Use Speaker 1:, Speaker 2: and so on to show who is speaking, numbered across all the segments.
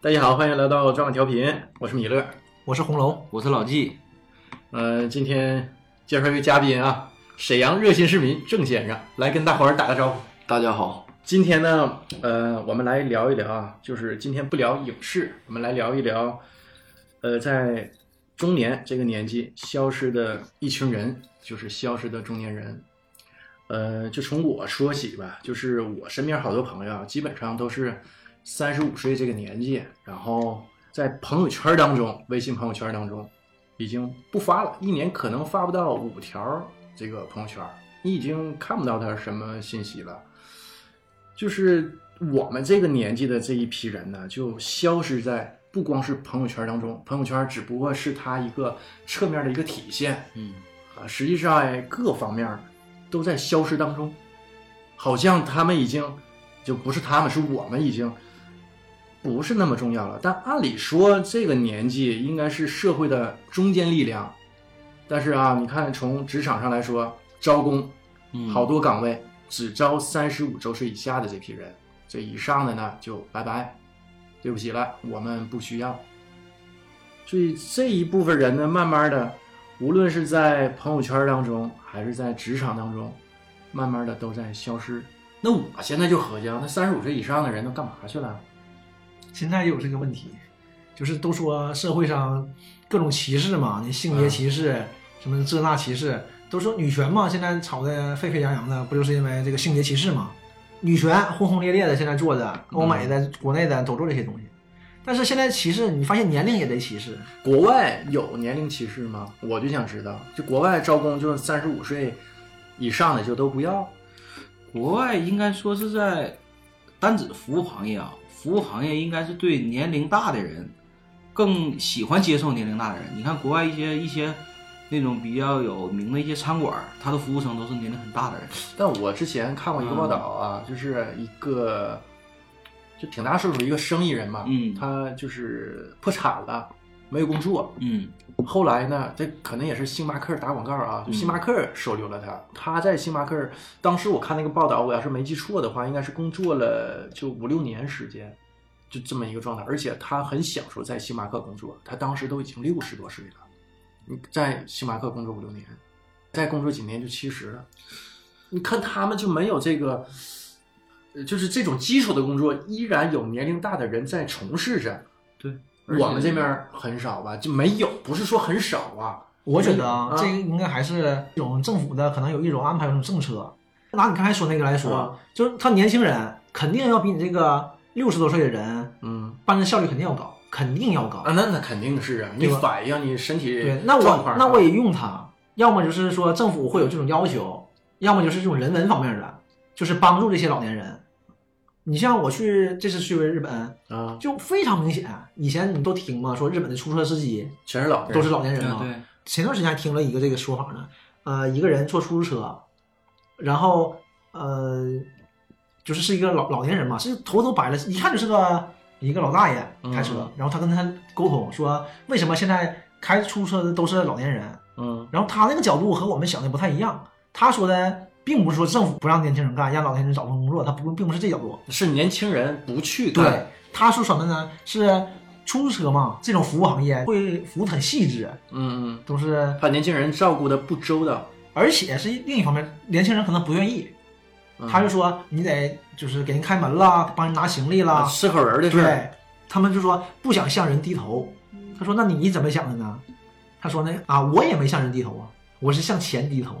Speaker 1: 大家好，欢迎来到抓马调频，我是米勒。
Speaker 2: 我是红楼，
Speaker 3: 我是老纪，
Speaker 1: 呃，今天介绍一位嘉宾啊，沈阳热心市民郑先生来跟大伙儿打个招呼。
Speaker 3: 大家好。
Speaker 1: 今天呢，呃，我们来聊一聊啊，就是今天不聊影视，我们来聊一聊，呃，在中年这个年纪消失的一群人，就是消失的中年人。呃，就从我说起吧，就是我身边好多朋友啊，基本上都是三十五岁这个年纪，然后在朋友圈当中，微信朋友圈当中，已经不发了，一年可能发不到五条这个朋友圈，你已经看不到他什么信息了。就是我们这个年纪的这一批人呢，就消失在不光是朋友圈当中，朋友圈只不过是他一个侧面的一个体现
Speaker 3: 嗯，
Speaker 1: 啊，实际上哎，各方面都在消失当中，好像他们已经就不是他们，是我们已经不是那么重要了。但按理说，这个年纪应该是社会的中坚力量，但是啊，你看从职场上来说，招工
Speaker 3: 嗯
Speaker 1: 好多岗位只招三十五周岁以下的这批人，这以上的呢就拜拜，对不起了，我们不需要。所以这一部分人呢，慢慢的，无论是在朋友圈当中，还是在职场当中，慢慢的都在消失。那我现在就合计啊，那三十五岁以上的人都干嘛去了？啊
Speaker 2: 现在也有这个问题，就是都说啊社会上各种歧视嘛，你性别歧
Speaker 3: 嗯
Speaker 2: 视、什么这那歧视，都说女权嘛，现在吵得沸沸扬扬的，不就是因为这个性别歧视嘛？女权轰轰烈烈的现在做的，
Speaker 3: 嗯
Speaker 2: 欧美的、国内的都做这些东西，但是现在歧视，你发现年龄也得歧视，
Speaker 1: 国外有年龄歧视吗？我就想知道，就国外招工就三十五岁以上的就都不要。
Speaker 3: 国外应该说是在单指服务行业啊，服务行业应该是对年龄大的人更喜欢接受年龄大的人。你看国外一些一些那种比较有名的一些餐馆，他的服务生都是年龄很大的人。
Speaker 1: 但我之前看过一个报道啊，就是一个就挺大岁数的一个生意人嘛，
Speaker 3: 嗯
Speaker 1: 他就是破产了，没有工作。
Speaker 3: 嗯
Speaker 1: 后来呢，啊这可能也是星巴克打广告啊，就星巴克收留了他。他在星巴克，当时我看那个报道，我要是没记错的话，应该是工作了就五六年时间，就这么一个状态。而且他很享受在星巴克工作，他当时都已经六十多岁了，你在星巴克工作五六年，再工作几年就七十了。你看他们就没有这个，呃就是这种基础的工作，依然有年龄大的人在从事着。
Speaker 3: 对，
Speaker 1: 我们这边儿很少吧，就没有，不是说很少啊。
Speaker 2: 我觉得啊，
Speaker 1: 嗯
Speaker 2: 这个应该还是一种政府的，可能有一种安排，有一种政策。拿你刚才说那个来说，
Speaker 1: 嗯
Speaker 2: 就是他年轻人肯定要比你这个六十多岁的人
Speaker 1: 嗯
Speaker 2: 办事效率肯定要高，肯定要高。
Speaker 1: 啊，那那肯定是啊，你
Speaker 2: 对吧
Speaker 1: 反映你身体
Speaker 2: 对，那
Speaker 1: 状
Speaker 2: 我
Speaker 1: 况
Speaker 2: 那我也用它，要么就是说政府会有这种要求，要么就是这种人文方面的，就是帮助这些老年人。你像我去这次去日本，
Speaker 1: 啊，
Speaker 2: 就非常明显，啊以前你都听嘛，说日本的出租车司机
Speaker 1: 全是老人
Speaker 2: 都是老年人
Speaker 3: 对
Speaker 2: 嘛，
Speaker 3: 嗯对，
Speaker 2: 前段时间还听了一个这个说法呢，呃，一个人坐出租车，然后呃，就是是一个老老年人嘛，是头都白了，一看就是个一个老大爷开车，
Speaker 1: 嗯
Speaker 2: 然后他跟他沟通说，为什么现在开出租车的都是老年人？
Speaker 1: 嗯
Speaker 2: 然后他那个角度和我们想的不太一样，他说的并不是说政府不让年轻人干，让老年人找份工作，他不并不是这角度，
Speaker 1: 是年轻人不去干
Speaker 2: 对，他说什么呢？是出租车嘛，这种服务行业会服务得很细致，
Speaker 1: 嗯
Speaker 2: 都是
Speaker 1: 嗯，把年轻人照顾的不周到，
Speaker 2: 而且是另一方面，年轻人可能不愿意，
Speaker 1: 嗯
Speaker 2: 他就说你得就是给人开门啦，帮人拿行李啦，
Speaker 1: 吃口人儿的事儿，
Speaker 2: 啊对他们就说不想向人低头。他说那你怎么想的呢？他说那啊我也没向人低头啊，我是向钱低头。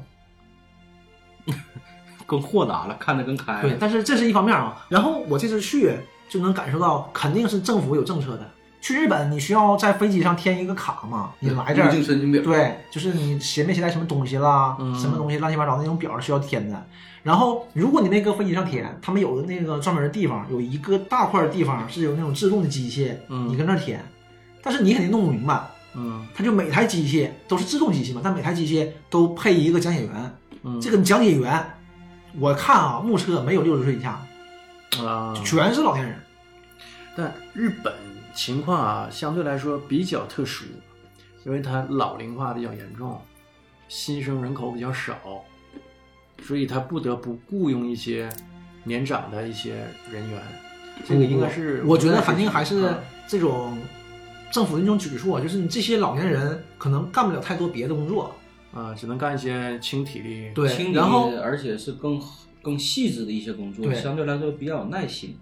Speaker 3: 更豁达了，看得更开了。
Speaker 2: 对，但是这是一方面啊。然后我这次去就能感受到，肯定是政府有政策的。去日本你需要在飞机上填一个卡嘛，你来这儿
Speaker 3: 入境申请表。
Speaker 2: 对，就是你携没携带什么东西啦，
Speaker 1: 嗯
Speaker 2: 什么东西乱七八糟那种表需要填的。然后如果你没搁飞机上填，他们有那个专门的地方，有一个大块儿的地方是有那种自动的机器，
Speaker 1: 嗯
Speaker 2: 你跟那儿填，但是你肯定弄不明白。
Speaker 1: 嗯
Speaker 2: 它就每台机器都是自动机器嘛，但每台机器都配一个讲解员。
Speaker 1: 嗯，
Speaker 2: 这个讲解员，我看啊，目测没有六十岁以下，
Speaker 1: 个啊，
Speaker 2: 全是老年人。
Speaker 1: 但日本情况啊，相对来说比较特殊，因为它老龄化比较严重，新生人口比较少，所以它不得不雇佣一些年长的一些人员。这个应该是
Speaker 2: 我觉得肯定还是
Speaker 1: 嗯
Speaker 2: 这种政府的那种举措啊，就是你这些老年人可能干不了太多别的工作，
Speaker 1: 啊，只能干一些轻体力。
Speaker 3: 清
Speaker 2: 对，
Speaker 3: 理
Speaker 2: 然后
Speaker 3: 而且是更更细致的一些工作，
Speaker 2: 对
Speaker 3: 相对来说比较有耐心，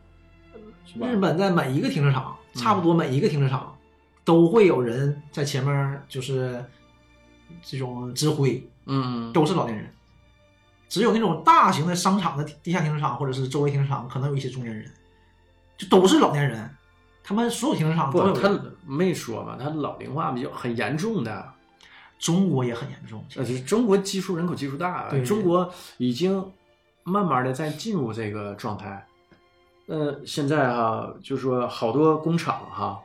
Speaker 3: 是吧？
Speaker 2: 日本的每一个停车场，差不多每一个停车场、都会有人在前面，就是这种指挥，
Speaker 1: 嗯，
Speaker 2: 都是老年人。只有那种大型的商场的地下停车场或者是周围停车场，可能有一些中年人，就都是老年人。他们所有停车场都
Speaker 1: 不，
Speaker 2: 有
Speaker 1: 他
Speaker 2: 人。
Speaker 1: 没说嘛，他老龄化比较很严重的。
Speaker 2: 中国也很严重，
Speaker 1: 呃，就是中国基数人口基数大，啊
Speaker 2: 对
Speaker 1: 中国已经慢慢的在进入这个状态。呃，现在啊，就是说好多工厂哈、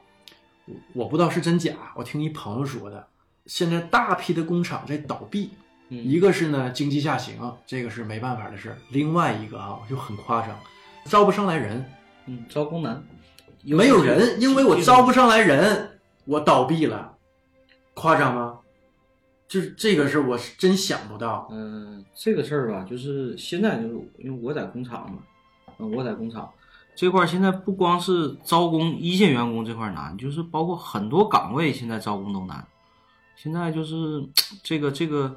Speaker 1: 我我不知道是真假，我听一朋友说的，现在大批的工厂在倒闭，
Speaker 3: 嗯
Speaker 1: 一个是呢经济下行，这个是没办法的事儿；另外一个啊就很夸张，招不上来人，
Speaker 3: 嗯，招工难，
Speaker 1: 没有人，因为我招不上来人，我倒闭了，夸张吗？就是这个事儿，我是真想不到。
Speaker 3: 嗯，这个事儿吧，就是现在就是因为我在工厂嘛，嗯，我在工厂这块儿现在不光是招工一线员工这块儿难，就是包括很多岗位现在招工都难。现在就是这个这个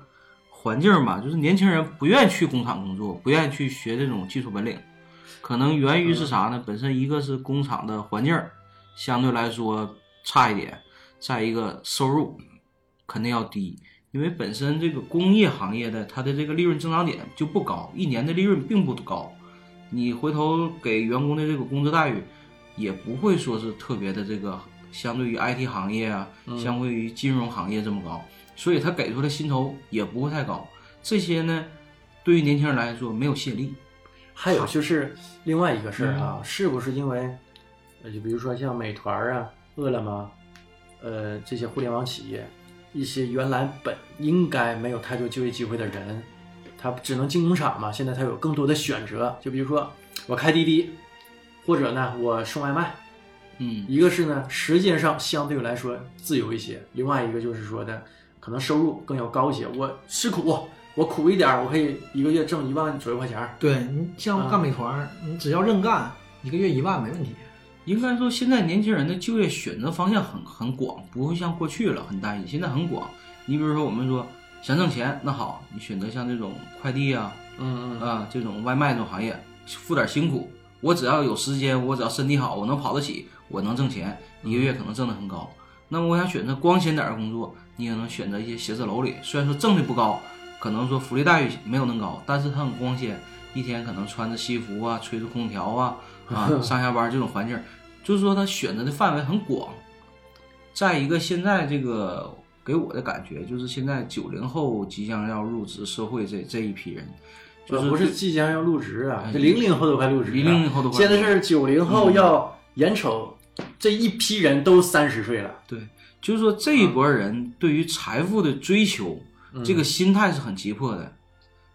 Speaker 3: 环境嘛，就是年轻人不愿意去工厂工作，不愿意去学这种技术本领，可能源于是啥呢？本身一个是工厂的环境儿相对来说差一点，再一个收入肯定要低，因为本身这个工业行业的它的这个利润增长点就不高，一年的利润并不高，你回头给员工的这个工资待遇也不会说是特别的这个，相对于 IT 行业啊，相对于金融行业这么高，所以他给出的薪酬也不会太高。这些呢，对于年轻人来说没有吸引力。
Speaker 1: 还有就是另外一个事儿啊，是不是因为，呃，就比如说像美团啊、饿了么，呃，这些互联网企业，一些原来本应该没有太多就业机会的人，他只能进工厂嘛，现在他有更多的选择，就比如说我开滴滴，或者呢我送外卖，
Speaker 3: 嗯，
Speaker 1: 一个是呢时间上相对来说自由一些，另外一个就是说的可能收入更要高一些，我吃苦。我苦一点儿，我可以一个月挣一万左右块钱儿。
Speaker 2: 对你像干美团儿，你只要认干，一个月一万没问题。
Speaker 3: 应该说现在年轻人的就业选择方向很很广，不会像过去了很单一，现在很广。你比如说我们说想挣钱，那好，你选择像这种快递啊，
Speaker 1: 嗯嗯
Speaker 3: 啊，这种外卖这种行业，付点辛苦，我只要有时间，我只要身体好，我能跑得起，我能挣钱，一个月可能挣得很高。那么我想选择光鲜点儿的工作，你也能选择一些写字楼里，虽然说挣的不高，可能说福利待遇没有那么高，但是它很光鲜，一天可能穿着西服啊，吹着空调啊， 啊，上下班这种环境，就是说他选择的范围很广。再一个，现在这个给我的感觉就是，现在九零后即将要入职社会这这一批人，就
Speaker 1: 呃
Speaker 3: 是
Speaker 1: 不
Speaker 3: 对
Speaker 1: 是即将要入职啊，
Speaker 3: 哎
Speaker 1: 这零零后都快入职了，
Speaker 3: 00后都快入职
Speaker 1: 现在是九零后要眼瞅这一批人都三十岁了，
Speaker 3: 对，就是说这
Speaker 1: 嗯
Speaker 3: 一波人对于财富的追求，这个心态是很急迫的。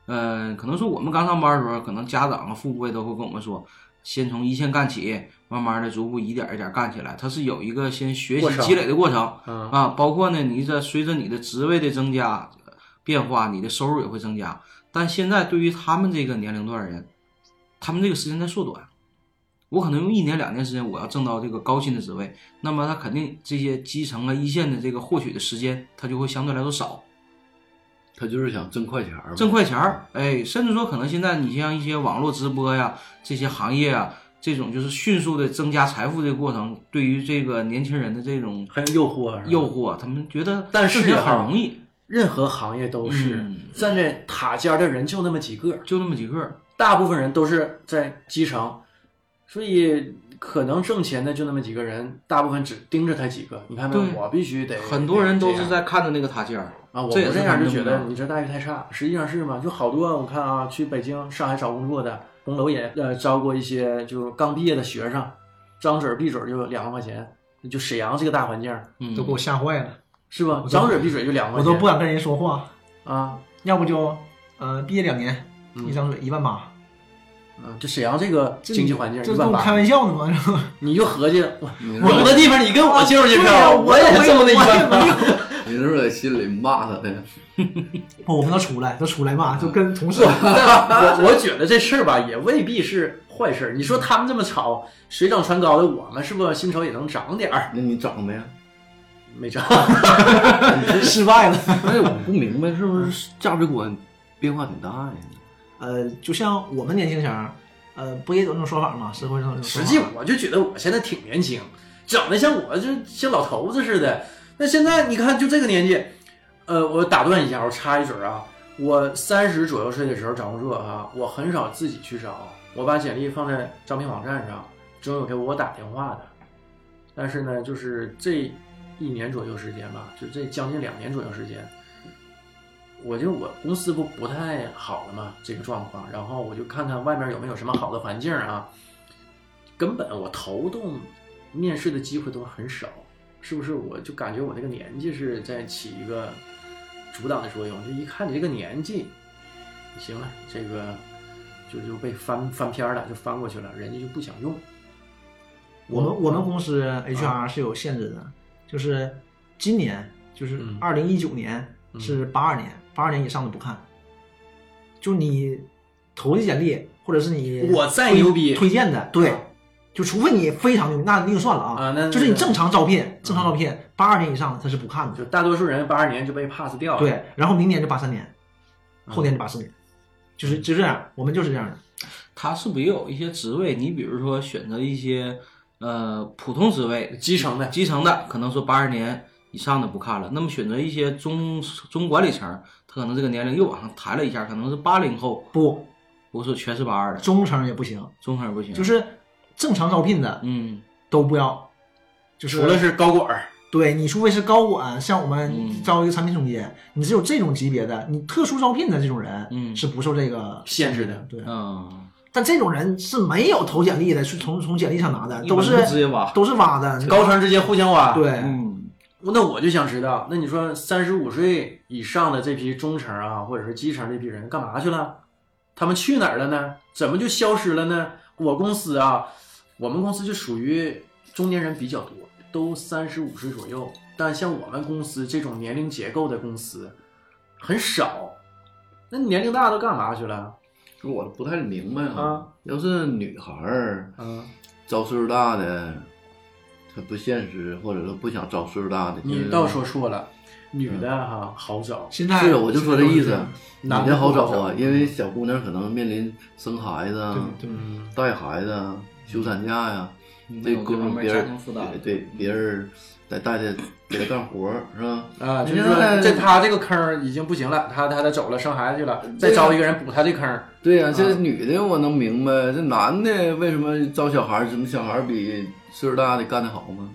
Speaker 3: 呃，可能说我们刚上班的时候，可能家长啊、父辈都会跟我们说，先从一线干起，慢慢的逐步一点一点干起来，它是有一个先学
Speaker 1: 过
Speaker 3: 习
Speaker 1: 程
Speaker 3: 积累的过程。
Speaker 1: 嗯
Speaker 3: 啊，包括呢，你这随着你的职位的增加呃变化，你的收入也会增加。但现在对于他们这个年龄段的人，他们这个时间在缩短。我可能用一年两年时间，我要挣到这个高薪的职位，那么他肯定这些基层啊、一线的这个获取的时间，他就会相对来说少，
Speaker 4: 他就是想挣快钱儿嘛，
Speaker 3: 挣快钱儿。哎，甚至说可能现在你像一些网络直播呀这些行业啊，这种就是迅速的增加财富的过程，对于这个年轻人的这种
Speaker 1: 很有诱惑是吧，
Speaker 3: 诱惑，他们觉得
Speaker 1: 但是
Speaker 3: 挣钱
Speaker 1: 啊
Speaker 3: 很容易。
Speaker 1: 任何行业都是、
Speaker 3: 嗯
Speaker 1: 站在塔尖儿的人就那么几个，
Speaker 3: 就那么几个。
Speaker 1: 大部分人都是在基层，所以可能挣钱的就那么几个人，大部分只盯着他几个。你看没有
Speaker 3: 对，
Speaker 1: 我必须得
Speaker 3: 很多人都
Speaker 1: 得这
Speaker 3: 是
Speaker 1: 样
Speaker 3: 在看着那个塔尖儿
Speaker 1: 啊，我不
Speaker 3: 这也是
Speaker 1: 这样
Speaker 3: 他
Speaker 1: 就
Speaker 3: 们的
Speaker 1: 觉
Speaker 3: 目
Speaker 1: 得
Speaker 3: 标
Speaker 1: 你这待遇太差，实际上是嘛？就好多我看啊，去北京、上海找工作的，红楼也呃招过一些就刚毕业的学生，张嘴闭嘴就两万块钱，就沈阳这个大环境
Speaker 3: 嗯，
Speaker 2: 都给我吓坏了，
Speaker 1: 是吧？
Speaker 2: 我都
Speaker 1: 张嘴闭嘴就两
Speaker 2: 我
Speaker 1: 万块
Speaker 2: 都
Speaker 1: 钱，
Speaker 2: 不敢跟人说话，
Speaker 1: 啊，
Speaker 2: 要不就呃毕业两年，
Speaker 1: 嗯
Speaker 2: 一张嘴一万八，
Speaker 1: 嗯，就沈阳这个经济环境
Speaker 2: 这
Speaker 1: 一
Speaker 2: 这跟
Speaker 1: 万
Speaker 2: 我开
Speaker 1: 八，
Speaker 2: 玩笑呢吗？ 是吧
Speaker 1: 你就合计我
Speaker 4: 你
Speaker 1: 有的地方你跟我介绍介
Speaker 2: 对啊
Speaker 1: 绍，
Speaker 2: 我
Speaker 1: 也
Speaker 2: 我
Speaker 1: 挣那一
Speaker 2: 我也
Speaker 1: 万
Speaker 2: 没有
Speaker 1: 八，
Speaker 4: 你是不是在心里骂他的呀？
Speaker 2: 哦
Speaker 1: 嗯
Speaker 2: 不，我们都出来，都出来嘛，就跟同事。
Speaker 1: 但我我觉得这事儿吧，也未必是坏事儿。你说他们这么吵，水涨船高的，我们是不是薪酬也能涨点儿？
Speaker 4: 那你涨 没呀？
Speaker 1: 没涨，
Speaker 2: 失败了。
Speaker 4: 哎，我不明白，是不是价值观变化挺大呀？
Speaker 2: 呃，就像我们年轻人儿，呃，不也有那种说法吗？社会上有那种
Speaker 1: 实
Speaker 2: 说法
Speaker 1: 际我就觉得我现在挺年轻，整的像我就像老头子似的。那现在你看，就这个年纪，呃，我打断一下，我插一嘴啊，我三十左右岁的时候找工作啊，我很少自己去找，我把简历放在招聘网站上，总有给我打电话的。但是呢，就是这一年左右时间吧，就这将近两年左右时间，我就我公司不不太好了嘛，这个状况，然后我就看看外面有没有什么好的环境啊。根本我投动面试的机会都很少，是不是？我就感觉我这个年纪是在起一个阻挡的作用，就一看你这个年纪，行了，这个就就被翻翻篇儿了，就翻过去了，人家就不想用。
Speaker 2: 我
Speaker 1: 嗯
Speaker 2: 们我们公司 HR 是有限制的，就是今年就是
Speaker 1: 嗯
Speaker 2: 二零一九年
Speaker 1: 嗯
Speaker 2: 是八二年，八二年以上的不看。就你投的简历，或者是你
Speaker 1: 我再
Speaker 2: 推
Speaker 1: 牛逼
Speaker 2: 推荐的，对
Speaker 1: 啊，
Speaker 2: 就除非你非常牛，那另算了啊。
Speaker 1: 啊那嗯
Speaker 2: 就是你正常招聘，正常招聘，八二年以上的他是不看
Speaker 1: 就
Speaker 2: 的，
Speaker 1: 大多数人八二年就被 pass 掉了。，
Speaker 2: 对。然后明年就八三年，后年就八四年，就是就这样，我们就是这样的。
Speaker 3: 它是不是也有一些职位？你比如说选择一些呃普通职位，
Speaker 1: 基层的
Speaker 3: 基层的可能说八十年以上的不看了，那么选择一些中中管理层，他可能这个年龄又往上抬了一下，可能是八零后，
Speaker 2: 不，
Speaker 3: 不是全是八二的，
Speaker 2: 中层也不行，
Speaker 3: 中层不行，
Speaker 2: 就是正常招聘的
Speaker 3: 嗯，
Speaker 2: 都不要，就是
Speaker 1: 除了是高管儿，
Speaker 2: 对你，除非是高管，像我们
Speaker 3: 嗯
Speaker 2: 招一个产品总监，你只有这种级别的，你特殊招聘的这种人，
Speaker 3: 嗯
Speaker 2: 是不受这个
Speaker 1: 限制的
Speaker 2: 对，
Speaker 3: 嗯，
Speaker 2: 但这种人是没有投简历的，是从从简历上拿的，
Speaker 3: 一
Speaker 2: 都
Speaker 3: 般
Speaker 2: 是
Speaker 3: 直接挖，
Speaker 2: 都是挖的。
Speaker 1: 高层之间互相挖。，
Speaker 2: 对，
Speaker 3: 嗯，
Speaker 1: 那我就想知道，那你说三十五岁以上的这批中层啊，或者是基层这批人干嘛去了？他们去哪儿了呢？怎么就消失了呢？我公司啊，我们公司就属于中年人比较多，都三十五岁左右。但像我们公司这种年龄结构的公司很少，那年龄大都干嘛去了？
Speaker 4: 这我不太明白
Speaker 1: 啊。
Speaker 4: 要是女孩儿
Speaker 1: 嗯，
Speaker 4: 招岁数大的，她不现实，或者说不想招岁数大的，
Speaker 1: 你倒说错了，女的哈、好找，
Speaker 2: 现在
Speaker 4: 是，啊我就说这意思。
Speaker 1: 男
Speaker 4: 男
Speaker 1: 的
Speaker 4: 的好找
Speaker 1: 不好
Speaker 4: 啊
Speaker 1: 找，
Speaker 4: 因为小姑娘可能面临生孩子、啊、
Speaker 2: 对对，
Speaker 1: 嗯，
Speaker 4: 带孩子、啊、休产假呀、
Speaker 3: 没
Speaker 4: 这
Speaker 3: 有这
Speaker 4: 功
Speaker 3: 方
Speaker 4: 夫
Speaker 3: 面
Speaker 4: 别
Speaker 3: 家
Speaker 4: 人
Speaker 3: 庭负担，
Speaker 4: 对别人再带她给她干活儿是吧？
Speaker 1: 啊，就
Speaker 4: 你
Speaker 1: 是
Speaker 4: 现
Speaker 1: 说
Speaker 4: 在
Speaker 1: 这他这个坑儿已经不行了，他他他走了，生孩子去了，再招一个人补他这坑儿。
Speaker 4: 对呀、这女的我能明白，这男的为什么招小孩儿？怎么小孩儿比岁数大的干得好吗？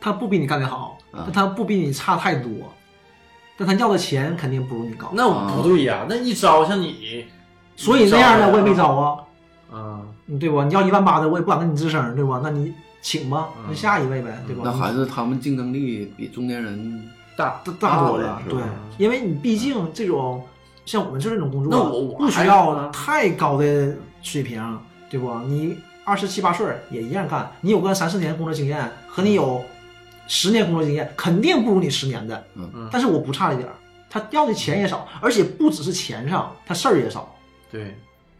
Speaker 2: 他不比你干得好，
Speaker 4: 啊
Speaker 1: 嗯
Speaker 2: 但他不比你差太多，但他要的钱肯定不如你高，
Speaker 1: 那我不对呀、那一招像你，
Speaker 2: 所以那样的
Speaker 1: 你
Speaker 2: 我也没
Speaker 1: 招
Speaker 2: 招啊，
Speaker 1: 啊。
Speaker 2: 嗯对吧？你要一万八的，我也不敢跟你吱声，对吧？那你请吧，那
Speaker 1: 嗯
Speaker 2: 下一位呗，对吧？
Speaker 4: 那孩子他们竞争力比中年人
Speaker 1: 大
Speaker 2: 大大多
Speaker 4: 大
Speaker 2: 了
Speaker 4: 了，是
Speaker 2: 对
Speaker 4: 吧，
Speaker 2: 因为你毕竟这种像我们这种工作，
Speaker 1: 那我我
Speaker 2: 不
Speaker 1: 还
Speaker 2: 需
Speaker 1: 啊
Speaker 2: 要太高的水平，对不？你二十七八岁儿也一样干，你有个三四年工作经验和你有十年工作经验，肯定不如你十年的，
Speaker 4: 嗯
Speaker 1: 嗯
Speaker 2: 但是我不差这点儿，他要的钱也少，而且不只是钱上，他事儿也少。
Speaker 1: 对，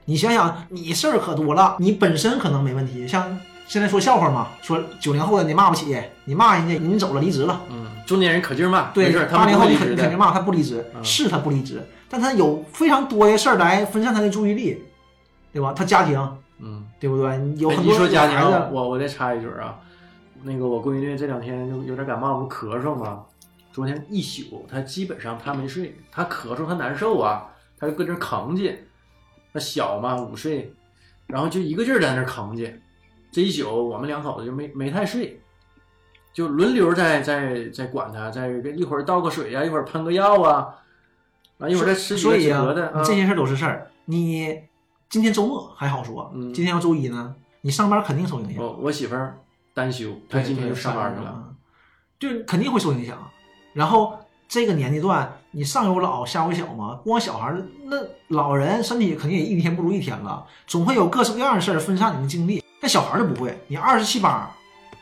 Speaker 2: 你想想，你事儿可多了，你本身可能没问题，像现在说笑话嘛，说九零后的你骂不起，你骂人家人家走了离职了。
Speaker 1: 嗯，中年人可劲儿骂，
Speaker 2: 对
Speaker 1: 没事，，他
Speaker 2: 八
Speaker 1: 们
Speaker 2: 零
Speaker 1: 不
Speaker 2: 后
Speaker 1: 会离
Speaker 2: 你肯
Speaker 1: 职
Speaker 2: 肯定
Speaker 1: 的。
Speaker 2: 骂他不离职，
Speaker 1: 嗯
Speaker 2: 是他不离职，但他有非常多的事儿来分散他的注意力，对吧？他家庭，
Speaker 1: 嗯，
Speaker 2: 对不对？有
Speaker 1: 哎
Speaker 2: 很
Speaker 1: 你
Speaker 2: 多
Speaker 1: 说家
Speaker 2: 孩
Speaker 1: 庭，
Speaker 2: 子，
Speaker 1: 我我再插一句啊，那个我闺女这两天就有点感冒，不咳嗽嘛，昨天一宿她基本上她没睡，她咳嗽她难受啊，她就搁这儿扛去，她小嘛五岁，然后就一个劲儿在那儿扛去，这一宿我们两口子就没没太睡。就轮流在在在管她，在一会儿倒个水呀、一会儿喷个药啊，完一会儿再吃几
Speaker 2: 所
Speaker 1: 个止
Speaker 2: 以啊
Speaker 1: 咳的，，嗯
Speaker 2: 你这些事儿都是事儿。你今天周末还好说，
Speaker 1: 嗯
Speaker 2: 今天要周一呢，你上班肯定受影响。
Speaker 1: 我我媳妇儿单休，她今天就上班去了。
Speaker 2: 了，就肯定会受影响。然后这个年纪段，你上有老下有小嘛，光小孩儿那老人身体肯定也一天不如一天了，总会有各式各样的事儿分散你的精力。但小孩儿就不会，你二十七八，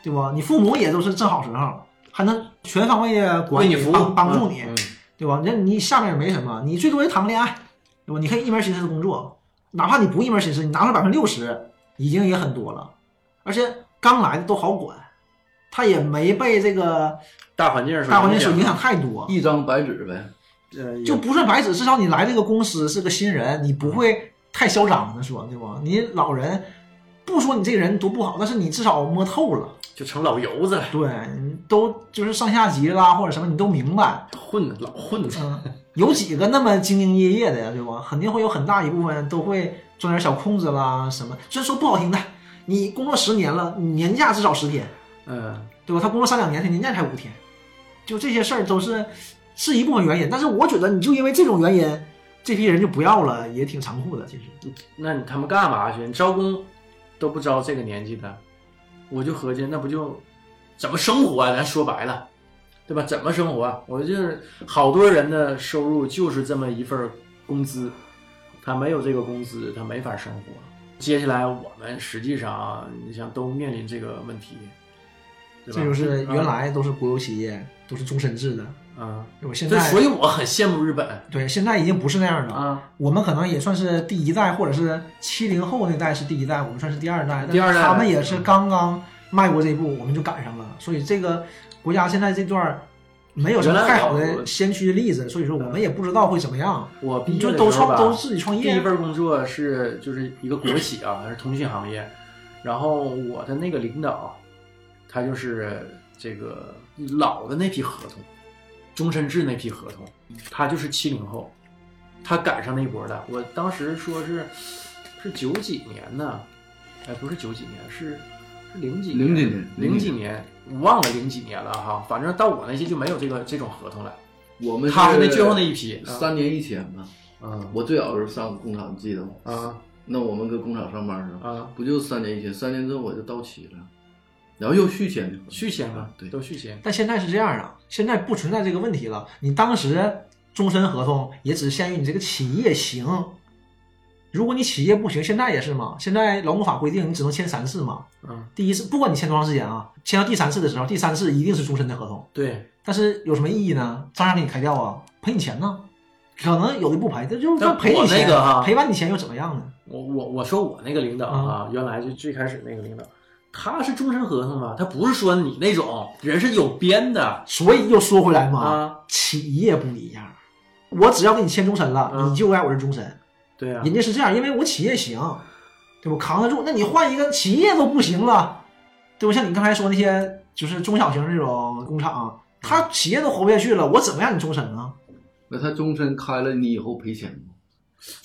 Speaker 2: 对吧？你父母也都是正好时候，还能全方位的管
Speaker 1: 为
Speaker 2: 你
Speaker 1: 你服务
Speaker 2: 帮帮助你，
Speaker 1: 嗯
Speaker 2: 对吧？那你下面也没什么，你最多也谈个恋爱，对吧？你可以一门心思的工作，哪怕你不一门心思，你拿出百分之六十，已经也很多了，而且刚来的都好管，他也没被这个
Speaker 1: 大环境所
Speaker 2: 大环境所影响
Speaker 1: 啊
Speaker 2: 太多，
Speaker 4: 一张白纸呗。
Speaker 1: 呃，
Speaker 2: 就
Speaker 1: 就
Speaker 2: 不算白纸，至少你来这个公司是个新人，你不会太嚣张的说，对吧？你老人不说你这个人多不好，但是你至少摸透了，
Speaker 1: 就成老油子了，
Speaker 2: 对，你都就是上下级啦或者什么，你都明白。
Speaker 1: 混老混子。
Speaker 2: 嗯，有几个那么兢兢业业的呀，对吧？肯定会有很大一部分都会钻点小空子啦，什么。虽然说不好听的，你工作十年了，你年假至少十天，
Speaker 1: 嗯，
Speaker 2: 对吧？他工作三两年，他年假才五天，就这些事儿都是是一部分原因。但是我觉得，你就因为这种原因，这批人就不要了，也挺残酷的。其实，
Speaker 1: 那你他们干嘛去？你招工都不招这个年纪的，我就合计那不就怎么生活啊？咱说白了，对吧？怎么生活啊？我就是好多人的收入就是这么一份儿工资，他没有这个工资，他没法生活。接下来我们实际上，你想都面临这个问题，对吧
Speaker 2: 这就是原来都是国有企业，都是终身制的，
Speaker 1: 啊，
Speaker 2: 对吧？现
Speaker 1: 这
Speaker 2: 在
Speaker 1: 所以我很羡慕日本
Speaker 2: 对，现在已经不是那样了。
Speaker 1: 啊，
Speaker 2: 我们可能也算是第一代，或者是七零后那代是第一代，我们算是第二代。
Speaker 1: 第二代嗯
Speaker 2: 但是他们也是刚刚迈过这一步，我们就赶上了。所以这个国家现在这段儿没有什么太好的先驱例子，所以说我们也不知道会怎么样。
Speaker 1: 我毕
Speaker 2: 你
Speaker 1: 业
Speaker 2: 就
Speaker 1: 的
Speaker 2: 都
Speaker 1: 时候吧
Speaker 2: 创都自己创
Speaker 1: 第一
Speaker 2: 业，
Speaker 1: 份工作是就是一个国企啊，还是 通讯行业。然后我的那个领导，他就是这个老的那批合同，终身制那批合同，他就是七零后，他赶上那一波的。我当时说是是九几年呢，哎，不是九几年，是是零几
Speaker 4: 零几年
Speaker 1: 零几年，我忘了零几年了哈。反正到我那些就没有这个这种合同了，
Speaker 4: 我们
Speaker 1: 他是那最后那一批啊
Speaker 4: 三年一千吧。
Speaker 1: 嗯
Speaker 4: 我最早是上工厂，记得吗？
Speaker 1: 啊
Speaker 4: 那我们搁工厂上班的时候，
Speaker 1: 啊，
Speaker 4: 不就三年一千？三年之后我就到期了，然后又续签的，
Speaker 1: 续签吧，
Speaker 4: 啊对，
Speaker 1: 都续签。
Speaker 2: 但现在是这样啊，现在不存在这个问题了。你当时终身合同也只限于你这个企业行，如果你企业不行，现在也是嘛。现在劳动法规定你只能签三次嘛。
Speaker 1: 嗯，
Speaker 2: 第一次不管你签多长时间啊，签到第三次的时候，第三次一定是终身的合同，
Speaker 1: 对，
Speaker 2: 但是有什么意义呢？照样给你开掉啊，赔你钱呢。可能有的不赔，这就是
Speaker 1: 但
Speaker 2: 赔
Speaker 1: 我
Speaker 2: 你钱，
Speaker 1: 那个哈
Speaker 2: 赔完你钱又怎么样呢？
Speaker 1: 我我我说我那个领导啊，原来就最开始那个领导，他是终身合同嘛，他不是说你那种人是有编的
Speaker 2: 所以又说回来嘛，
Speaker 1: 啊，
Speaker 2: 企业不一样，我只要给你签终身了，
Speaker 1: 嗯
Speaker 2: 你就该我是终身。
Speaker 1: 对啊
Speaker 2: 人，家是这样，因为我企业行，对吧？扛得住。那你换一个企业都不行了，对吧？像你刚才说那些，就是中小型这种工厂，他企业都活不下去了，我怎么让你终身啊？
Speaker 4: 那他终身开了，你以后赔钱不？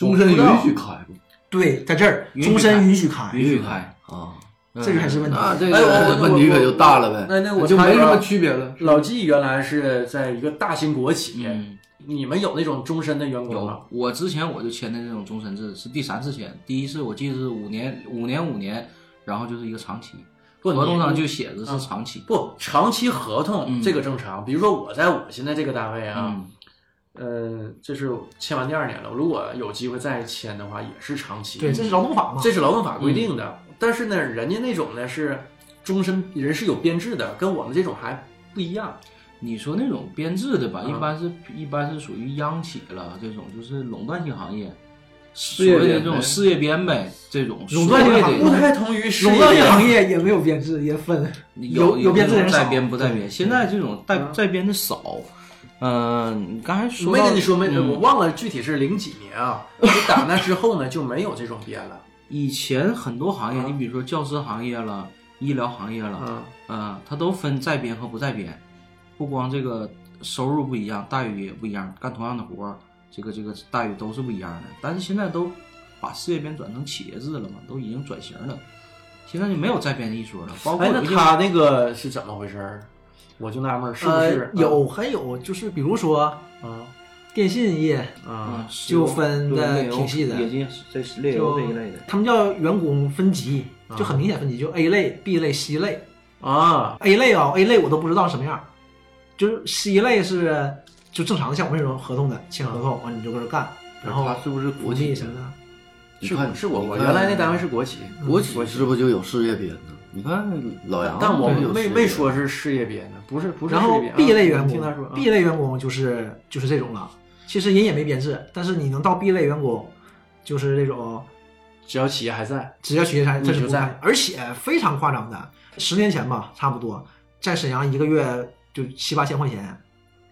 Speaker 4: 终身允许开不？
Speaker 2: 对，在这儿
Speaker 3: 允许
Speaker 2: 终
Speaker 3: 开
Speaker 2: 身允许开，
Speaker 3: 允许开。
Speaker 4: 啊，
Speaker 3: 嗯
Speaker 2: 这个才是问题。
Speaker 4: 那这
Speaker 1: 哎我
Speaker 4: 个
Speaker 1: 我
Speaker 4: 问题可就大了呗。
Speaker 1: 那那我
Speaker 4: 就
Speaker 1: 插一
Speaker 4: 没
Speaker 1: 句
Speaker 4: 什
Speaker 1: 啊
Speaker 4: 么区别了。
Speaker 1: 老纪原来是在一个大型国企，
Speaker 3: 嗯，
Speaker 1: 你们有那种终身的员工吗
Speaker 3: 有？我之前我就签的这种终身制是第三次签，第一次我记得是五年五年五年，然后就是一个长期，
Speaker 1: 不
Speaker 3: 合同上
Speaker 1: 你
Speaker 3: 就写着是长期。
Speaker 1: 不长期合同
Speaker 3: 嗯
Speaker 1: 这个正常，比如说我在我现在这个单位啊，
Speaker 3: 嗯，
Speaker 1: 呃，这是签完第二年了，如果有机会再签的话，也是长期。
Speaker 2: 对，这是劳动法嘛？
Speaker 1: 这是劳动法规定的。但是呢，人家那种呢是终身人是有编制的，跟我们这种还不一样。
Speaker 3: 你说那种编制的吧，
Speaker 1: 嗯
Speaker 3: 一般是一般是属于央企了，这种就是垄断性行业，所
Speaker 4: 事业
Speaker 3: 谓的
Speaker 4: 编
Speaker 3: 这种
Speaker 4: 呗
Speaker 3: 事业编呗，这种
Speaker 2: 垄断
Speaker 3: 所
Speaker 2: 性
Speaker 3: 谓
Speaker 2: 行
Speaker 3: 的
Speaker 2: 业不太
Speaker 1: 同于
Speaker 2: 垄断性行业也没有编制，也分。有
Speaker 3: 有
Speaker 2: 有编制的人
Speaker 3: 在
Speaker 2: 少
Speaker 3: 编不在编，现在这种在在编的少。嗯，你刚才说
Speaker 1: 没
Speaker 3: 到
Speaker 1: 跟你说没，
Speaker 3: 嗯
Speaker 1: 我忘了具体是零几年啊。就打那之后呢，就没有这种编了。
Speaker 3: 以前很多行业，
Speaker 1: 啊
Speaker 3: 你比如说教师行业了、医疗行业了，
Speaker 1: 嗯，
Speaker 3: 嗯，它都分在编和不在编，不光这个收入不一样，待遇也不一样，干同样的活儿，这个这个待遇都是不一样的。但是现在都把事业编转成企业制了嘛，都已经转型了，现在就没有在编的一说了。包括
Speaker 1: 哎，
Speaker 3: 有
Speaker 1: 那
Speaker 3: 一些
Speaker 1: 他那个是怎么回事儿？我就纳闷儿，是不是
Speaker 2: 呃、有还有就是比如说
Speaker 1: 啊
Speaker 2: 电信业，
Speaker 1: 啊
Speaker 3: 嗯
Speaker 2: 就分的挺细的
Speaker 3: 对炼油冶金这炼油
Speaker 2: 就
Speaker 3: 这一类的，
Speaker 2: 他们叫员工分级，就很明显分级，就 A 类、B 类、C 类。
Speaker 1: 啊
Speaker 2: A 类啊，A 类我都不知道什么样，就是 C 类是就正常的，像我们这种合同的签合同，完你就搁这干，然后
Speaker 4: 他是不是
Speaker 2: 福
Speaker 4: 国
Speaker 2: 利
Speaker 4: 企
Speaker 2: 什么的。
Speaker 4: 你
Speaker 1: 是
Speaker 4: 看
Speaker 1: 是我我
Speaker 4: 你看
Speaker 1: 原来那单位是国企，
Speaker 4: 国企是不是就有事业编呢？你看老杨，
Speaker 1: 但我
Speaker 4: 们
Speaker 1: 没没说是事业编呢，不是不是
Speaker 2: 然
Speaker 1: 事业
Speaker 2: 后
Speaker 1: 编啊。
Speaker 2: B 类员
Speaker 1: 听他说
Speaker 2: 工，B 类员工就是就是这种了。其实人也没编制，但是你能到 B 类员工，就是这种
Speaker 1: 只要企业还在，
Speaker 2: 只要企业才
Speaker 1: 你
Speaker 2: 这是
Speaker 1: 就
Speaker 2: 不
Speaker 1: 在
Speaker 2: 干，而且非常夸张的，十年前吧，差不多在沈阳一个月就七八千块钱，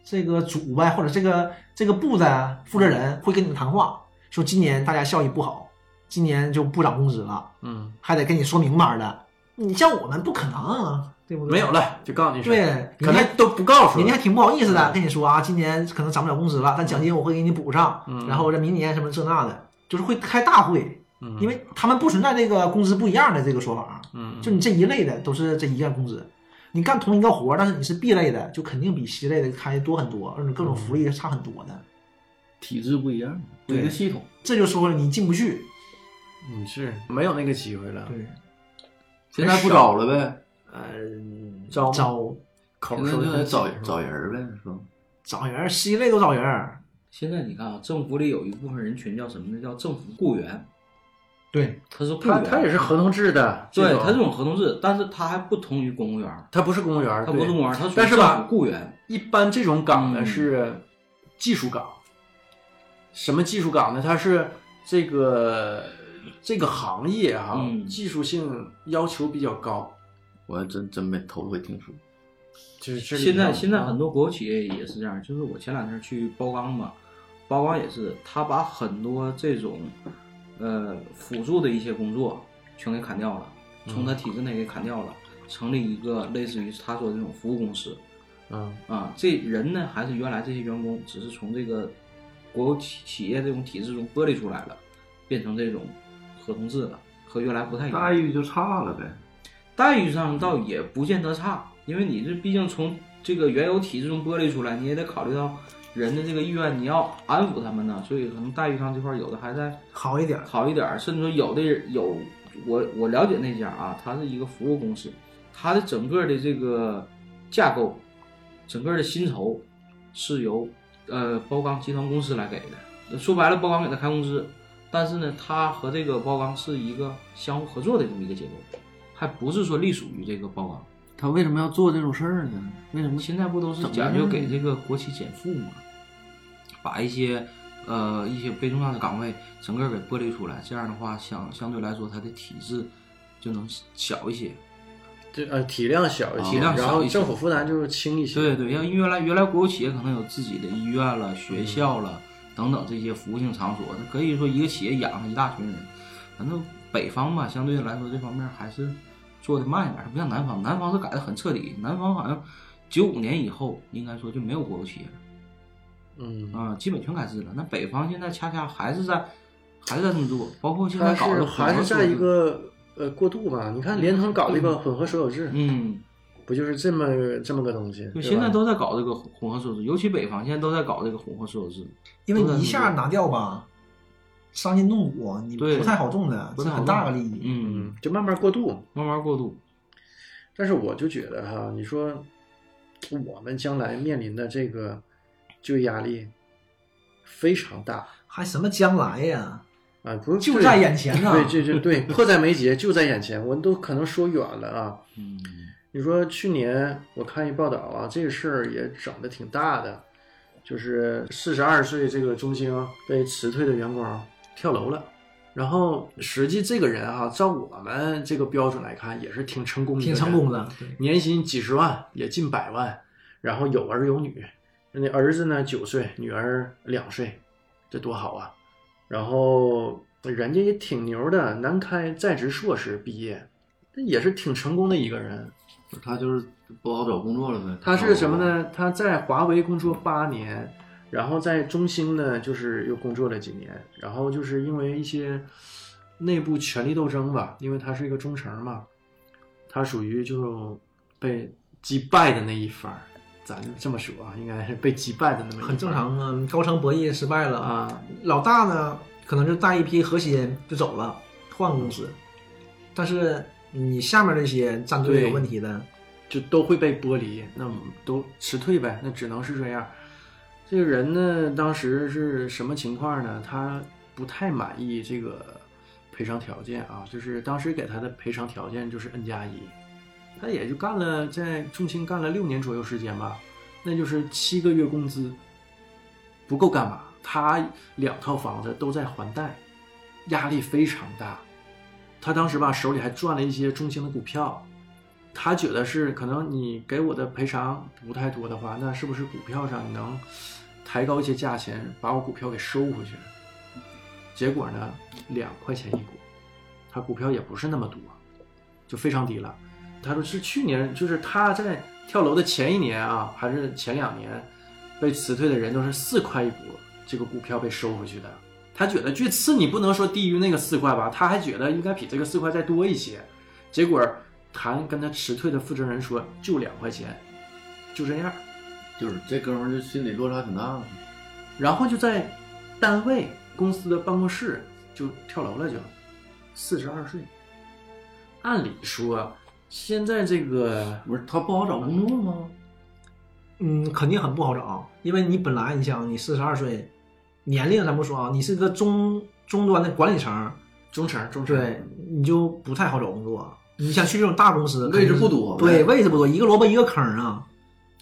Speaker 2: 这个主呗或者这个这个部的负责人会跟你们谈话，说今年大家效益不好，今年就不涨工资了，
Speaker 1: 嗯，
Speaker 2: 还得跟你说明白的。你像我们不可能啊，对不对？
Speaker 1: 没有了，就告诉你是，
Speaker 2: 对
Speaker 1: 可能
Speaker 2: 人家
Speaker 1: 都不告诉
Speaker 2: 人
Speaker 1: 你
Speaker 2: 家还。挺不好意思的，跟你说啊，今年可能涨不了工资了，但奖金我会给你补上，
Speaker 1: 嗯
Speaker 2: 然后这明年什么这那的，就是会开大会，
Speaker 1: 嗯
Speaker 2: 因为他们不存在这个工资不一样的这个说法，啊
Speaker 1: 嗯，
Speaker 2: 就你这一类的都是这一样工资，你干同一个活儿，但是你是 B 类的，就肯定比 C 类的开多很多，而且各种福利差很多的，
Speaker 4: 体制不一样，不一个系统。
Speaker 2: 这就说了你进不去，
Speaker 1: 你是没有那个机会了，
Speaker 2: 对，
Speaker 4: 现在不找了呗，
Speaker 1: 招吗
Speaker 2: 呃找
Speaker 1: 哎口
Speaker 4: 现在
Speaker 1: 说
Speaker 4: 就
Speaker 1: 的
Speaker 4: 得找
Speaker 1: 很紧是吧
Speaker 4: 找人儿呗，是吧？
Speaker 2: 找人，C 类都找人，
Speaker 3: 现在你看啊，政府里有一部分人群叫什么呢？叫政府雇员，
Speaker 2: 对，
Speaker 3: 他是雇
Speaker 1: 他
Speaker 3: 员，啊
Speaker 1: 他也是合同制的，
Speaker 3: 对
Speaker 1: 这
Speaker 3: 他这种合同制，但是他还不同于公务员，
Speaker 1: 他不是公务员，
Speaker 3: 他啊不是
Speaker 1: 对
Speaker 3: 公务员，他属于
Speaker 1: 但是吧
Speaker 3: 政府雇员。
Speaker 1: 一般这种岗呢
Speaker 3: 嗯
Speaker 1: 是技术岗，什么技术岗呢？它是这个这个行业哈、
Speaker 3: 嗯
Speaker 1: 技术性要求比较高，
Speaker 4: 我还真真没头回听说。
Speaker 1: 就是这个
Speaker 3: 现在
Speaker 1: 意思
Speaker 3: 现在很多国有企业也是这样，就是我前两天去包钢嘛，包钢也是，他把很多这种呃辅助的一些工作全给砍掉了，从嗯他体制内给砍掉了，成立一个类似于他说的这种服务公司
Speaker 1: 嗯
Speaker 3: 啊，这人呢还是原来这些员工，只是从这个国有企企业这种体制中剥离出来了，变成这种合同制了，和原来不太一样。
Speaker 4: 待遇就差了呗，
Speaker 3: 待遇上倒也不见得差，因为你这毕竟从这个原有体制中剥离出来，你也得考虑到人的这个意愿，你要安抚他们呢，所以可能待遇上这块儿有的还在
Speaker 2: 好一点儿，
Speaker 3: 好一点儿，甚至说有的人有我我了解那家啊，它是一个服务公司，它的整个的这个架构，整个的薪酬是由呃包钢集团公司来给的，说白了包钢给他开工资，但是呢，它和这个包钢是一个相互合作的这么一个结构，还不是说隶属于这个包钢。
Speaker 4: 他为什么要做这种事儿呢？为什么
Speaker 3: 现在不都是
Speaker 4: 怎么
Speaker 3: 讲究给
Speaker 4: 呢
Speaker 3: 这个国企减负嘛，把一些呃一些被重要的岗位整个给剥离出来，这样的话相相对来说它的体制就能小一些。
Speaker 1: 对呃体量小一些，
Speaker 3: 体量小
Speaker 1: 然后
Speaker 3: 一些
Speaker 1: 政府负担就是轻一些，
Speaker 3: 对对，要因为原来原来国有企业可能有自己的医院了、
Speaker 4: 嗯
Speaker 3: 学校了、等等这些服务性场所，它可以说一个企业养了一大群人。反正北方吧，相对来说这方面还是做的慢一点，它不像南方，南方是改的很彻底，南方好像九五年以后应该说就没有国有企业了。
Speaker 1: 嗯，
Speaker 3: 啊、基本全改制了。那北方现在恰恰还是在，还是在这么做，包括现
Speaker 1: 它
Speaker 3: 在搞
Speaker 1: 是
Speaker 3: 的
Speaker 1: 还是在一，个呃过渡嘛？你看联通搞了一个混合所有制，
Speaker 3: 嗯，
Speaker 1: 不就是这么这么个东西？
Speaker 3: 就
Speaker 1: 对吧
Speaker 3: 现在都在搞这个混合所有制，尤其北方现在都在搞这个混合所有制，
Speaker 2: 因为你一下拿掉吧，伤筋动骨，你
Speaker 3: 对
Speaker 2: 不太好种的，
Speaker 3: 不
Speaker 2: 这
Speaker 3: 太好
Speaker 2: 很大个利益，
Speaker 3: 嗯，
Speaker 1: 嗯，就慢慢过渡，
Speaker 3: 慢慢过渡，
Speaker 1: 但是我就觉得哈，你说我们将来面临的这个就业压力非常大
Speaker 2: 还什么将来呀？
Speaker 1: 啊，不是
Speaker 2: 就在眼前呐
Speaker 1: 对，这这对，迫在眉睫，就在眼前，我都可能说远了啊。
Speaker 3: 嗯，
Speaker 1: 你说去年我看一报道啊，这个事儿也整的挺大的，就是四十二岁这个中兴被辞退的员工跳楼了。然后实际这个人啊，照我们这个标准来看，也是挺成功的，
Speaker 2: 挺成功的。
Speaker 1: 年薪几十万，也近百万，然后有儿有女，那儿子呢九岁，女儿两岁，这多好啊！然后人家也挺牛的，南开在职硕士毕业，这也是挺成功的一个人。
Speaker 4: 他就是不好找工作了呗？
Speaker 1: 他是什么？呢？他在华为工作八年，然后在中兴呢，就是又工作了几年，然后就是因为一些内部权力斗争吧，因为他是一个中层嘛，他属于就被击败的那一方儿，咱这么说啊，应该是被击败的那么一方儿
Speaker 2: 很正常啊，高层博弈失败了，
Speaker 1: 啊。
Speaker 2: 老大呢可能就带一批核心就走了，换公司，但是你下面这些战队
Speaker 1: 对
Speaker 2: 有问题的，
Speaker 1: 就都会被剥离，那么都辞退呗，那只能是这样。这个人呢，当时是什么情况呢？他不太满意这个赔偿条件啊，就是当时给他的赔偿条件就是 N 加一，他也就干了在中兴干了六年左右时间吧，那就是七个月工资，不够干嘛？他两套房子都在还贷，压力非常大。他当时吧手里还攥了一些中兴的股票，他觉得是可能你给我的赔偿不太多的话，那是不是股票上你能抬高一些价钱，把我股票给收回去？结果呢，两块钱一股，他股票也不是那么多，就非常低了。他说是去年，就是他在跳楼的前一年啊，还是前两年，被辞退的人都是四块一股，这个股票被收回去的。他觉得最次你不能说低于那个四块吧，他还觉得应该比这个四块再多一些。结果谭跟他辞退的负责人说就两块钱，就这样。
Speaker 4: 就是这哥们儿就心理落差挺大的。
Speaker 1: 然后就在单位公司的办公室就跳楼了就，四十二岁。按理说，现在这个
Speaker 4: 不是他不好找工作吗？
Speaker 2: 嗯，肯定很不好找，因为你本来你想你四十二岁，年龄咱不说啊，你是个中中端的管理层，
Speaker 1: 中层中层
Speaker 2: 对，你就不太好找工作。你想去这种大公司，
Speaker 4: 位置不多
Speaker 2: 肯定是对，位置不多，一个萝卜一个坑啊。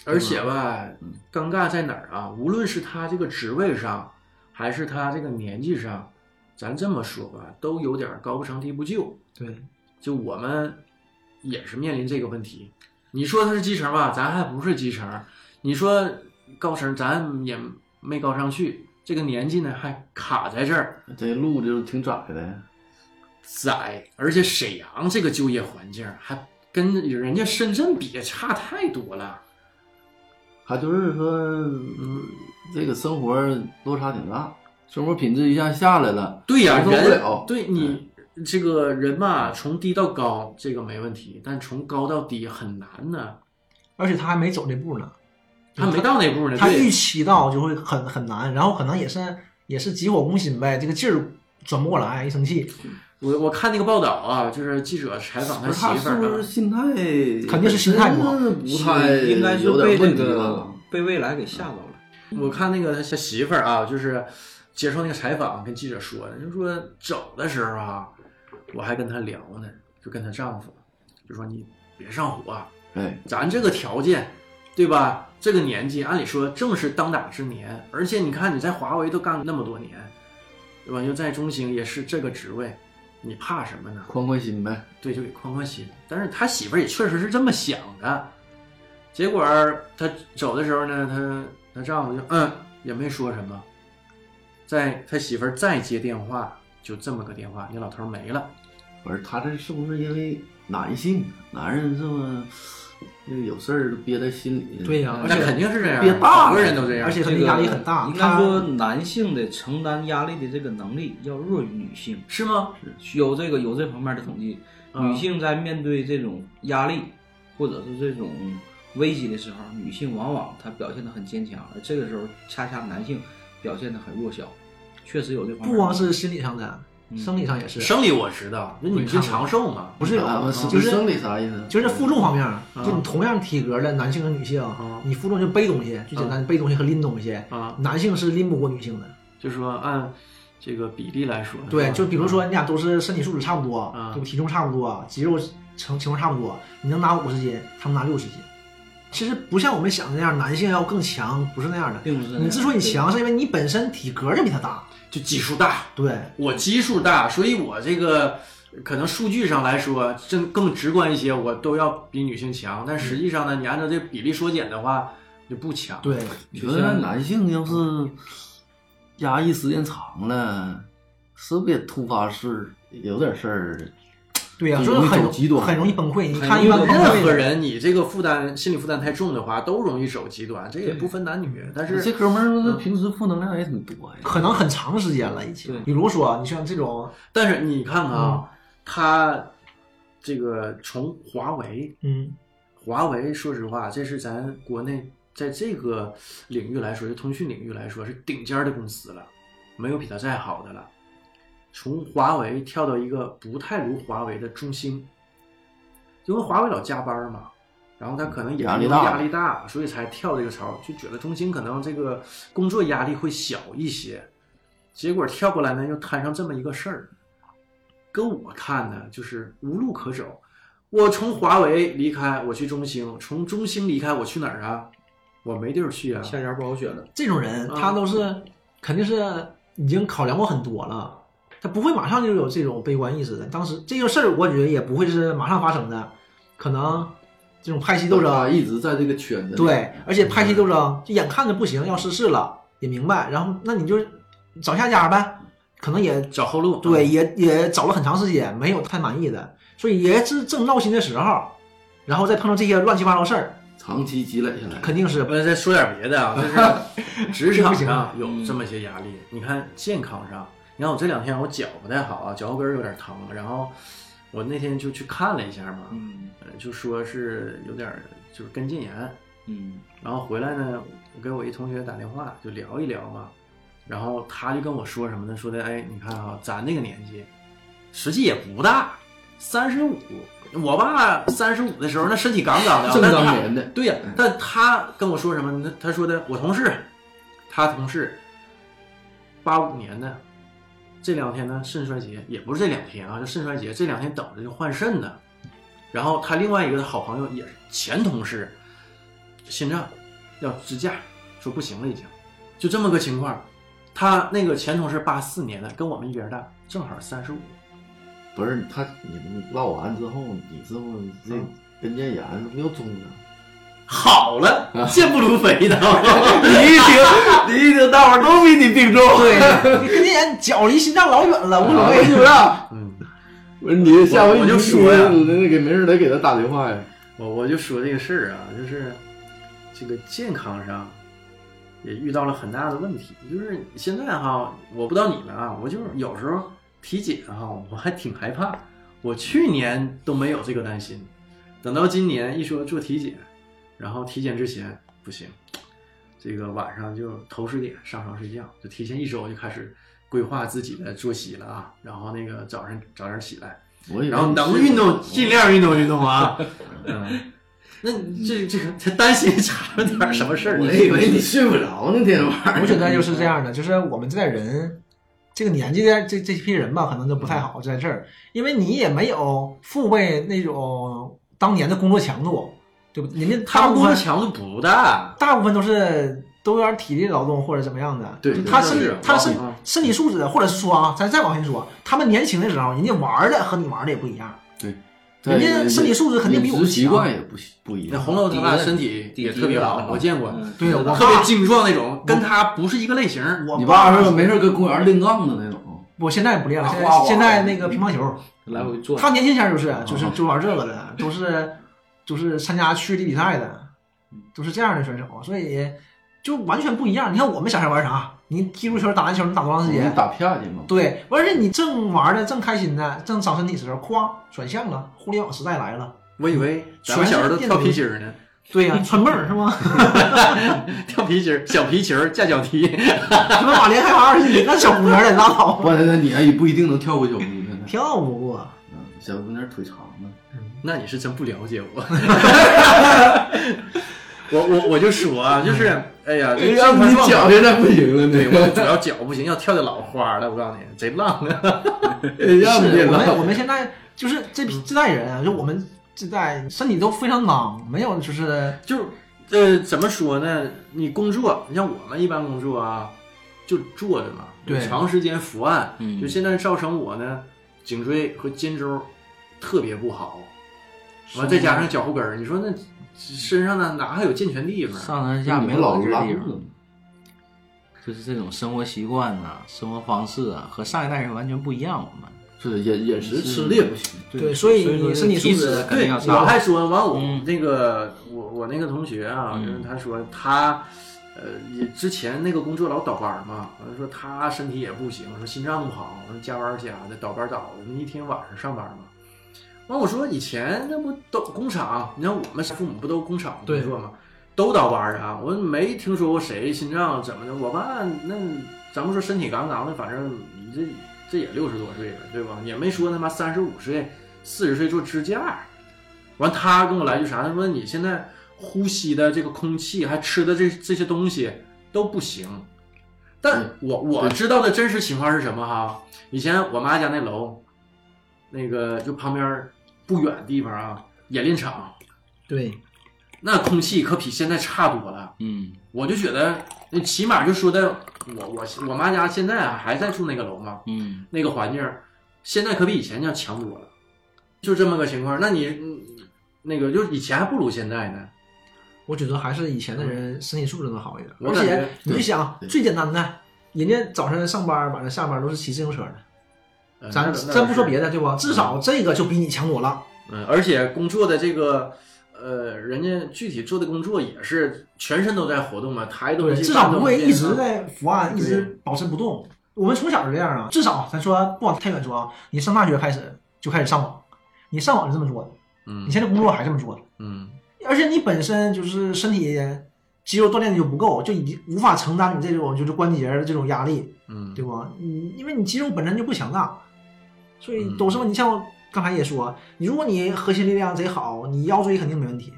Speaker 1: 而且吧，尴尬在哪儿啊？无论是他这个职位上，还是他这个年纪上，咱这么说吧，都有点高不成低不就。
Speaker 2: 对，
Speaker 1: 就我们也是面临这个问题。你说他是基层吧，咱还不是基层；你说高层，咱也没高上去。这个年纪呢，还卡在这儿，
Speaker 4: 这路就挺窄的，
Speaker 1: 窄。而且沈阳这个就业环境还跟人家深圳比差太多了。
Speaker 4: 他就是说，嗯，这个生活落差挺大，生活品质一下下来了。
Speaker 1: 对呀、
Speaker 4: 承受不
Speaker 1: 人
Speaker 4: 了嗯
Speaker 1: 对你这个人吧，从低到高这个没问题，但从高到低很难呢。
Speaker 2: 而且他还没走这步呢，
Speaker 4: 嗯
Speaker 1: 他没到那
Speaker 4: 哎
Speaker 1: 步呢，
Speaker 2: 他
Speaker 1: 对
Speaker 2: 预期到就会很很难，然后可能也是也是急火攻心呗，这个劲儿转不过来，一生气
Speaker 1: 我我看那个报道啊，就是记者采访
Speaker 4: 不是
Speaker 1: 媳
Speaker 4: 他
Speaker 1: 妇
Speaker 4: 是
Speaker 1: 儿
Speaker 4: 不是
Speaker 1: 啊，
Speaker 4: 心态？
Speaker 2: 肯定是心态不好
Speaker 4: 不太
Speaker 3: 应该是
Speaker 4: 有
Speaker 3: 被
Speaker 4: 点
Speaker 3: 这
Speaker 4: 问题
Speaker 3: 个
Speaker 4: 了。
Speaker 3: 被未来给吓到了。
Speaker 1: 我看那个他媳妇儿啊，就是接受那个采访，跟记者说的，就说走的时候啊，我还跟她聊呢，就跟她丈夫，就说你别上火、啊
Speaker 4: 哎，
Speaker 1: 咱这个条件，对吧？这个年纪，按理说正是当打之年，而且你看你在华为都干了那么多年，对吧？又在中兴也是这个职位，你怕什么呢？
Speaker 4: 宽宽心呗。
Speaker 1: 对，就给宽宽心。但是他媳妇儿也确实是这么想的。结果儿他走的时候呢，他他丈夫就嗯也没说什么，在他媳妇儿再接电话，就这么个电话，那老头儿没了。
Speaker 4: 不是他这是不是因为男性男人这么那个有事儿都憋在心里？哎
Speaker 2: 对呀而
Speaker 1: 那
Speaker 2: 且
Speaker 1: 肯定是这样，
Speaker 4: 憋大了
Speaker 1: 好多人都这样，
Speaker 2: 而且他
Speaker 3: 这
Speaker 2: 的
Speaker 3: 个
Speaker 2: 压力很大
Speaker 3: 应该
Speaker 2: 他
Speaker 3: 说男性的承担压力的这个能力要弱于女性，
Speaker 1: 是吗？
Speaker 3: 有这个有这方面的统计，
Speaker 1: 嗯
Speaker 3: 女性在面对这种压力或者是这种危机的时候，女性往往她表现得很坚强，而这个时候恰恰男性表现得很弱小，确实有这方面。
Speaker 2: 不光是心理上的，
Speaker 3: 嗯
Speaker 2: 生理上也是，
Speaker 1: 生理我知道，那女性长寿嘛，
Speaker 2: 不是有
Speaker 4: 啊，是
Speaker 2: 就是
Speaker 4: 生理啥意思？嗯
Speaker 2: 就是负重方面儿，就你同样体格的男性和女性
Speaker 1: 啊，
Speaker 2: 你负重就背东西，最简单背东西和拎东西，
Speaker 1: 啊，
Speaker 2: 男性是拎不过女性的。
Speaker 1: 就说按这个比例来说，
Speaker 2: 对，
Speaker 1: 啊是吧
Speaker 2: 就比如说你俩都是身体素质差不多
Speaker 1: 啊，
Speaker 2: 就体重差不多，肌肉成情况差不多，你能拿五十斤，他们拿六十斤。其实不像我们想的那样，男性要更强，不是那样的。
Speaker 3: 并不是那样
Speaker 2: 你之所以强，是因为你本身体格就比他大。
Speaker 1: 就基数大，
Speaker 2: 对，
Speaker 1: 我基数大，所以我这个可能数据上来说，真更直观一些，我都要比女性强。但实际上呢，你按照这比例缩减的话，就不强。
Speaker 2: 对，
Speaker 4: 你说男性要是压抑时间长了，是不是也突发事儿，有点事儿？
Speaker 2: 对呀、
Speaker 4: 很
Speaker 2: 所以
Speaker 4: 容易
Speaker 2: 很
Speaker 4: 走极端
Speaker 2: 很容易崩溃。你看一
Speaker 1: 因
Speaker 2: 般
Speaker 1: 为
Speaker 2: 崩溃
Speaker 1: 任何
Speaker 2: 的，
Speaker 1: 人，你这个负担心理负担太重的话，都容易走极端，这也不分男女。但
Speaker 4: 这
Speaker 1: 是
Speaker 4: 哥们儿平时负能量也挺多呀。
Speaker 2: 嗯可能很长时间了已经
Speaker 3: 对。
Speaker 2: 比如说，你像这种，
Speaker 1: 但是你看看
Speaker 2: 嗯
Speaker 1: 啊，他这个从华为
Speaker 2: 嗯，
Speaker 1: 华为，说实话，这是咱国内在这个领域来说，就通讯领域来说是顶尖儿的公司了，没有比它再好的了。从华为跳到一个不太如华为的中兴，因为华为老加班儿嘛，然后他可能也
Speaker 4: 压力
Speaker 1: 因为
Speaker 4: 大
Speaker 1: 压力大，所以才跳这个槽，就觉得中兴可能这个工作压力会小一些。结果跳过来呢，又摊上这么一个事儿，搁我看呢，就是无路可走。我从华为离开，我去中兴；从中兴离开，我去哪儿啊？我没地儿去
Speaker 3: 嗯
Speaker 1: 啊。
Speaker 3: 下家不好选了。
Speaker 2: 这种人
Speaker 1: 啊
Speaker 2: 他都是肯定是已经考量过很多了，他不会马上就有这种悲观意识的。当时这个事儿，我觉得也不会是马上发生的，可能这种派系斗
Speaker 4: 他
Speaker 2: 争，
Speaker 4: 一直在这个圈子里。
Speaker 2: 对，而且派系斗争就眼看着不行，要失势了，也明白，然后那你就找下家呗，可能也
Speaker 1: 找后路。
Speaker 2: 对，，也也找了很长时间，没有太满意的，所以也是正闹心的时候，然后再碰到这些乱七八糟事儿，
Speaker 4: 长期积累下来，
Speaker 2: 肯定是
Speaker 1: 我们啊再说点别的啊，就是 职场上有
Speaker 3: 嗯
Speaker 1: 这么些压力。你看健康上，你看我这两天我脚不太好啊，脚后跟儿有点疼，然后我那天就去看了一下嘛，
Speaker 3: 嗯
Speaker 1: 呃就说是有点儿就是跟腱炎，
Speaker 3: 嗯
Speaker 1: 然后回来呢，我给我一同学打电话就聊一聊嘛，然后他就跟我说什么呢？说的哎，你看啊，咱这个年纪，实际也不大，三十五。我爸三十五的时候，那身体杠杠的啊，
Speaker 4: 正
Speaker 1: 但
Speaker 4: 当
Speaker 1: 他
Speaker 4: 年的
Speaker 1: 对呀、但他跟我说什么呢？他说的我同事，他同事，八五年的，这两天呢肾衰竭，也不是这两天啊，就肾衰竭，这两天等着就换肾呢。然后他另外一个好朋友也是前同事，心脏要支架，说不行了已经，就这么个情况。他那个前同事八四年的，跟我们一边大，正好三十五。
Speaker 4: 不是他，你们唠完之后，你是不是这跟腱炎是不是又中了？
Speaker 1: 好了，健步如飞的。
Speaker 4: 你一听，你一听，大伙儿都比你病重。对，
Speaker 2: 跟这人脚离心脏老远 了，无所
Speaker 4: 我
Speaker 2: 谓
Speaker 4: 跟。你说，
Speaker 1: 嗯，
Speaker 4: 不是你下
Speaker 1: 我
Speaker 4: 回
Speaker 1: 我
Speaker 4: 你
Speaker 1: 就说呀
Speaker 4: 那给没事儿得给他打电话呀。
Speaker 1: 我我就说这个事儿啊，就是这个健康上也遇到了很大的问题。就是现在哈，我不知道你们啊，我就是有时候体检哈，我还挺害怕。我去年都没有这个担心，等到今年一说做体检，然后体检之前不行，这个晚上就头十点上床睡觉，就提前一周就开始规划自己的作息了啊。然后那个早上早点起来，
Speaker 4: 我以为
Speaker 1: 然后
Speaker 4: 你
Speaker 1: 能
Speaker 4: 是
Speaker 1: 运动尽量运动运动 啊。嗯，那你这这个他担心 查出点什么事儿？
Speaker 4: 嗯我以为你睡不着呢，天天晚上。
Speaker 2: 我觉得就是这样的，就是我们这代人，这个年纪的这这批人吧，可能就不太好这件事儿，因为你也没有父辈那种当年的工作强度，对不？人家
Speaker 1: 他
Speaker 2: 大
Speaker 1: 们
Speaker 2: 部
Speaker 1: 工作
Speaker 2: 分
Speaker 1: 强度不大，
Speaker 2: 大部分都是都有点体力劳动或者怎么样的，
Speaker 1: 对
Speaker 2: 就
Speaker 1: 对
Speaker 2: 他
Speaker 1: 对
Speaker 2: 身体
Speaker 1: 是
Speaker 2: 他身
Speaker 1: 往
Speaker 2: 身体素质，或者是说啊，咱再往前说，他们年轻的时候，人家玩的和你玩的也不一样，
Speaker 4: 对
Speaker 2: 人家身体素质肯定比我
Speaker 4: 饮
Speaker 2: 们
Speaker 4: 食习
Speaker 2: 强
Speaker 4: 惯也不不一
Speaker 1: 那
Speaker 4: 样。
Speaker 1: 红楼他爸身体也特别好，啊我见过，
Speaker 3: 嗯
Speaker 2: 对我
Speaker 1: 特别精壮那种，跟他不是一个类型。
Speaker 2: 我
Speaker 4: 你爸
Speaker 2: 啊
Speaker 4: 是没事儿跟公园练杠的那种，
Speaker 2: 我现在也不练了，现
Speaker 4: 哗
Speaker 2: 在
Speaker 4: 哗
Speaker 2: 现在那个乒乓球，
Speaker 3: 来回转，
Speaker 2: 他年轻前儿就是就是就玩这个的，都是就是参加区里比赛的，都是这样的选手，所以就完全不一样。你看我们小时候玩啥？你踢足球、打篮球，你打多长时
Speaker 4: 你
Speaker 2: 间？
Speaker 4: 打啪去嘛。
Speaker 2: 啊对，而且你正玩的正开心呢，正长身体的时候，哐转向了，啊互联网时代来了。
Speaker 1: 我以为咱们小时候都跳皮筋儿呢，
Speaker 2: 对呀、穿蹦儿是吗？
Speaker 1: 跳皮筋儿、小皮球儿、架脚踢。
Speaker 2: 什么马连还有二十一个小姑娘得拉 倒吧，
Speaker 4: 不然那你还也不一定能跳过小姑娘呢。
Speaker 2: 跳不过。
Speaker 4: 嗯，小姑娘腿长啊呢。
Speaker 1: 那你是真不了解我。 我我我就说啊，就是哎呀，这
Speaker 4: 要不
Speaker 1: 这
Speaker 4: 你
Speaker 1: 块儿
Speaker 4: 脚现在不行了，
Speaker 1: 对
Speaker 4: 那
Speaker 1: 我
Speaker 4: 个，
Speaker 1: 主要脚不行，要跳的老花了，我告诉你，贼浪。啊
Speaker 4: 要不
Speaker 2: 是
Speaker 4: 哎你
Speaker 2: 我们我
Speaker 4: 老
Speaker 2: 们现在就是这批这代人啊，就我们这代身体都非常囊，没有就是
Speaker 1: 就是呃，怎么说呢？你工作，你像我们一般工作啊，就坐着嘛，
Speaker 2: 对
Speaker 1: 长时间伏案，
Speaker 3: 嗯
Speaker 1: 就现在造成我呢颈椎和肩周特别不好，完再加上脚后跟儿，你说那身上呢哪还有健全地方？啊
Speaker 3: 上山下
Speaker 4: 没
Speaker 3: 没
Speaker 4: 老
Speaker 3: 老
Speaker 4: 拉
Speaker 3: 地
Speaker 4: 肚
Speaker 3: 方
Speaker 4: 子，
Speaker 3: 就是这种生活习惯呐、生活方式啊，和上一代人完全不一样。我们
Speaker 4: 是饮饮食
Speaker 3: 是
Speaker 4: 吃的也不行。
Speaker 2: 对所以
Speaker 3: 说
Speaker 2: 身体素
Speaker 3: 体
Speaker 2: 质
Speaker 3: 脂肯定
Speaker 1: 对，
Speaker 3: 要
Speaker 1: 我
Speaker 3: 差。
Speaker 1: 还说完我
Speaker 3: 嗯
Speaker 1: 那个我我那个同学啊，
Speaker 3: 嗯
Speaker 1: 就是他说他。呃，也之前那个工作老倒班儿嘛，完了说他身体也不行，说心脏不好，完了加班儿加的，倒班儿倒的，那一天晚上上班嘛。完我说以前那不都工厂，你看我们父母不都工厂工作嘛，都倒班儿啊，我没听说过谁心脏怎么的。我爸那咱不说身体杠杠的，反正你这这也六十多岁了，对吧？也没说他妈三十五岁、四十岁做支架。完，他跟我来句啥？他说你现在呼吸的这个空气，还吃的这这些东西都不行。但我我知道的真实情况是什么哈？以前我妈家那楼，那个就旁边儿不远地方啊，冶炼厂，
Speaker 2: 对
Speaker 1: 那空气可比现在差多了。
Speaker 3: 嗯
Speaker 1: 我就觉得，那起码就说的我我我妈家现在啊还在住那个楼吗？
Speaker 3: 嗯，
Speaker 1: 那个环境儿，现在可比以前要强多了，就这么个情况。那你嗯那个就是以前还不如现在呢，
Speaker 2: 我觉得还是以前的人身体素质能好一点。
Speaker 1: 嗯我
Speaker 2: 而
Speaker 1: 感觉
Speaker 2: 且你就想
Speaker 4: 对
Speaker 2: 最简单的，人家早上上班，晚上下班都是骑自行车的，
Speaker 1: 呃
Speaker 2: 咱
Speaker 1: 那倒
Speaker 2: 咱不说
Speaker 1: 是
Speaker 2: 别的，对吧？至少这个就比你强多了。
Speaker 1: 嗯，而且工作的这个，呃，人家具体做的工作也是全身都在活动嘛，抬动
Speaker 2: 对，
Speaker 1: 这
Speaker 2: 至少
Speaker 1: 搬动
Speaker 2: 不会
Speaker 1: 这
Speaker 2: 一直
Speaker 1: 个
Speaker 2: 在伏案，一
Speaker 1: 对
Speaker 2: 直保持不动。我们从小就这样啊，至少咱说不往太远说啊，你上大学开始就开始上网，你上网是这么做的，
Speaker 1: 嗯
Speaker 2: 你现在工作还这么做的，
Speaker 1: 嗯
Speaker 2: 而且你本身就是身体肌肉锻炼的就不够，就已经无法承担你这种就是关节的这种压力，
Speaker 1: 嗯
Speaker 2: 对不？你因为你肌肉本身就不强大，所以
Speaker 1: 嗯
Speaker 2: 都是问题。像我刚才也说，你如果你核心力量贼好，你腰椎肯定没问题，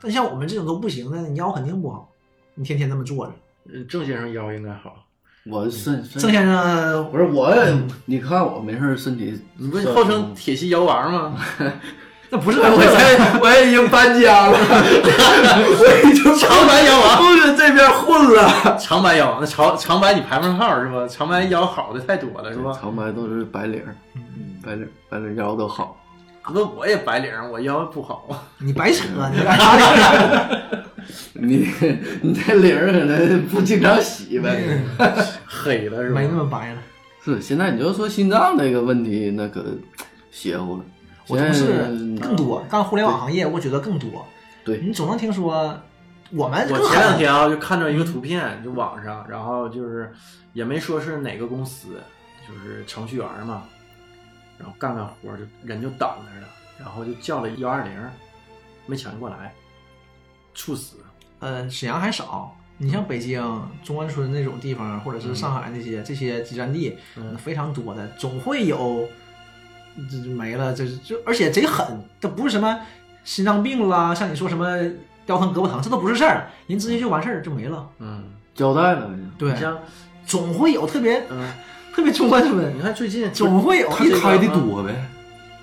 Speaker 2: 但像我们这种都不行的，你腰肯定不好，你天天那么坐着。
Speaker 1: 呃郑先生腰应该好，
Speaker 4: 我身身
Speaker 2: 郑先生，
Speaker 4: 不是我，你看我没事儿身体，
Speaker 1: 你不是号称铁西腰王吗？
Speaker 2: 那不是
Speaker 4: 我也我也已经搬家 了，我已经
Speaker 1: 长白腰王，
Speaker 4: 不是这边混了。
Speaker 1: 长白腰王，那长长白你排不上号是吧？长白腰好的太多了是吧？
Speaker 4: 长白都是白领儿，
Speaker 3: 嗯
Speaker 4: 白领白领腰都好。
Speaker 1: 那我也白领，我腰不好。
Speaker 2: 你白扯，你干啥去？
Speaker 4: 你 你这领儿可能不经常洗呗。
Speaker 1: 黑了是吧？
Speaker 2: 没那么白了。
Speaker 4: 是，现在你就说心脏这个问题，那可邪乎了。
Speaker 2: 我
Speaker 4: 现
Speaker 2: 同
Speaker 4: 在
Speaker 2: 事更多，
Speaker 1: 嗯
Speaker 2: 干互联网行业，我觉得更多。
Speaker 4: 对
Speaker 2: 你总能听说我们
Speaker 1: 我
Speaker 2: 更嗯
Speaker 1: 前两
Speaker 2: 狠
Speaker 1: 天啊，就看到一个图片，就网上，然后就是也没说是哪个公司，就是程序员嘛，然后干干活就人就倒那儿了，然后就叫了幺二零，没抢救过来，猝死。
Speaker 2: 呃，沈阳还少。你
Speaker 1: 嗯
Speaker 2: 像北京中关村那种地方，或者是上海那些、这些集散地，
Speaker 1: 嗯
Speaker 2: 非常多的，总会有这这没了，这是就而且贼狠，这不是什么心脏病啦，像你说什么腰疼胳膊疼，这都不是事儿，人直接就完事儿就没了。
Speaker 1: 嗯，
Speaker 4: 交代了，
Speaker 2: 对
Speaker 1: 你，像
Speaker 2: 总会有特别
Speaker 1: 嗯，
Speaker 2: 特别中关村
Speaker 1: 你，看最近
Speaker 2: 总会有一开
Speaker 1: 的
Speaker 4: 多呗。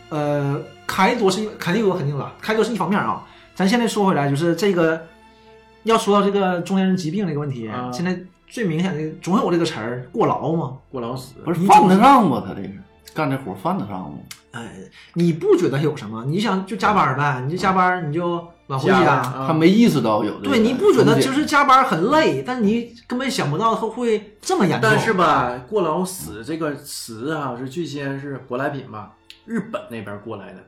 Speaker 2: 呃，开多是一肯定有肯定了，开多是一方面啊。咱现在说回来，就是这个要说到这个中年人疾病这个问题，
Speaker 1: 啊
Speaker 2: 现在最明显的总有这个词儿过劳嘛。
Speaker 1: 过劳死，
Speaker 4: 不是犯得上吗？他这是干这活儿犯得上吗？
Speaker 2: 呃，你不觉得有什么？你想就加班呗，你就加班，你就晚回
Speaker 1: 家人
Speaker 2: 家。
Speaker 1: 啊
Speaker 4: 他没意识到有这个风
Speaker 2: 对，
Speaker 4: 险。
Speaker 2: 你不觉得就是加班很累，但你根本想不到它会这么严重。
Speaker 1: 但是吧，过劳死这个词啊，是最先是舶来品吧，日本那边过来的。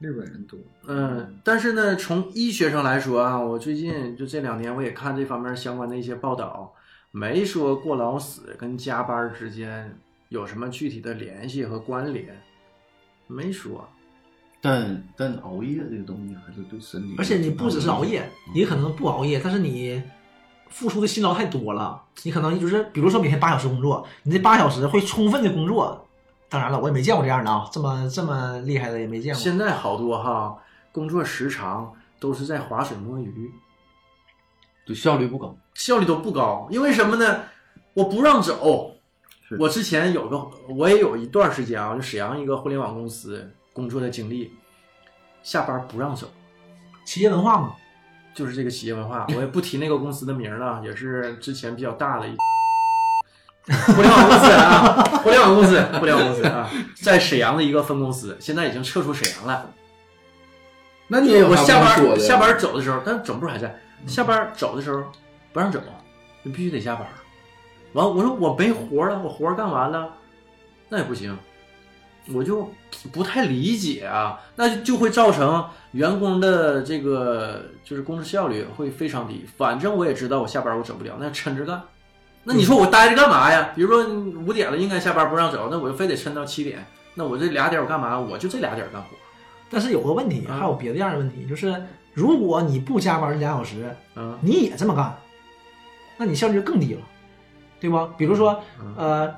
Speaker 3: 日本人多，
Speaker 1: 嗯，但是呢，从医学上来说啊，我最近就这两年我也看这方面相关的一些报道，没说过劳死跟加班之间有什么具体的联系和关联，没说。
Speaker 4: 但但熬夜这个东西还是对身体，
Speaker 2: 而且你不只是熬夜，你可能不熬夜，但是你付出的辛劳太多了，你可能就是比如说每天八小时工作，你这八小时会充分的工作。当然了，我也没见过这样的啊，这么这么厉害的也没见过。
Speaker 1: 现在好多哈，工作时长都是在划水摸鱼，
Speaker 4: 对效率不高。
Speaker 1: 效率都不高，因为什么呢？我不让走
Speaker 4: 是。
Speaker 1: 我之前有个，我也有一段时间啊，就沈阳一个互联网公司工作的经历，下班不让走。
Speaker 2: 企业文化嘛，
Speaker 1: 就是这个企业文化，我也不提那个公司的名儿了，也是之前比较大的一互联网公司啊，互联网公司，互联网公司啊，在沈阳的一个分公司，现在已经撤出沈阳了。
Speaker 4: 那
Speaker 1: 我下班下班走的嗯时候，但总部还在，下班走的时候不让走，你必须得下班。完，我说我没活了，我活干完了，那也不行，我就不太理解啊，那就会造成员工的这个就是工作效率会非常低。反正我也知道我下班我走不了，那抻着干。那你说我待着干嘛呀？比如说五点了应该下班不让走，那我就非得抻到七点。那我这俩点我干嘛？我就这俩点干活。
Speaker 2: 但是有个问题，
Speaker 1: 啊
Speaker 2: 还有别的样的问题，就是如果你不加班这俩小时，
Speaker 1: 嗯
Speaker 2: 你也这么干，那你效率就更低了，对吧？比如说，呃，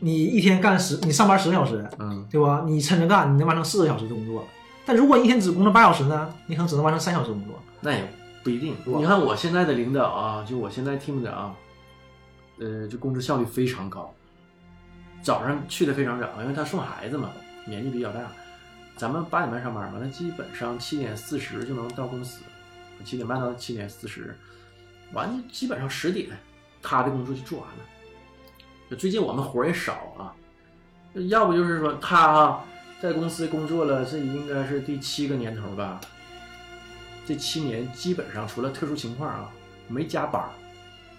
Speaker 2: 你一天干十，你上班十个小时，
Speaker 1: 嗯
Speaker 2: 对吧？你趁着干，你能完成四个小时的工作。但如果一天只工作八小时呢，你可能只能完成三小时工作。
Speaker 1: 那也不一定。
Speaker 2: 哇
Speaker 1: 你看我现在的领导啊，就我现在 team 长，呃，就工作效率非常高。早上去的非常早，因为他送孩子嘛，年纪比较大。咱们八点半上班嘛，那基本上七点四十就能到公司，七点半到七点四十，完基本上十点他的工作就做完了。最近我们活儿也少啊，要不就是说他在公司工作了，这应该是第七个年头吧。这七年基本上除了特殊情况啊，没加班儿。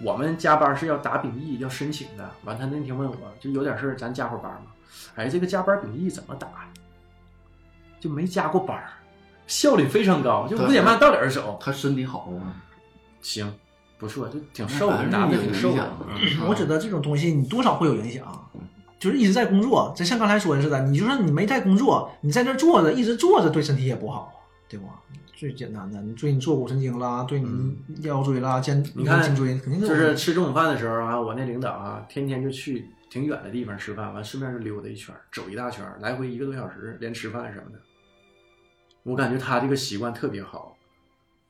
Speaker 1: 我们加班儿是要打丙役，要申请的。完，他那天问我，就有点事儿，咱加会儿班儿吗？哎，这个加班儿丙役怎么打呀？就没加过班儿，效率非常高，就五点半到点儿走。
Speaker 4: 他身体好啊吗？
Speaker 1: 行，不错，就挺瘦
Speaker 4: 反
Speaker 1: 的，
Speaker 4: 正
Speaker 1: 男的
Speaker 4: 有
Speaker 1: 挺
Speaker 4: 影
Speaker 1: 瘦的
Speaker 4: 响。
Speaker 1: 嗯
Speaker 2: 我觉得这种东西你多少会有影响，就是一直在工作，真像刚才说的似的，你就算你没在工作，你在这坐着一直坐着，对身体也不好，对吧？最简单的，你对你坐骨神经啦，对你腰椎啦、肩、
Speaker 1: 嗯你看
Speaker 2: 颈椎肯定都有
Speaker 1: 就是吃中午饭的时候啊，我那领导啊，天天就去挺远的地方吃饭，完顺便就溜达一圈儿，走一大圈儿，来回一个多小时，连吃饭什么的。我感觉他这个习惯特别好，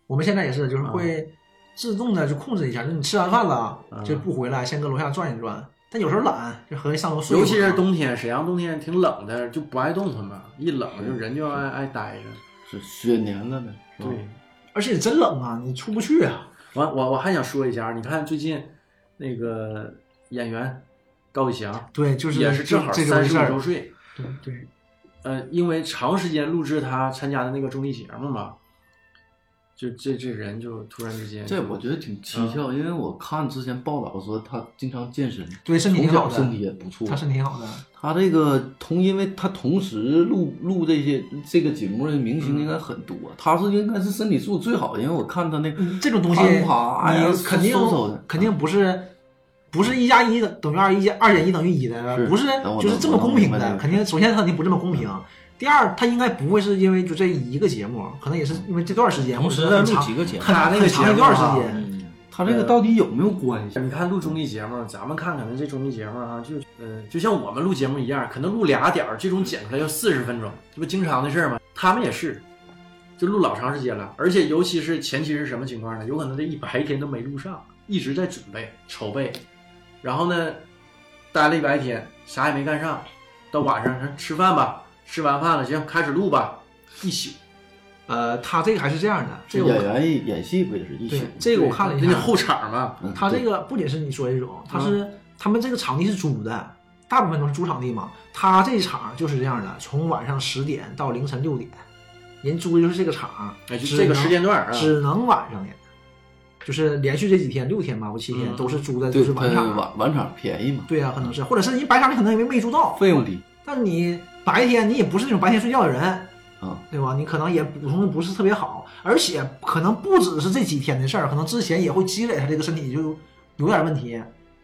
Speaker 2: 我们现在也是，
Speaker 1: 嗯
Speaker 2: 就是会自动的就控制一下，就你吃完饭了
Speaker 1: 嗯
Speaker 2: 就不回来，先搁楼下转一转。但有时候懒，就合计上楼睡一
Speaker 1: 尤
Speaker 2: 会儿。
Speaker 1: 其是冬天，沈阳冬天挺冷的，就不爱动弹嘛，一冷就人就爱爱待着。
Speaker 4: 是雪年了呗，
Speaker 2: 嗯
Speaker 4: 是吧
Speaker 1: 对，
Speaker 2: 而且真冷啊，你出不去啊。
Speaker 1: 完我我还想说一下，你看最近那个演员高以翔，
Speaker 2: 对，就是
Speaker 1: 也是
Speaker 2: 这
Speaker 1: 正好
Speaker 2: 这
Speaker 1: 三十
Speaker 2: 种事
Speaker 1: 五周
Speaker 2: 儿。
Speaker 1: 岁。
Speaker 2: 对对，
Speaker 1: 呃，因为长时间录制他参加的那个综艺节目嘛，就这这人就突然之间
Speaker 4: 这我觉得挺蹊跷，因为我看之前报道说他经常健身，
Speaker 2: 嗯对身体
Speaker 4: 从
Speaker 2: 挺好
Speaker 4: 小
Speaker 2: 的
Speaker 4: 身体也不错。
Speaker 2: 他身体挺好的。
Speaker 4: 他这个同，因为他同时录录这些这个节目的明
Speaker 2: 嗯
Speaker 4: 星应该很多，他是应该是身体素质最好的，因为我看他那个
Speaker 2: 嗯这种东西
Speaker 4: 攀爬啊哎呀，
Speaker 2: 你肯定
Speaker 4: 瘦瘦的，
Speaker 2: 肯定不是不是一加一等于二，一加二减一等于一的，
Speaker 4: 是
Speaker 2: 不是
Speaker 4: 我
Speaker 2: 就是
Speaker 4: 能
Speaker 2: 这么
Speaker 4: 我能
Speaker 2: 公平
Speaker 4: 明白嗯这
Speaker 2: 的。
Speaker 4: 个
Speaker 2: 肯定，首先它肯定不这么公平。第二，它应该不会是因为就这一个节目，可能也是因为这段时间
Speaker 3: 同时
Speaker 2: 或者
Speaker 3: 录
Speaker 2: 很长
Speaker 3: 几个节目
Speaker 2: 很
Speaker 1: 他那个
Speaker 2: 很长
Speaker 1: 节
Speaker 2: 一
Speaker 1: 目
Speaker 2: 段时
Speaker 1: 啊
Speaker 2: 间。
Speaker 4: 他这个到底有没有关系？
Speaker 1: 你看录综艺节目，咱们看看他这综艺节目啊，就呃，就像我们录节目一样，可能录俩点儿，最终剪出来要四十分钟，这不经常的事儿吗？他们也是，就录老长时间了，而且尤其是前期是什么情况呢？有可能这一白天都没录上，一直在准备筹备，然后呢，待了一白天，啥也没干上，到晚上说吃饭吧，吃完饭了，行，开始录吧，一宿。
Speaker 2: 呃，他这个还是这样的，这
Speaker 4: 演
Speaker 2: 个我
Speaker 4: 员演戏不也是一宿
Speaker 2: 对
Speaker 4: 吗？
Speaker 2: 这个我看了一
Speaker 1: 人家
Speaker 2: 下，
Speaker 1: 后场嘛，
Speaker 4: 嗯
Speaker 2: 他这
Speaker 4: 对
Speaker 2: 个不仅是你说的这种，他
Speaker 1: 嗯
Speaker 2: 是他们这个场地是租的，大部分都是租场地嘛。他这场就是这样的，从晚上十点到凌晨六点，人租的就是这个场，
Speaker 1: 哎，就
Speaker 2: 只
Speaker 1: 这个
Speaker 2: 能
Speaker 1: 时间段儿啊，
Speaker 2: 只能晚上演，就是连续这几天六天吧，或七天
Speaker 1: 嗯
Speaker 2: 都是租的，就
Speaker 4: 对
Speaker 2: 是晚
Speaker 4: 他
Speaker 2: 场。
Speaker 4: 晚晚场便宜嘛，
Speaker 2: 对呀、啊可能是，或者是你白场你可能也没没租到，
Speaker 4: 费用低
Speaker 2: 但你白天你也不是那种白天睡觉的人，
Speaker 4: 啊。
Speaker 2: 对吧？你可能也补充的不是特别好，而且可能不只是这几天的事儿，可能之前也会积累他这个身体就有点问题，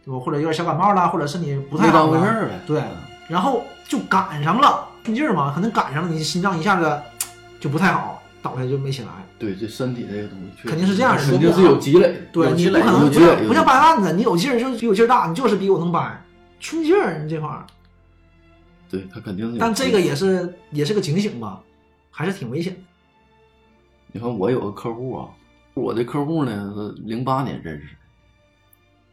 Speaker 2: 对吧？或者有点小感冒啦，或者身体不太
Speaker 4: 没
Speaker 2: 好
Speaker 4: 当回
Speaker 2: 了
Speaker 4: 事儿呗
Speaker 2: 对，然后就赶上了，顺劲儿嘛，可能赶上了，你心脏一下子就不太好，倒下就没起来。
Speaker 4: 对，这身体这个东西确实
Speaker 2: 肯定是这样的
Speaker 4: 肯定是有积累的，
Speaker 2: 对
Speaker 4: 有
Speaker 2: 你
Speaker 4: 积
Speaker 2: 不
Speaker 4: 累，
Speaker 2: 可能
Speaker 4: 有
Speaker 2: 不
Speaker 4: 积
Speaker 2: 像
Speaker 4: 累，
Speaker 2: 不像掰腕子，你有劲儿就是比我劲儿大，你就是比我能掰，寸劲儿你这块儿。
Speaker 4: 嗯对他肯定是有积累。
Speaker 2: 但这个也是也是个警醒吧，还是挺危险的。
Speaker 4: 你看我有个客户啊，我的客户呢是零八年认识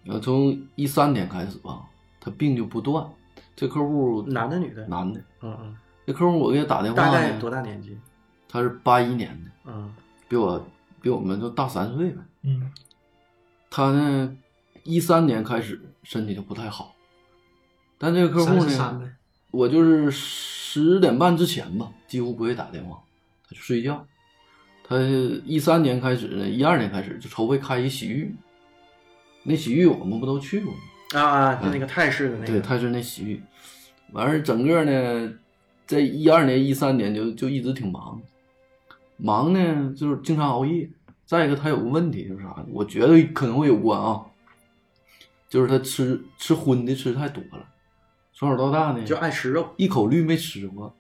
Speaker 4: 的，呃，从一三年开始吧，他病就不断。这客户
Speaker 1: 男的女的，
Speaker 4: 男的，
Speaker 1: 嗯嗯，
Speaker 4: 这客户我给他打电话
Speaker 1: 大概
Speaker 4: 呢，
Speaker 1: 多大年纪？
Speaker 4: 他是八一年的，
Speaker 1: 嗯
Speaker 4: 比我比我们就大三岁呗。
Speaker 2: 嗯，
Speaker 4: 他呢，一三年开始身体就不太好，但这个客户
Speaker 2: 三十三
Speaker 4: 呢，
Speaker 2: 呗，
Speaker 4: 我就是十点半之前吧，几乎不会打电话，他就睡觉。他一三年开始呢，一二年开始就筹备开一洗浴，那洗浴我们不都去过吗？
Speaker 1: 啊，就那个泰式的那
Speaker 4: 对，
Speaker 1: 个，
Speaker 4: 泰式那洗浴，完事儿整个呢，在一二年、一三年就就一直挺忙，忙呢就是经常熬夜。再一个，他有个问题就是啥？我觉得可能会有关啊，就是他吃吃荤的吃太多了，从小到大呢
Speaker 1: 就爱吃肉，
Speaker 4: 一口绿没吃过，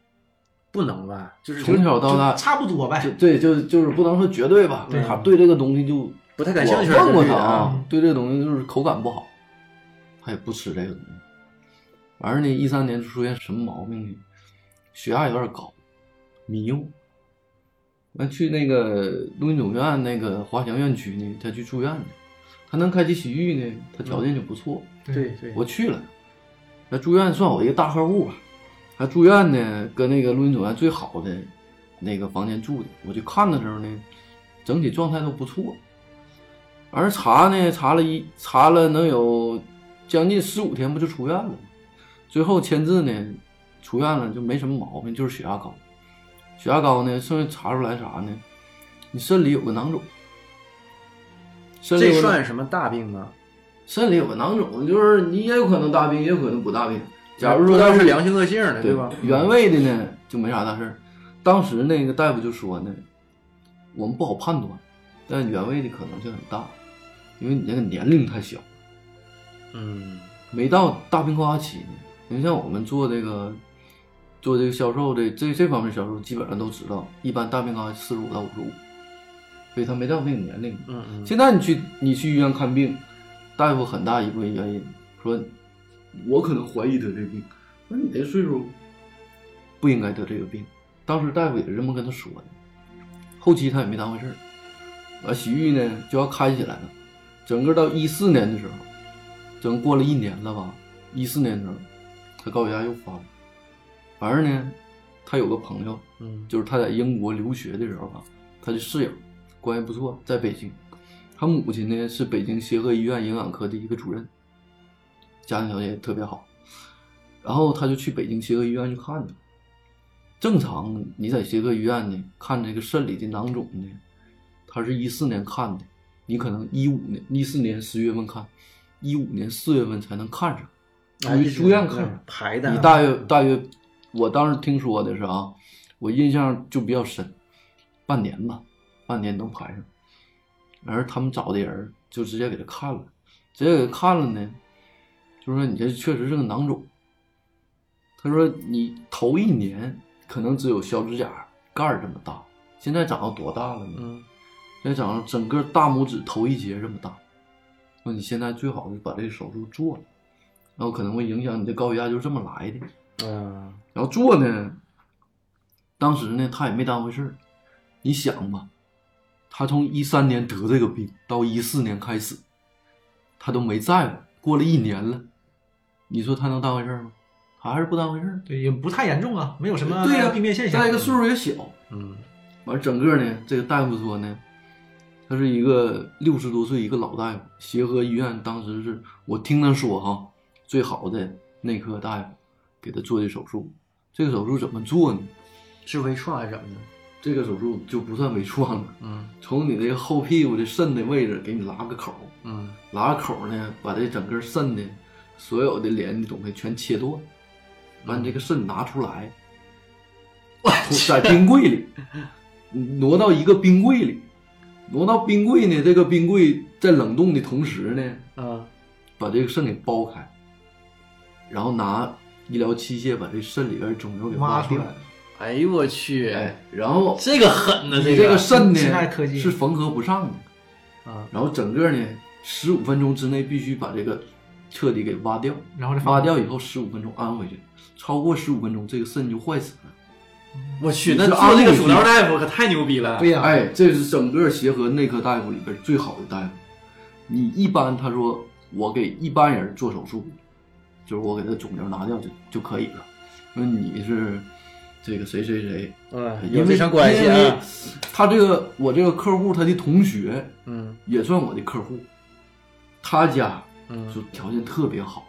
Speaker 1: 不能吧？就是
Speaker 4: 从小到大
Speaker 2: 就差不多呗
Speaker 4: 就。对，就就是不能说绝对吧，
Speaker 1: 对
Speaker 4: 他对这个东西就
Speaker 1: 不太感兴趣
Speaker 4: 我问过
Speaker 1: 这
Speaker 4: 他
Speaker 1: 个
Speaker 4: 啊
Speaker 1: 嗯，
Speaker 4: 对这个东西就是口感不好，他也不吃这个东西。完事儿呢，一三年就出现什么毛病呢？血压有点高，迷糊。完去那个东京总院那个华强院区呢，他去住院去。他能开启洗浴呢，他条件就不错。
Speaker 1: 对对，
Speaker 4: 我去了，那住院算我一个大客户吧。他住院呢，跟那个录音总院最好的那个房间住的，我去看的时候呢，整体状态都不错。而查呢，查了一查了能有将近十五天，不就出院了吗？最后签字呢，出院了就没什么毛病，就是血压高。血压高呢，剩下查出来啥呢？你肾里有个囊肿，肾里
Speaker 1: 这
Speaker 4: 有个
Speaker 1: 算什么大病吗？
Speaker 4: 肾里有个囊肿，就是你也有可能大病，也有可能不大病。假如说
Speaker 1: 要
Speaker 4: 要
Speaker 1: 是良性恶性的，
Speaker 4: 对
Speaker 1: 吧？
Speaker 4: 原位的呢就没啥大事儿。当时那个大夫就说呢，我们不好判断，但原位的可能性很大，因为你那个年龄太小，
Speaker 1: 嗯，
Speaker 4: 没到大病高发期呢。你像我们做这个做这个销售的这这方面销售，基本上都知道，一般大病高发四十五到五十五，所以他没到那个年龄。
Speaker 1: 嗯嗯，
Speaker 4: 现在你去你去医院看病，大夫很大一部分原因说，我可能怀疑得这病，那你这岁数不应该得这个病。当时大夫也是这么跟他说的，后期他也没当回事儿。完，洗浴呢就要开起来了，整个到一四年的时候，整过了一年了吧，一四年的时候，他高血压又发了。完事儿呢，他有个朋友，
Speaker 1: 嗯
Speaker 4: 就是他在英国留学的时候啊，他的室友关系不错，在北京。他母亲呢是北京协和医院营养科的一个主任，家庭条件也特别好。然后他就去北京协和医院去看去了。正常你在协和医院呢看这个肾里的囊肿呢，他是一四年看的，你可能一五年、一四年十月份看，一五年四月份才能看上，
Speaker 1: 啊
Speaker 4: 属
Speaker 1: 一
Speaker 4: 于
Speaker 1: 直
Speaker 4: 住院看上。
Speaker 1: 排的啊，
Speaker 4: 你大约大约，我当时听说的是啊，我印象就比较深，半年吧，半年能排上。而他们找的人就直接给他看了，直接给他看了呢，就说你这确实是个囊肿。他说你头一年可能只有小指甲盖儿这么大，现在长到多大了呢？
Speaker 1: 嗯
Speaker 4: 现在长到整个大拇指头一节这么大。那你现在最好是把这个手术做了，然后可能会影响你的高血压，就这么来的。
Speaker 1: 啊，
Speaker 4: 然后做呢，当时呢他也没当回事儿。你想吧，他从一三年得这个病到一四年开始，他都没在乎。过了一年了，你说他能当回事儿吗？他还是不当回事儿。
Speaker 2: 对，也不太严重啊，没有什么
Speaker 4: 对呀、
Speaker 2: 病变现象。
Speaker 4: 再一个岁数也小，
Speaker 1: 嗯
Speaker 4: 完整个呢，这个大夫说呢，他是一个六十多岁一个老大夫，协和医院当时是我听他说哈，最好的内科大夫给他做的手术。这个手术怎么做呢？
Speaker 1: 是微创还是怎么的？
Speaker 4: 这个手术就不算微创了，
Speaker 1: 嗯
Speaker 4: 从你这个后屁股的肾的位置给你拉个口，
Speaker 1: 嗯
Speaker 4: 拉个口呢，把这整个肾的所有的连的东西全切断，把你这个肾拿出来，在冰柜里挪到一个冰柜里，挪到冰柜呢，这个冰柜在冷冻的同时呢，
Speaker 1: 啊
Speaker 4: 把这个肾给剥开，然后拿医疗器械把这肾里边肿瘤给
Speaker 2: 挖出
Speaker 4: 掉
Speaker 2: 来，，
Speaker 1: 哎呦我去，
Speaker 4: 哎，然后
Speaker 1: 这个狠呐，
Speaker 4: 你
Speaker 1: 这
Speaker 4: 这个肾呢
Speaker 2: 现代科技
Speaker 4: 是缝合不上的，
Speaker 1: 啊，
Speaker 4: 然后整个呢，十五分钟之内必须把这个彻底给挖掉，
Speaker 2: 然后再
Speaker 4: 挖掉以后十五分钟安回去，超过十五分钟这个肾就坏死了。
Speaker 1: 我去，那
Speaker 4: 你
Speaker 1: 嗯
Speaker 4: 是
Speaker 1: 做这
Speaker 4: 安
Speaker 1: 个
Speaker 4: 慰
Speaker 1: 鼠标大夫可太牛逼了，
Speaker 2: 对呀、
Speaker 4: 哎，这是整个协和内科大夫里边最好的大夫。你一般他说我给一般人做手术，就是我给他肿瘤拿掉就就可以了。那你是这个谁谁谁，
Speaker 1: 嗯，有
Speaker 4: 哎因
Speaker 1: 这
Speaker 4: 为
Speaker 1: 层关系
Speaker 4: 因为
Speaker 1: 啊，
Speaker 4: 他这个我这个客户他的同学
Speaker 1: 嗯
Speaker 4: 也算我的客户，他家就
Speaker 1: 嗯，
Speaker 4: 条件特别好，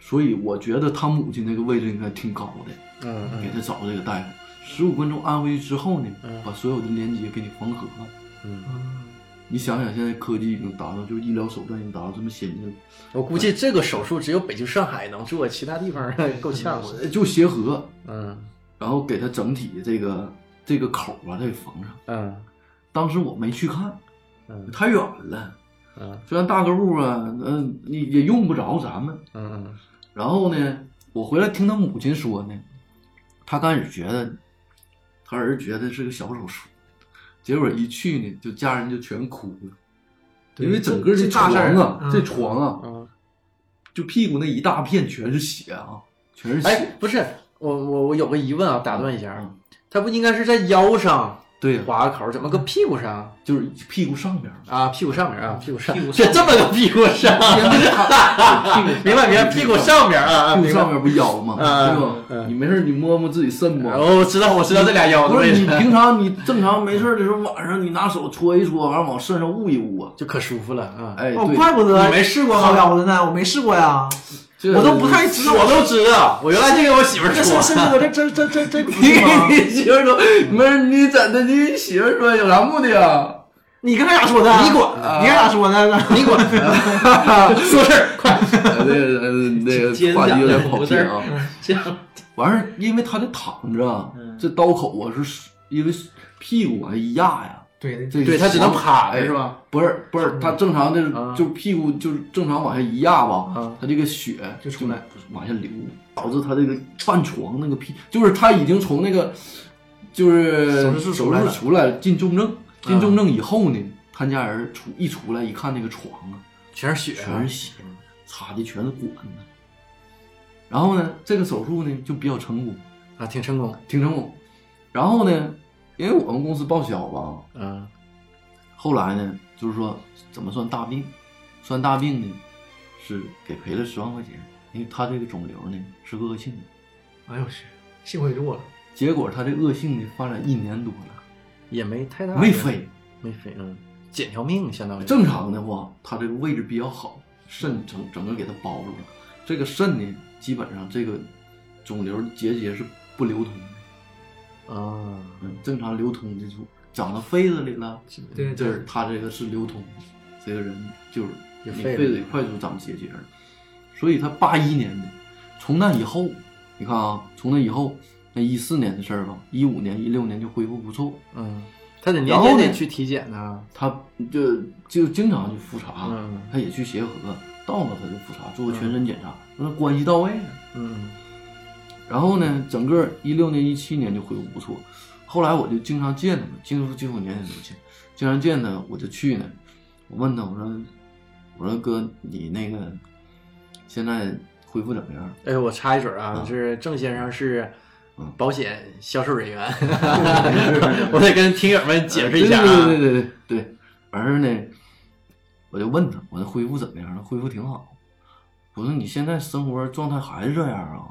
Speaker 4: 所以我觉得他母亲那个位置应该挺高的，
Speaker 1: 嗯
Speaker 4: 给
Speaker 1: 嗯
Speaker 4: 他找这个大夫。十五分钟安回去之后呢
Speaker 1: 嗯，
Speaker 4: 把所有的连接给你缝合了。
Speaker 1: 嗯，
Speaker 2: 嗯，
Speaker 4: 你想想，现在科技已经达到，就是医疗手段已经达到这么先进了，
Speaker 1: 我估计这个手术只有北京、上海能做，其他地方 够呛了。
Speaker 4: 呃就协和，
Speaker 1: 嗯
Speaker 4: 然后给他整体这个这个口啊，他给缝上。
Speaker 1: 嗯
Speaker 4: 当时我没去看，
Speaker 1: 嗯
Speaker 4: 太远了。
Speaker 1: 嗯
Speaker 4: 虽然大客户啊，嗯、也也用不着咱们，
Speaker 1: 嗯
Speaker 4: 然后呢，我回来听他母亲说呢，他刚开始觉得，他儿子觉得是个小手术，结果一去呢，就家人就全哭了，
Speaker 2: 对
Speaker 4: 因为整个
Speaker 2: 这大
Speaker 4: 床
Speaker 2: 事儿
Speaker 4: 啊，这
Speaker 2: 嗯
Speaker 4: 床啊，
Speaker 1: 嗯，
Speaker 4: 就屁股那一大片全是血啊，全是
Speaker 1: 哎
Speaker 4: 血，，
Speaker 1: 不是，我我我有个疑问啊，打断一下啊
Speaker 4: 嗯，
Speaker 1: 他不应该是在腰上
Speaker 4: 对呀
Speaker 1: 划个口儿，怎么个屁股上
Speaker 4: 就是屁股上边儿，
Speaker 1: 啊？屁股上面啊，屁股上，
Speaker 3: 屁股上
Speaker 1: 这这么个屁股上， 明白明白，屁股上面啊，啊
Speaker 4: 屁股
Speaker 1: 明白
Speaker 4: 上。边不腰吗？
Speaker 1: 嗯
Speaker 4: 对吧？
Speaker 1: 嗯
Speaker 4: 你没事儿你摸摸自己肾不？
Speaker 1: 哦，我知道，我知道这俩腰的
Speaker 4: 不
Speaker 1: 位
Speaker 4: 是你
Speaker 1: 置，
Speaker 4: 平常你正常没事儿的时候，晚上你拿手搓一搓，完了往肾上捂一捂啊。
Speaker 1: 就可舒服了啊！
Speaker 4: 哎，
Speaker 2: 哦，
Speaker 4: 对，
Speaker 2: 怪不得
Speaker 1: 你没试过
Speaker 2: 掏
Speaker 1: 吗？
Speaker 2: 腰子呢，我没试过呀，
Speaker 4: 这
Speaker 2: 我都不太知道
Speaker 1: 我都知道，我原来就给我媳妇儿
Speaker 2: 这
Speaker 1: 说
Speaker 2: 是，甚至有这这这这这不
Speaker 4: 你
Speaker 2: 是吗？
Speaker 4: 你媳妇儿说，没事，你咋的？你媳妇儿说有啥目的 啊？
Speaker 2: 你跟他俩说的？啊
Speaker 1: 你滚
Speaker 2: 你跟他俩说的？啊
Speaker 1: 你滚，说事儿快。
Speaker 4: 呃这个呃那
Speaker 3: 接
Speaker 4: 个
Speaker 3: 着
Speaker 4: 话题有点
Speaker 3: 讲
Speaker 4: 跑
Speaker 3: 不
Speaker 4: 题
Speaker 3: 是
Speaker 4: 啊。
Speaker 3: 这 样
Speaker 4: 完事儿，因为他这躺着啊，这刀口啊是因为屁股啊一压呀，
Speaker 2: 对，
Speaker 4: 这
Speaker 1: 对他只能趴着
Speaker 4: 哎
Speaker 1: 是吧？
Speaker 4: 不是不是，他正常
Speaker 1: 啊
Speaker 4: 的就屁股就是正常往下一压
Speaker 1: 啊
Speaker 4: 吧，他这个血
Speaker 2: 就出来
Speaker 4: 往下流，导致他这个半床那个屁，就是他已经从那个就是
Speaker 2: 手术室出来了
Speaker 4: 手术出来了进重症，进重症以后呢，他家人出一出来一看那个床啊，
Speaker 1: 全是血，
Speaker 4: 全是血，插的全是管子。然后呢，这个手术呢就比较成功，
Speaker 1: 啊，挺成功。
Speaker 4: 挺成功。然后呢，因为我们公司报销吧，
Speaker 1: 嗯
Speaker 4: 后来呢，就是说怎么算大病，算大病呢是给赔了十万块钱，因为他这个肿瘤呢是恶性的，
Speaker 2: 哎呦我去，幸亏做了，
Speaker 4: 结果他这恶性呢发展一年多了，
Speaker 1: 也没太大，
Speaker 4: 没，飞。
Speaker 1: 没飞，嗯，捡条命相当于。
Speaker 4: 正常的话，他这个位置比较好，肾整整个给他包住了。这个肾呢，基本上这个肿瘤结节是不流通的，
Speaker 1: 啊，
Speaker 4: 嗯，正常流通的就长到肺子里了，
Speaker 2: 对
Speaker 4: 就
Speaker 2: 对
Speaker 4: 是他这个是流通，这个人就是
Speaker 1: 有
Speaker 4: 你
Speaker 1: 肺
Speaker 4: 肺
Speaker 1: 子
Speaker 4: 子里快速长结节了，所以他八一年的，从那以后，你看啊，从那以后，那一四年的事儿吧，一五年、一六年就恢复不错，
Speaker 1: 嗯，他得年
Speaker 4: 然后
Speaker 1: 年
Speaker 4: 呢
Speaker 1: 得去体检呢。
Speaker 4: 他就就经常去复查，
Speaker 1: 嗯
Speaker 4: 他也去协和，到了他就复查，做个全身检查，那、关系到位了。
Speaker 1: 嗯
Speaker 4: 然后呢，整个一六年、一七年就恢复不错。后来我就经常见他们，经常几乎年年都见，经常见他我就去呢。我问他，我说，我说哥，你那个现在恢复怎么样？
Speaker 1: 哎，我插一嘴啊，就是郑先生是
Speaker 4: 嗯
Speaker 1: 保险销售人员，我得跟听友们解释一下啊。
Speaker 4: 对对对对对对。完事儿呢，我就问他，我说恢复怎么样了？恢复挺好。我说你现在生活状态还是这样啊？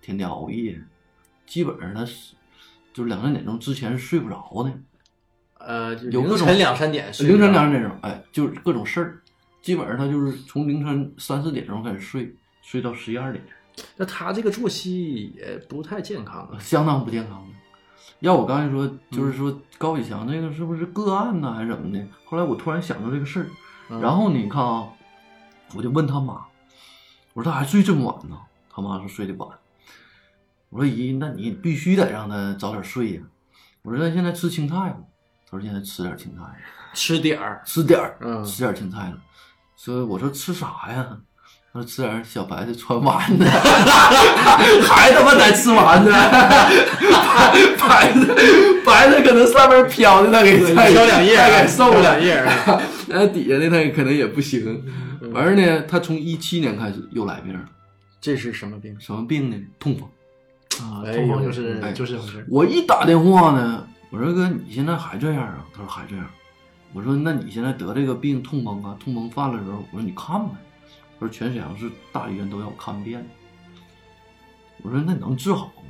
Speaker 4: 天天熬夜，基本上他是就是两三点钟之前是睡不着的。
Speaker 1: 呃，就
Speaker 4: 有
Speaker 1: 凌
Speaker 4: 各种
Speaker 1: 晨两三点睡着，
Speaker 4: 凌晨两点钟，哎，就是各种事儿，基本上他就是从凌晨三四点钟开始睡，睡到十一二点，
Speaker 1: 那他这个作息也不太健康啊。
Speaker 4: 相当不健康的。要我刚才说，就是
Speaker 1: 嗯
Speaker 4: 说高以翔这个是不是个案呢，还是怎么的？后来我突然想到这个事儿，
Speaker 1: 嗯
Speaker 4: 然后你看啊，我就问他妈，我说他还睡这么晚呢？他妈说睡得晚。我说姨，那你必须得让他早点睡呀、我说那现在吃青菜吗？他说现在吃点青菜。
Speaker 1: 嗯吃点儿，
Speaker 4: 吃点儿，
Speaker 1: 嗯
Speaker 4: 吃点儿青菜了。所以我说吃啥呀？他说吃点儿小白菜穿丸子， 还他妈在吃丸子，白白菜白菜可能上面飘的他给
Speaker 1: 挑两页
Speaker 4: 他
Speaker 1: 啊，
Speaker 4: 给受不
Speaker 1: 挑
Speaker 4: 了
Speaker 1: 两，页啊。
Speaker 4: 那底下的他可能也不行。
Speaker 1: 嗯
Speaker 4: 完事儿呢，他从一七年开始又来病了，
Speaker 1: 这是什么 病？
Speaker 4: 什么病呢？痛风。
Speaker 2: 啊，
Speaker 1: 哎
Speaker 2: 痛风
Speaker 1: 呦
Speaker 2: 就是
Speaker 4: 哎
Speaker 2: 就是这回事 儿。
Speaker 4: 我一打电话呢，我说哥，你现在还这样啊？他说还这样。我说那你现在得这个病痛风啊，痛风犯了时候，我说你看呗。他说全沈阳市大医院都要看遍。我说那能治好吗？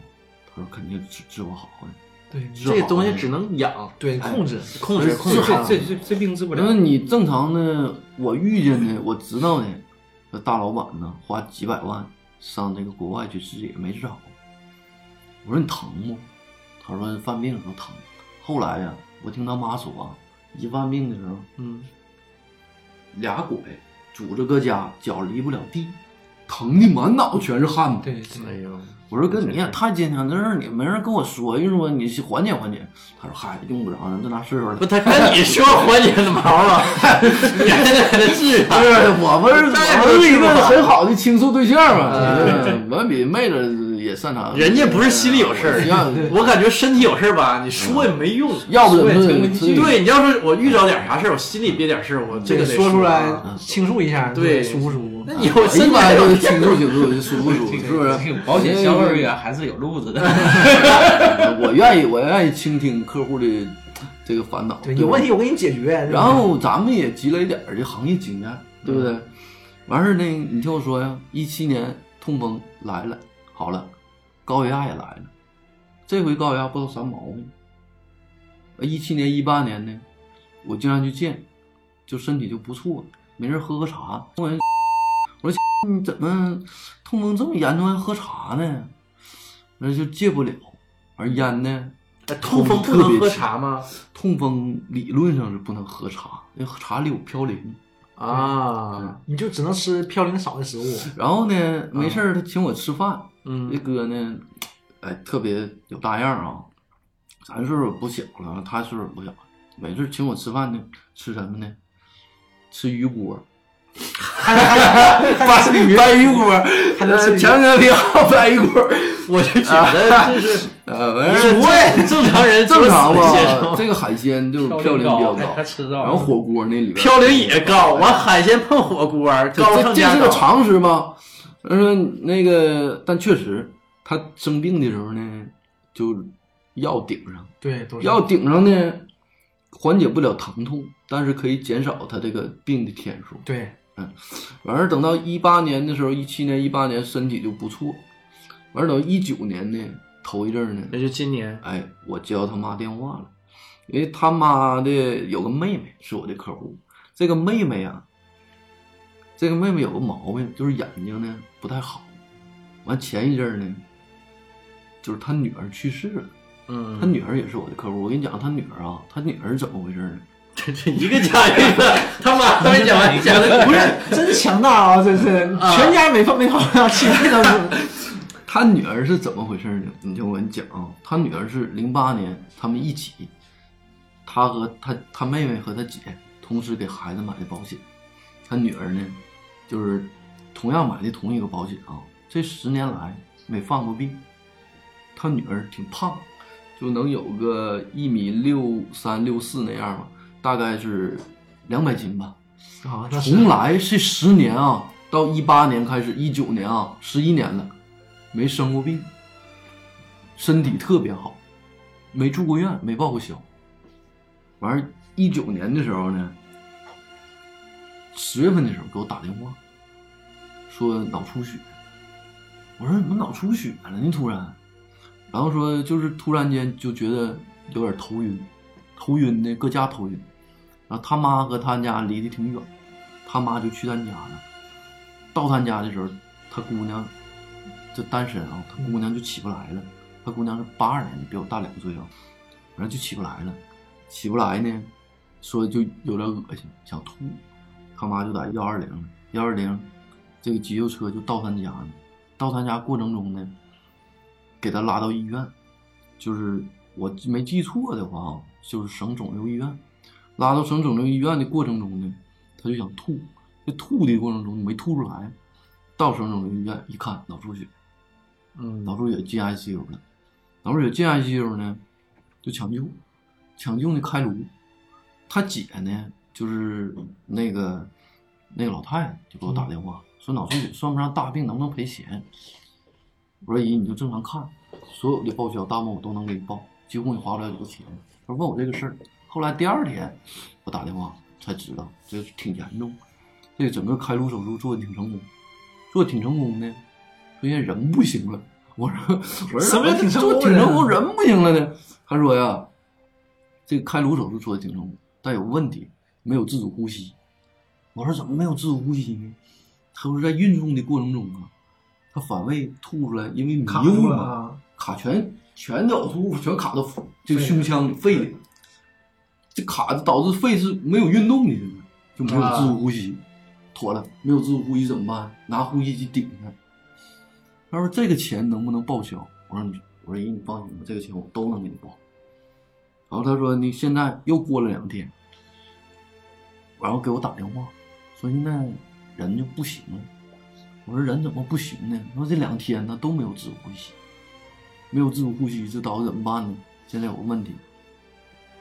Speaker 4: 他说肯定治治不好啊。
Speaker 2: 对
Speaker 4: 治好
Speaker 1: 这
Speaker 4: 啊
Speaker 1: 东西只能养，
Speaker 2: 对，控制
Speaker 1: 控制控
Speaker 4: 治
Speaker 1: 制
Speaker 4: 好
Speaker 1: 好。
Speaker 3: 这这这病治不
Speaker 4: 我
Speaker 3: 了
Speaker 4: 说。你正常的，我遇见的，我知道的，这大老板呢，花几百万上这个国外去治也没治好。我说你疼不？他说犯病的时候疼。后来呀，我听他妈说啊，一犯病的时候，
Speaker 1: 嗯，
Speaker 4: 俩鬼拄着搁家，脚离不了地，疼的满脑全是汗。
Speaker 2: 对，
Speaker 1: 哎呦，
Speaker 4: 我说哥，你也太坚强，这事儿你没人跟我说一说，你缓解缓解。他说嗨，用不着，这大岁数了
Speaker 1: 不，。他跟你说活你的毛 啊，你还得给他治
Speaker 4: 不是，我们是我们是一个很好的倾诉对象嘛，嗯我们比妹子也擅 长。
Speaker 1: 人家不是心里有事儿
Speaker 4: 要
Speaker 1: 我感觉身体有事儿吧，你说也没用。
Speaker 4: 要不怎么
Speaker 3: 对
Speaker 1: 对你要是我遇着点啥事儿，我心里憋点事儿，我这
Speaker 2: 这
Speaker 1: 个
Speaker 2: 个
Speaker 1: 得
Speaker 2: 说出
Speaker 1: 啊
Speaker 2: 来倾诉一下，
Speaker 1: 对
Speaker 2: 舒不舒服？
Speaker 1: 那以后
Speaker 4: 一
Speaker 1: 身
Speaker 4: 般
Speaker 1: 边
Speaker 4: 都
Speaker 1: 有
Speaker 4: 是倾诉倾诉，舒不舒服，是不 是？
Speaker 3: 保险销售人员还是有路子的。
Speaker 4: 我愿意，我愿意倾听客户的这个烦恼，
Speaker 2: 对，
Speaker 4: 对吧
Speaker 2: 有问题我给你解决。对吧
Speaker 4: 然后咱们也积累点儿这行业经验，对不对？完事儿呢，你听我说呀，一七年痛风来了，好了，高血压也来了，这回高血压不知道啥毛病。啊一七年、一八年呢，我经常去见，就身体就不错，没事儿喝喝茶。我人 我说你怎么痛风这么严重还喝茶呢？那就戒不了，而烟呢，
Speaker 1: 哎痛风不能喝茶吗？
Speaker 4: 痛风理论上是不能喝茶，因为茶里有嘌呤。
Speaker 1: 啊，
Speaker 2: 你就只能吃嘌呤少的 食物，
Speaker 4: 然后呢，没事儿他请我吃饭，这
Speaker 1: 嗯
Speaker 4: 哥呢，哎，特别有大样啊。咱岁数不小了，他岁数不小，没事儿请我吃饭呢，吃什么呢？吃鱼锅，
Speaker 1: 八里鱼，
Speaker 4: 白鱼锅，
Speaker 2: 还能吃
Speaker 4: 呃
Speaker 2: 鱼
Speaker 4: 强哥挺好，白鱼 锅。
Speaker 1: 我就觉得这 是
Speaker 4: 呃，完事
Speaker 1: 不
Speaker 4: 儿
Speaker 1: 会正常人
Speaker 4: 正常
Speaker 1: 吧？
Speaker 4: 吧？这个海鲜 就是嘌呤比较高，
Speaker 3: 他吃到
Speaker 4: 然后火锅那里边
Speaker 1: 嘌呤也高，完海鲜碰火锅
Speaker 4: 这
Speaker 1: 高
Speaker 4: 这
Speaker 1: 上
Speaker 4: 这
Speaker 1: 加
Speaker 4: 是个
Speaker 1: 高。
Speaker 4: 常识吗？他说那个，但确实他生病的时候呢，就药顶上，
Speaker 2: 对，都是
Speaker 4: 药顶上呢，缓解不了疼痛，但是可以减少他这个病的天数。
Speaker 2: 对，
Speaker 4: 完事儿等到一八年的时候，一七年、一八年身体就不错，完事儿等一九年呢，头一阵儿呢，
Speaker 1: 那就今年，
Speaker 4: 哎，我接到他妈电话了，因为他妈的有个妹妹是我的客户，这个妹妹啊，这个妹妹有个毛病，就是眼睛呢不太好。完前一阵儿呢，就是他女儿去世了，
Speaker 1: 嗯，
Speaker 4: 他女儿也是我的客户。我跟你讲，他女儿啊，他女儿怎么回事呢？
Speaker 1: 这这一个加一个，他 妈刚才讲完讲的
Speaker 2: 不是真强大啊！这是全家没放没放下气味当中，
Speaker 4: 他女儿是怎么回事呢？你听我跟你讲啊，他女儿是零八年他们一起，他和他他妹妹和他姐同时给孩子买的保险，他女儿呢，就是同样买的同一个保险啊，这十年来没犯过病，他女儿挺胖，就能有个一米六三六四那样吧，大概是两百斤吧，
Speaker 2: 啊，那是
Speaker 4: 从来这十年啊，到一八年开始，一九年啊，十一年了，没生过病，身体特别好，没住过院，没报过销。完事儿，一九年的时候呢，十月份的时候给我打电话，说脑出血。我说怎么脑出血了呢？突然，然后说就是突然间就觉得有点头晕，头晕的搁家头晕。然后他妈和他家离得挺远，他妈就去他家了。到他家的时候，他姑娘就单身啊，他姑娘就起不来了。他姑娘是八二年的，比我大两岁啊，然后就起不来了。起不来呢，说就有点恶心，想吐。他妈就打幺二零，幺二零，这个急救车就到他家了。到他家过程中呢，给他拉到医院，就是我没记错的话啊，就是省肿瘤医院。拉到省肿瘤医院的过程中呢，他就想吐，这吐的过程中没吐出来，到省肿瘤医院一看脑出血，
Speaker 1: 嗯，
Speaker 4: 脑出血进 ICU 了，脑出血进 ICU 呢，就抢救，抢救呢开颅，他姐呢就是那个那个老太太就给我打电话、说脑出血算不上大病，能不能赔钱？我说姨你就正常看，所有的报销大部分我都能给你报，几乎你花不了几个钱。他说问我这个事儿，后来第二天我打电话才知道，这挺严重，这个整个开颅手术做的挺成功，做的挺成功呢，说现在人不行了。我说我说
Speaker 2: 什么叫挺成功
Speaker 4: 做
Speaker 2: 的
Speaker 4: 挺成功人不行了呢？他说呀，这个开颅手术做的挺成功，但有问题，没有自主呼吸。我说怎么没有自主呼吸呢？他说在运送的过程中啊，他反胃吐出来，因为迷
Speaker 2: 卡
Speaker 4: 雾
Speaker 2: 住了
Speaker 4: 嘛，
Speaker 2: 啊，
Speaker 4: 卡全全脑突全卡到腹这个胸腔里肺里，这卡的导致肺是没有运动的，现在就没有自主呼吸，妥了，没有自主呼吸怎么办？拿呼吸机顶上。他说这个钱能不能报销？我说你，我说姨你放心吧，这个钱我都能给你报。然后他说你现在又过了两天，然后给我打电话，说现在人就不行了。我说人怎么不行呢？他说这两天呢都没有自主呼吸，没有自主呼吸，这导致怎么办呢？现在有个问题，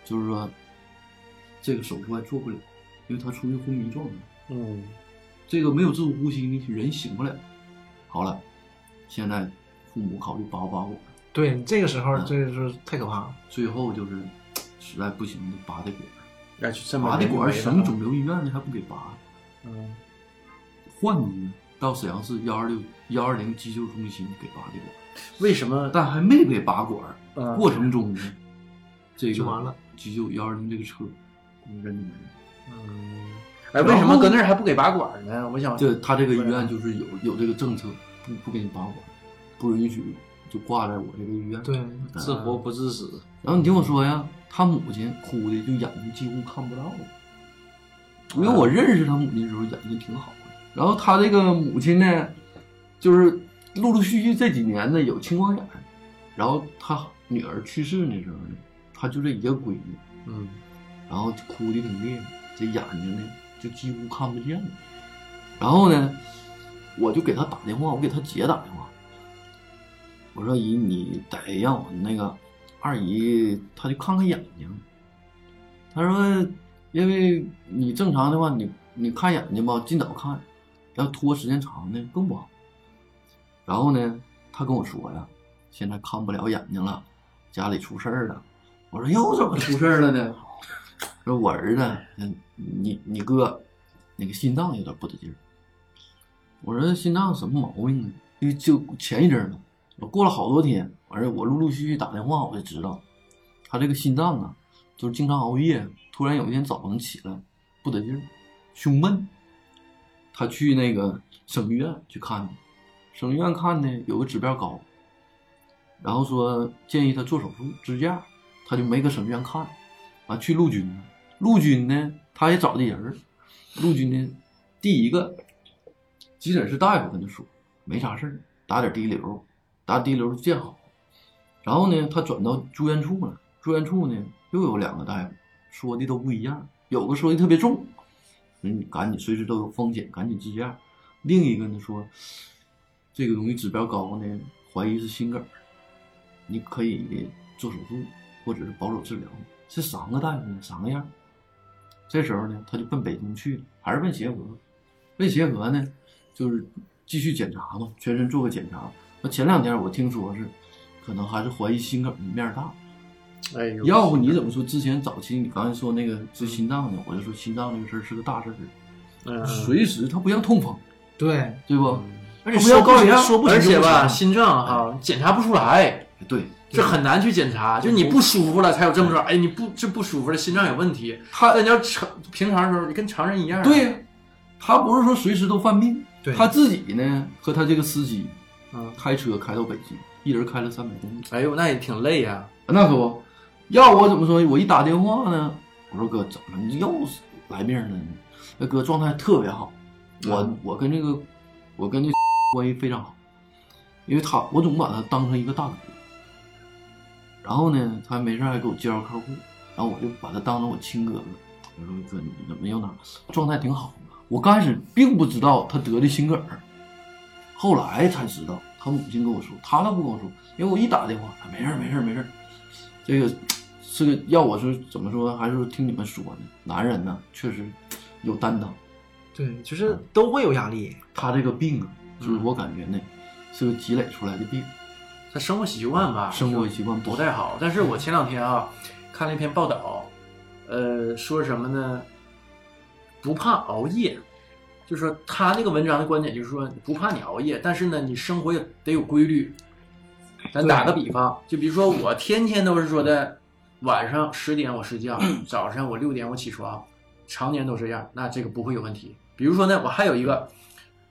Speaker 4: 就是说这个手术还做不了，因为他处于昏迷状态。
Speaker 1: 嗯，
Speaker 4: 这个没有自主呼吸呢，人醒不了。好了，现在父母考虑把我把我，
Speaker 2: 对，这个时候这就是太可怕了。
Speaker 4: 最后就是去实在不行就拔的管儿，
Speaker 1: 那就这么
Speaker 4: 拔的
Speaker 1: 人就
Speaker 4: 管儿
Speaker 1: 没了
Speaker 4: 省
Speaker 1: 啊
Speaker 4: 肿瘤医院的还不给拔，
Speaker 1: 嗯
Speaker 4: 换医院到沈阳市幺二六幺二零急救中心给拔的管儿，
Speaker 1: 为什么？
Speaker 4: 但还没给拔管儿，
Speaker 1: 嗯
Speaker 4: 过程中呢，这个
Speaker 2: 就完了
Speaker 4: 急救幺二零这个车人就没了。
Speaker 1: 嗯，哎，为什么搁那儿还不给拔管儿呢？我想，
Speaker 4: 对他这个医院就是有有这个政策，不不给你拔管，不允许就挂在我这个医院。
Speaker 2: 对，
Speaker 3: 治活不治死，
Speaker 4: 然后你听我说呀，他母亲哭的就眼睛几乎看不到了，因为
Speaker 3: 哎
Speaker 4: 我认识他母亲的时候眼睛挺好的。然后他这个母亲呢，就是陆陆续续这几年呢有青光眼儿，然后他女儿去世那时候呢，他就这一个闺女，
Speaker 1: 嗯，
Speaker 4: 然后哭的挺厉害，这眼睛呢就几乎看不见了。然后呢，我就给他打电话，我给他姐打电话，我说姨，你得让我那个二姨，她就看看眼睛。她说，因为你正常的话，你你看眼睛吧，尽早看，要拖时间长呢更不好。然后呢，她跟我说呀，现在看不了眼睛了，家里出事儿了。我说又怎么出事儿了呢？ 说我儿子，嗯你你哥，那个心脏有点不得劲儿。我说心脏什么毛病啊？就就前一阵儿呢，我过了好多天，完事儿我陆陆续续打电话，我就知道，他这个心脏啊，就是经常熬夜，突然有一天早上起来不得劲儿，胸闷。他去那个省医院去看的，省医院看呢有个指标高，然后说建议他做手术支架，他就没搁省医院看，完去陆军了。陆军呢，他也找这人儿，陆军呢，第一个急诊室大夫跟他说没啥事儿，打点滴流，打滴流见好。然后呢，他转到住院处了，住院处呢又有两个大夫，说的都不一样，有个说的特别重，嗯，赶紧随时都有风险，赶紧支架。另一个呢说，这个东西指标高呢，怀疑是心梗儿，你可以做手术或者是保守治疗。这三个大夫呢，三个样儿。这时候呢，他就奔北京去了，还是奔协和。奔协和呢，就是继续检查嘛，全身做个检查。那前两天我听说是，可能还是怀疑心梗的面儿大，
Speaker 1: 哎呦，
Speaker 4: 要不你怎么说之前早期你刚才说那个治心脏呢？我就说心脏这个事儿是个大事儿，
Speaker 1: 嗯
Speaker 4: 随时它不像痛风，
Speaker 2: 对，
Speaker 4: 对不？
Speaker 1: 而
Speaker 2: 且说不清说不清
Speaker 1: 而且
Speaker 2: 就不
Speaker 1: 吧，
Speaker 2: 清
Speaker 1: 心脏哈检查不出来，
Speaker 4: 嗯对，
Speaker 1: 这很难去检查。就你不舒服了才有症状，哎，你不这不舒服了，心脏有问题。
Speaker 4: 他
Speaker 1: 那你要常平常的时候，你跟常人一样。
Speaker 4: 对，呀，他不是说随时都犯病
Speaker 2: 对，
Speaker 4: 他自己呢和他这个司机
Speaker 1: 嗯，
Speaker 4: 开车开到北京，一人开了三百公里，
Speaker 1: 哎呦，那也挺累呀。
Speaker 4: 那可不，要我怎么说？我一打电话呢，我说哥怎么你又来病了呢？那哥状态特别好，我
Speaker 1: 嗯
Speaker 4: 我跟这个我跟这关系非常好，因为他我总把他当成一个大哥，然后呢，他没事还给我介绍客户，然后我就把他当成我亲哥哥。我说哥你怎么又哪状态挺好的？我刚开始并不知道他得的心梗儿，后来才知道，他母亲跟我说，他倒不跟我说，因为我一打电话，啊没事儿没事儿没事儿，这个是个要我是怎么说，还是听你们说的，男人呢确实有担当，
Speaker 2: 对，就是都会有压力，
Speaker 4: 他这个病啊，就是我感觉呢，是个积累出来的病，
Speaker 1: 他生活习惯吧，
Speaker 4: 生活习惯
Speaker 1: 不
Speaker 4: 不好
Speaker 1: 太好。但是啊我前两天啊，看了一篇报道，呃，说什么呢？不怕熬夜，就说他那个文章的观点就是说，不怕你熬夜，但是呢，你生活也得有规律。咱打个比方，就比如说我天天都是说的，晚上十点我睡觉，早上我六点我起床，常年都这样，那这个不会有问题。比如说呢，我还有一个，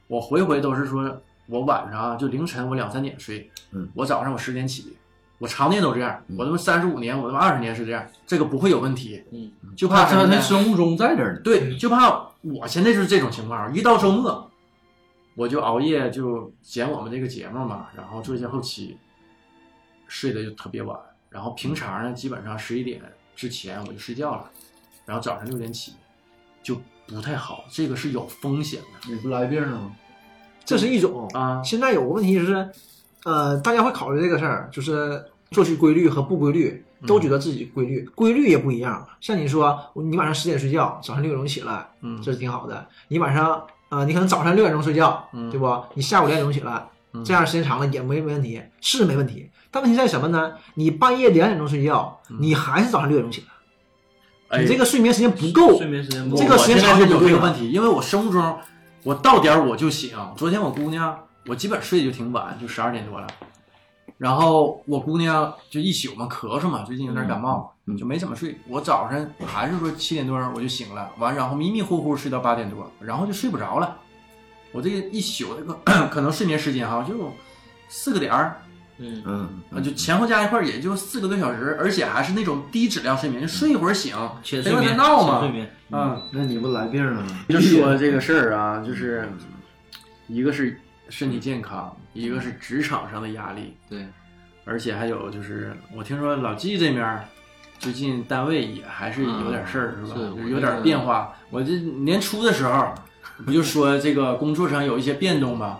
Speaker 1: 我回回都是说我晚上啊，就凌晨我两三点睡，
Speaker 4: 嗯
Speaker 1: 我早上我十点起，我常年都这样，
Speaker 4: 嗯
Speaker 1: 我他妈三十五年，我他妈二十年是这样，这个不会有问题，
Speaker 3: 嗯，
Speaker 1: 就怕
Speaker 4: 他
Speaker 1: 什么
Speaker 4: 他
Speaker 1: 呢
Speaker 4: 他生物钟在这儿呢，
Speaker 1: 对，就怕我现在就是这种情况，一到周末我就熬夜就剪我们这个节目嘛，然后做一些后期，睡得就特别晚，然后平常呢基本上十一点之前我就睡觉了，然后早上六点起就不太好，这个是有风险的
Speaker 4: 你不来病了吗？
Speaker 2: 这是一种。
Speaker 1: 啊。
Speaker 2: 现在有个问题就是，呃，大家会考虑这个事儿，就是作息规律和不规律，都觉得自己规律，规律也不一样。像你说，你晚上十点睡觉，早上六点钟起来，
Speaker 1: 嗯
Speaker 2: 这是挺好的。你晚上，呃，你可能早上六点钟睡觉，
Speaker 1: 嗯
Speaker 2: 对不？你下午两点钟起来，这样时间长了也没没问题，是没问题。但问题在什么呢？你半夜两点钟睡觉，你还是早上六点钟起来，
Speaker 1: 哎
Speaker 2: 你这个睡眠时间不够
Speaker 3: 睡，眠时间不
Speaker 1: 我
Speaker 3: 够
Speaker 2: 这个时间
Speaker 1: 我现在
Speaker 2: 长
Speaker 1: 就有这
Speaker 2: 就不对
Speaker 1: 个
Speaker 2: 了
Speaker 1: 问题，因为我生物钟，我到点儿我就醒。昨天我姑娘，我基本睡得就挺晚，就十二点多了。然后我姑娘就一宿嘛，咳嗽嘛，最近有点感冒，
Speaker 4: 嗯嗯
Speaker 1: 就没怎么睡。我早上还是说七点多我就醒了，完然后迷迷糊糊睡到八点多，然后就睡不着了。我这个一宿这个 可能睡眠时间哈就四个点儿，
Speaker 3: 嗯
Speaker 4: 嗯，
Speaker 1: 啊，就前后加一块儿也就四个多小时，而且还是那种低质量睡眠，就睡一会儿醒，
Speaker 3: 浅
Speaker 1: 谁
Speaker 3: 睡
Speaker 1: 让他
Speaker 3: 眠
Speaker 1: 闹
Speaker 3: 浅
Speaker 1: 嘛
Speaker 3: 睡眠
Speaker 2: 嗯
Speaker 1: 啊。
Speaker 4: 那你不来病了？
Speaker 1: 就说这个 事儿啊，就是一个是身体健康，一个是职场上的压力，
Speaker 3: 对，
Speaker 1: 而且还有就是我听说老纪这面儿最近单位也还是有点事儿，
Speaker 3: 嗯
Speaker 1: 是吧
Speaker 3: 是？
Speaker 1: 就
Speaker 3: 我
Speaker 1: 有
Speaker 3: 这
Speaker 1: 点
Speaker 3: 个
Speaker 1: 变化。我这年初的时候不就说这个工作上有一些变动嘛，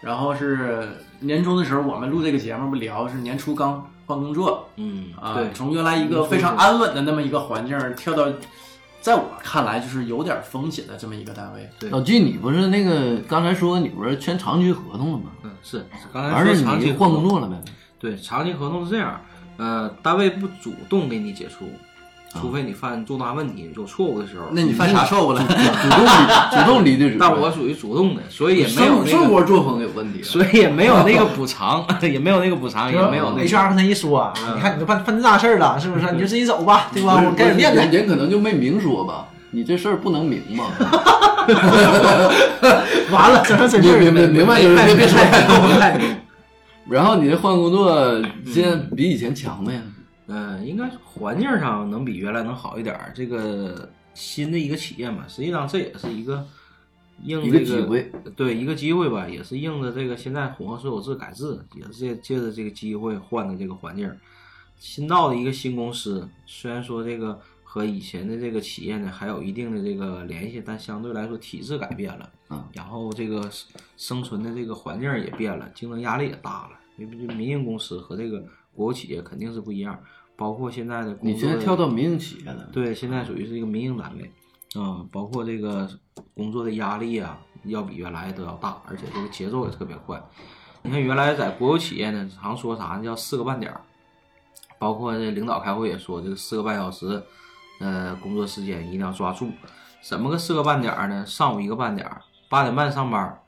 Speaker 1: 然后是年终的时候我们录这个节目不聊是年初刚换工作，
Speaker 3: 嗯
Speaker 1: 啊
Speaker 3: 对，，
Speaker 1: 从原来一个非常安稳的那么一个环境儿跳到，在我看来就是有点风险的这么一个单位。
Speaker 4: 老季，你不是那个刚才说你不是签长期合同了吗？
Speaker 3: 嗯是是刚才
Speaker 4: 完事
Speaker 3: 说
Speaker 4: 儿
Speaker 3: 长
Speaker 4: 你
Speaker 3: 期
Speaker 4: 就换
Speaker 3: 合
Speaker 4: 工
Speaker 3: 同，
Speaker 4: 作了呗？
Speaker 3: 对，长期合同是这样，呃，单位不主动给你解除，除非你犯重大问题、有错误的时候。
Speaker 1: 那你犯啥错误了？
Speaker 3: 嗯
Speaker 4: 主动离主动离 的职位，
Speaker 3: 但我属于主动的，所以也没有
Speaker 4: 生
Speaker 3: 那
Speaker 4: 生
Speaker 3: 个，
Speaker 4: 活作风有问题啊。
Speaker 3: 所以也没有那个补偿， 也没有那个补偿，也没有那个
Speaker 2: HR 跟他一说，啊
Speaker 3: 嗯
Speaker 2: 你看你都办犯这大事儿了，是不是？你就自己走吧，对吧？我
Speaker 4: 不
Speaker 2: 该
Speaker 4: 是
Speaker 2: 有面
Speaker 4: 人
Speaker 2: 子。
Speaker 4: 人可能就没明说吧，你这事儿不能明 嘛。
Speaker 2: 完了，整成这
Speaker 4: 你
Speaker 2: 事儿
Speaker 4: 明
Speaker 2: 了。
Speaker 4: 明明白就是别别说太 多。
Speaker 3: 太多。
Speaker 4: 然后你这换工作，
Speaker 2: 嗯
Speaker 4: 现在比以前强呗？
Speaker 3: 嗯，应该是环境上能比原来能好一点儿。这个新的一个企业嘛，实际上这也是一个应
Speaker 4: 一
Speaker 3: 这
Speaker 4: 个
Speaker 3: 个
Speaker 4: 机会，
Speaker 3: 对一个机会吧，也是应着这个现在混合所有制改制，也是借借着这个机会换的这个环境儿。新到的一个新公司，虽然说这个和以前的这个企业呢还有一定的这个联系，但相对来说体制改变了，
Speaker 4: 嗯，
Speaker 3: 然后这个生存的这个环境儿也变了，竞争压力也大了，因为这民营公司和这个国有企业肯定是不一样，包括现在的工
Speaker 4: 你
Speaker 3: 作
Speaker 4: 现在
Speaker 3: 的
Speaker 4: 跳到民营企业了，
Speaker 3: 对，现在属于是一个民营单位，啊、包括这个工作的压力啊，要比原来都要大，而且这个节奏也特别快。你看原来在国有企业呢，常说啥呢叫四个半点儿，包括这领导开会也说这个四个半小时，呃，工作时间一定要抓住。怎么个四个半点儿呢？上午一个半点儿，八点半上班儿，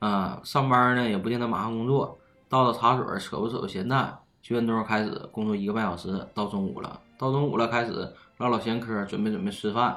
Speaker 3: 啊、上班儿呢也不见得马上工作，倒倒茶水儿，扯不扯不闲淡。九点钟开始工作一个半小时，到中午了，到中午了开始唠唠闲嗑，准备准备吃饭。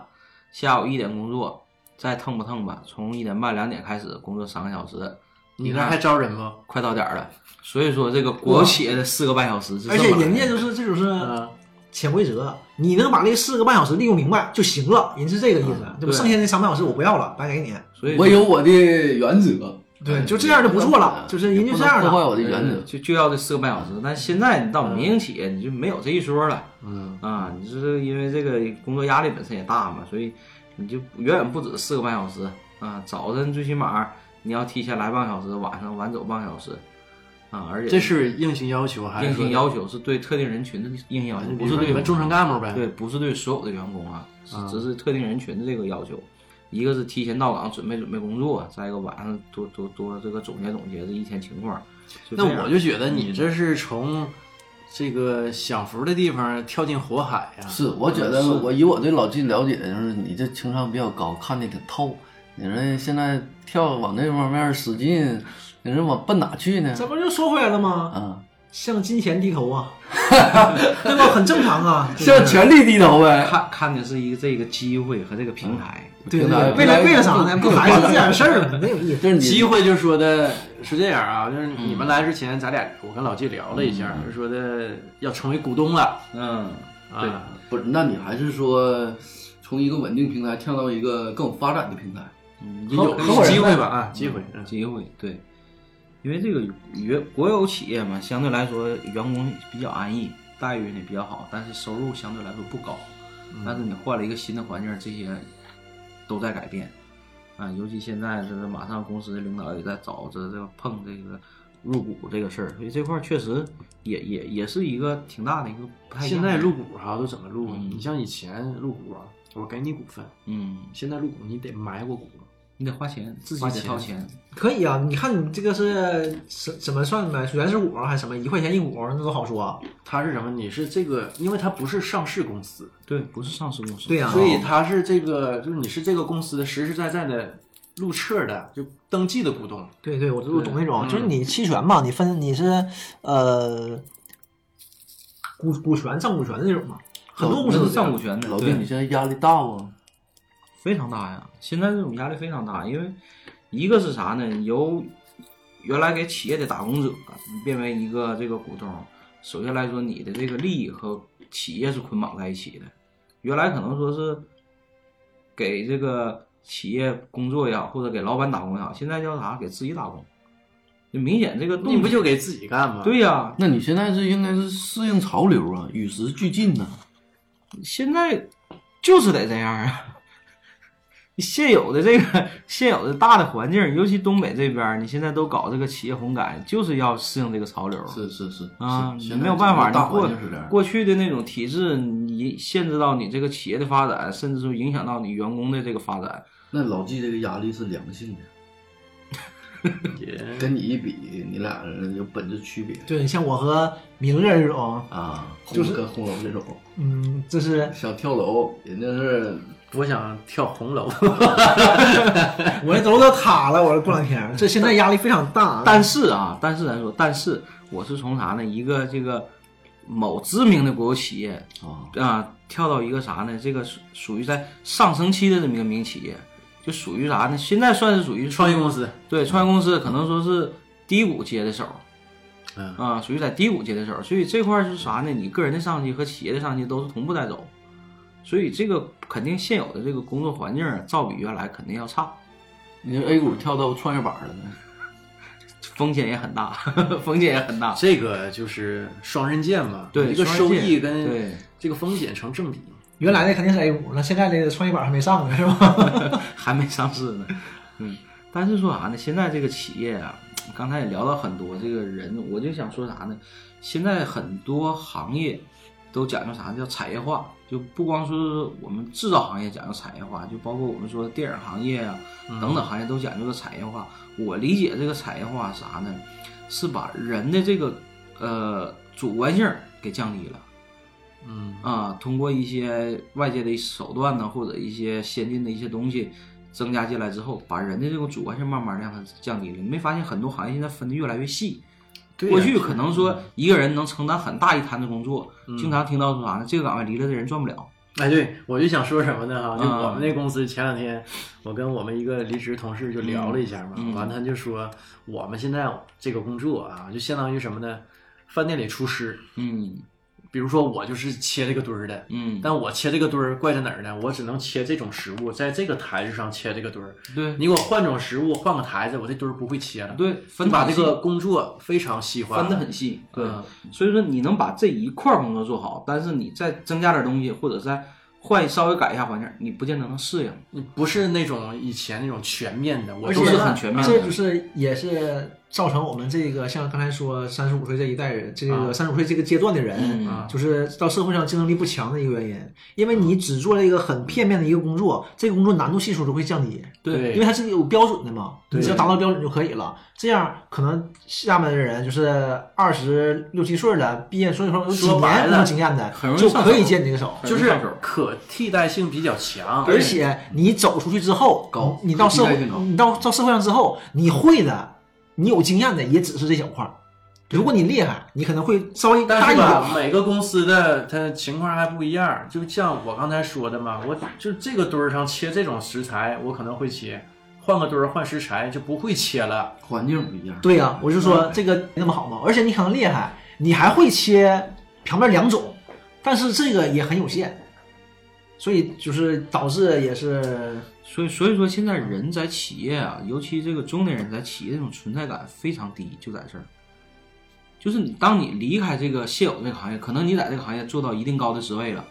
Speaker 3: 下午一点工作，再腾吧腾吧，从一点半两点开始工作三个小时，
Speaker 1: 你那还招人不？
Speaker 3: 快到点儿了。所以说这个国有企业的四个半小时是
Speaker 2: 而
Speaker 3: 这么
Speaker 2: 且
Speaker 3: 来的，
Speaker 2: 人家就是这就是
Speaker 3: 嗯
Speaker 1: 啊，
Speaker 2: 潜规则，你能把这四个半小时利用明白就行了，人是这个意思，嗯对吧？
Speaker 3: 对
Speaker 2: 剩下那三半小时我不要了，白给你。
Speaker 3: 所以
Speaker 4: 我有我的原则，哎
Speaker 2: 对，就这样就不错了，就是人就这样
Speaker 4: 不能破坏
Speaker 2: 的。
Speaker 4: 我的原则。
Speaker 3: 呃就就要这四个半小时。但现在你到民营企业，你就没有这一说了。
Speaker 1: 嗯，
Speaker 3: 啊，你就是因为这个工作压力本身也大嘛，所以你就远远不止四个半小时啊。早晨最起码你要提前来半个小时，晚上晚走半个小时啊，而且
Speaker 1: 这是硬性要求还是
Speaker 3: 硬
Speaker 1: 说
Speaker 3: 性要求，是对特定人群的硬性要求，
Speaker 1: 比
Speaker 3: 不
Speaker 1: 如
Speaker 3: 是
Speaker 1: 说
Speaker 3: 对
Speaker 1: 你们中层干部呗？
Speaker 3: 对，不是对所有的员工啊，只
Speaker 1: 啊
Speaker 3: 只是特定人群的这个要求。一个是提前到岗准备准备工作，再一个晚上多多多这个总结总结这一天情况。就
Speaker 1: 那
Speaker 3: 这样
Speaker 1: 我就觉得你这是从这个享福的地方跳进火海呀、
Speaker 4: 是，我觉得我以我对老季了解，就是你这情商比较高，看得挺透。你说现在跳往那方面使劲，你说往奔哪去呢？
Speaker 2: 这不就说回来了吗？
Speaker 4: 啊，
Speaker 2: 向金钱低头 啊，对吧？很正常啊。
Speaker 4: 向
Speaker 2: 钱。
Speaker 4: 权力低头呗。
Speaker 3: 看看的是一个这个机会和这个平台，
Speaker 2: 对
Speaker 4: 平
Speaker 2: 对
Speaker 4: 台
Speaker 2: 对，为了为了啥呢？不还是这点事儿吗？没有意
Speaker 4: 就
Speaker 2: 思。
Speaker 4: 是
Speaker 1: 机
Speaker 4: 你
Speaker 1: 会就说的是这样啊，就是
Speaker 3: 嗯
Speaker 1: 你们来之前，咱俩我跟老季聊了一下，就说的要成为股东了
Speaker 3: 嗯，对
Speaker 1: 啊。
Speaker 4: 不是，那你还是说从一个稳定平台跳到一个更有发展的平台？
Speaker 3: 嗯
Speaker 1: 也有
Speaker 2: 合伙人呗
Speaker 1: 机会吧啊，机会。嗯
Speaker 3: 机会，对，因为这个员国有企业嘛，相对来说员工比较安逸，待遇呢比较好，但是收入相对来说不高。但是你换了一个新的环境，这些都在改变啊，尤其现在就是马上公司的领导也在找这这个碰这个入股这个事儿，所以这块儿确实也也也是一个挺大的一个不太一
Speaker 1: 现
Speaker 3: 样的
Speaker 1: 在入股哈都怎么入啊？
Speaker 3: 嗯
Speaker 1: 你像以前入股啊，我给你股份，
Speaker 3: 嗯
Speaker 1: 现在入股你得买我股，
Speaker 3: 你得花钱，自己
Speaker 4: 花
Speaker 3: 得
Speaker 4: 钱
Speaker 3: 掏钱。
Speaker 2: 可以啊，你看你这个是什怎么算呗？原始股还是什么？一块钱一股那都好说。啊
Speaker 1: 它是什么？你是这个，因为它不是上市公司，
Speaker 3: 对，不是上市公司。
Speaker 2: 对呀、
Speaker 1: 所以它是这个，就是你是这个公司的实实在在的入册的，就登记的股东。
Speaker 2: 对对，我就懂那种，
Speaker 1: 嗯
Speaker 2: 就是你期权嘛，你分你是呃股股权、占股权的那种嘛，很多公司
Speaker 3: 都
Speaker 2: 都
Speaker 3: 是
Speaker 2: 这样
Speaker 3: 占嗯股权的，
Speaker 4: 老
Speaker 3: 对
Speaker 4: 弟，你现在压力大啊不？
Speaker 3: 非常大呀！现在这种压力非常大，因为一个是啥呢？由原来给企业的打工者啊你变为一个这个股东，首先来说，你的这个利益和企业是捆绑在一起的。原来可能说是给这个企业工作也好，或者给老板打工也好，现在叫啥？给自己打工，就明显这个动
Speaker 1: 你不就给自己干吗？，
Speaker 3: 对呀、
Speaker 4: 那你现在是应该是适应潮流啊，与时俱进呐、
Speaker 3: 现在就是得这样啊。 现有的这个现有的大的环境，尤其东北这边儿，你现在都搞这个企业混改，就是要适应这个潮流。
Speaker 4: 是是是
Speaker 3: 啊，
Speaker 4: 是
Speaker 3: 你
Speaker 4: 现在
Speaker 3: 没有办法，
Speaker 4: 整个大
Speaker 3: 你
Speaker 4: 环
Speaker 3: 过
Speaker 4: 境是这样。
Speaker 3: 过去的那种体制，你限制到你这个企业的发展，甚至说影响到你员工的这个发展。
Speaker 4: 那老纪这个压力是良性的，
Speaker 1: 也
Speaker 4: 跟你一比，你俩人有本质区别
Speaker 2: 对，像我和明月这种，
Speaker 4: 啊。
Speaker 2: 就
Speaker 4: 就是跟红楼这种
Speaker 2: 嗯，这是
Speaker 4: 想跳楼，人家是
Speaker 1: 我想跳红楼。
Speaker 2: 我这楼都塌了，我这过两天，这现在压力非常大。
Speaker 3: 但是啊，但是咱说，但是我是从啥呢？一个这个某知名的国有企业，
Speaker 1: 哦
Speaker 4: 啊，
Speaker 3: 啊，跳到一个啥呢？这个属属于在上升期的这么一个民营企业，就属于啥呢？现在算是属于
Speaker 1: 创业公司，
Speaker 3: 对创业公司，可能说是低谷接的手
Speaker 1: 嗯，
Speaker 3: 啊，属于在低谷接的手。所以这块儿是啥呢？你个人的上去和企业的上去都是同步在走，所以这个肯定现有的这个工作环境啊，照比原来肯定要差，
Speaker 4: 你这 A 股跳到创业板了呢，
Speaker 3: 风险也很大，风险也很大。
Speaker 1: 这个就是双刃剑嘛，
Speaker 3: 对
Speaker 1: 你这个
Speaker 3: 双
Speaker 1: 收
Speaker 3: 刃剑
Speaker 1: 益跟
Speaker 3: 对
Speaker 1: 这个风险成正比。
Speaker 2: 原来的肯定是 A 股，那现在的创业板还没上呢，是吧？
Speaker 3: 还没上市呢。嗯，但是说啥呢？现在这个企业啊，刚才也聊到很多这个人，我就想说啥呢？现在很多行业都讲究啥呢叫产业化，就不光说我们制造行业讲究产业化，就包括我们说电影行业啊等等行业都讲究个产业化。我理解这个产业化啥呢？是把人的这个呃主观性儿给降低了。
Speaker 1: 嗯，
Speaker 3: 啊，通过一些外界的手段呢，或者一些先进的一些东西增加进来之后，把人的这种主观性慢慢让它降低了。你没发现很多行业现在分的越来越细？
Speaker 1: 对呀
Speaker 3: 过去可能说一个人能承担很大一摊的工作，
Speaker 1: 嗯
Speaker 3: 经常听到说啥呢？这个岗位离了的人赚不了。
Speaker 1: 哎，对，我就想说什么呢哈，就
Speaker 3: 嗯
Speaker 1: 我们那公司前两天，我跟我们一个离职同事就聊了一下嘛，
Speaker 3: 嗯嗯
Speaker 1: 完他就说我们现在这个工作啊，就相当于什么呢？饭店里厨师，
Speaker 3: 嗯
Speaker 1: 比如说我就是切这个墩儿的，
Speaker 3: 嗯，
Speaker 1: 但我切这个墩儿怪在哪儿呢？我只能切这种食物，在这个台子上切这个墩儿。
Speaker 3: 对
Speaker 1: 你给我换种食物，换个台子，我这墩儿不会切了。，
Speaker 3: 对，分
Speaker 1: 把
Speaker 3: 得
Speaker 1: 这
Speaker 3: 细
Speaker 1: 个工作非常细化，
Speaker 3: 分得很细。对，
Speaker 1: 嗯
Speaker 3: 所以说你能把这一块儿工作做好，但是你再增加点东西，或者再换稍微改一下环境，你不见得能适应。
Speaker 1: 你不是那种以前那种全面的，我
Speaker 2: 而且
Speaker 1: 都是
Speaker 3: 很
Speaker 1: 很
Speaker 3: 全面的
Speaker 2: 这就是也是造成我们这个像刚才说三十五岁这一代人，这个
Speaker 1: 啊
Speaker 2: 三十五岁这个阶段的人，
Speaker 3: 嗯
Speaker 1: 啊
Speaker 2: 就是到社会上竞争力不强的一个原因。因为你只做了一个很片面的一个工作，这个工作难度系数就会降低，
Speaker 1: 对
Speaker 2: 因为它是有标准的嘛，你
Speaker 1: 对
Speaker 2: 只要达到标准就可以了。这样可能下面的人就是二十六七岁了，毕业所以说有几
Speaker 1: 说白
Speaker 2: 年
Speaker 1: 了
Speaker 2: 工作经验的
Speaker 3: 很，容易
Speaker 2: 就
Speaker 3: 上
Speaker 2: 可以
Speaker 3: 手
Speaker 2: 接你这个手。
Speaker 1: 就是
Speaker 3: 上手
Speaker 1: 可替代性比较强。
Speaker 2: 而且你走出去之后，
Speaker 4: 高
Speaker 1: 嗯
Speaker 2: 你到社
Speaker 4: 可
Speaker 2: 会
Speaker 4: 替代性高，
Speaker 2: 你到到社会上之后，你会的，你有经验的也只是这小块儿。如果你厉害，你可能会稍微大
Speaker 1: 但
Speaker 2: 一
Speaker 1: 是吧，
Speaker 2: 点。
Speaker 1: 每个公司的它情况还不一样。就像我刚才说的嘛，我就这个墩儿上切这种食材，我可能会切，换个墩儿换食材就不会切了。
Speaker 4: 环境不一样。
Speaker 2: 对呀、啊我就
Speaker 1: 嗯
Speaker 2: 说这个那么好嘛，而且你可能厉害，你还会切旁边两种，但是这个也很有限，所以就是导致也是
Speaker 3: 所以，所以说现在人在企业啊，尤其这个中年人在企业这种存在感非常低，就在这儿。就是你当你离开这个现有这个行业，可能你在这个行业做到一定高的职位了，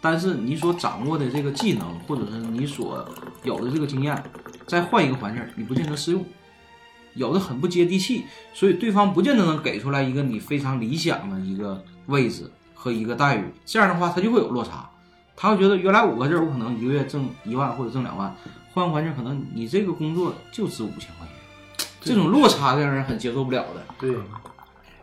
Speaker 3: 但是你所掌握的这个技能，或者是你所有的这个经验，再换一个环境，你不见得适用。有的很不接地气，所以对方不见得能给出来一个你非常理想的一个位置和一个待遇。这样的话，他就会有落差，他会觉得原来五个字儿我可能一个月挣一万或者挣两万，换个环境，可能你这个工作就值五千块钱，这种落差让人很接受不了的，
Speaker 1: 对，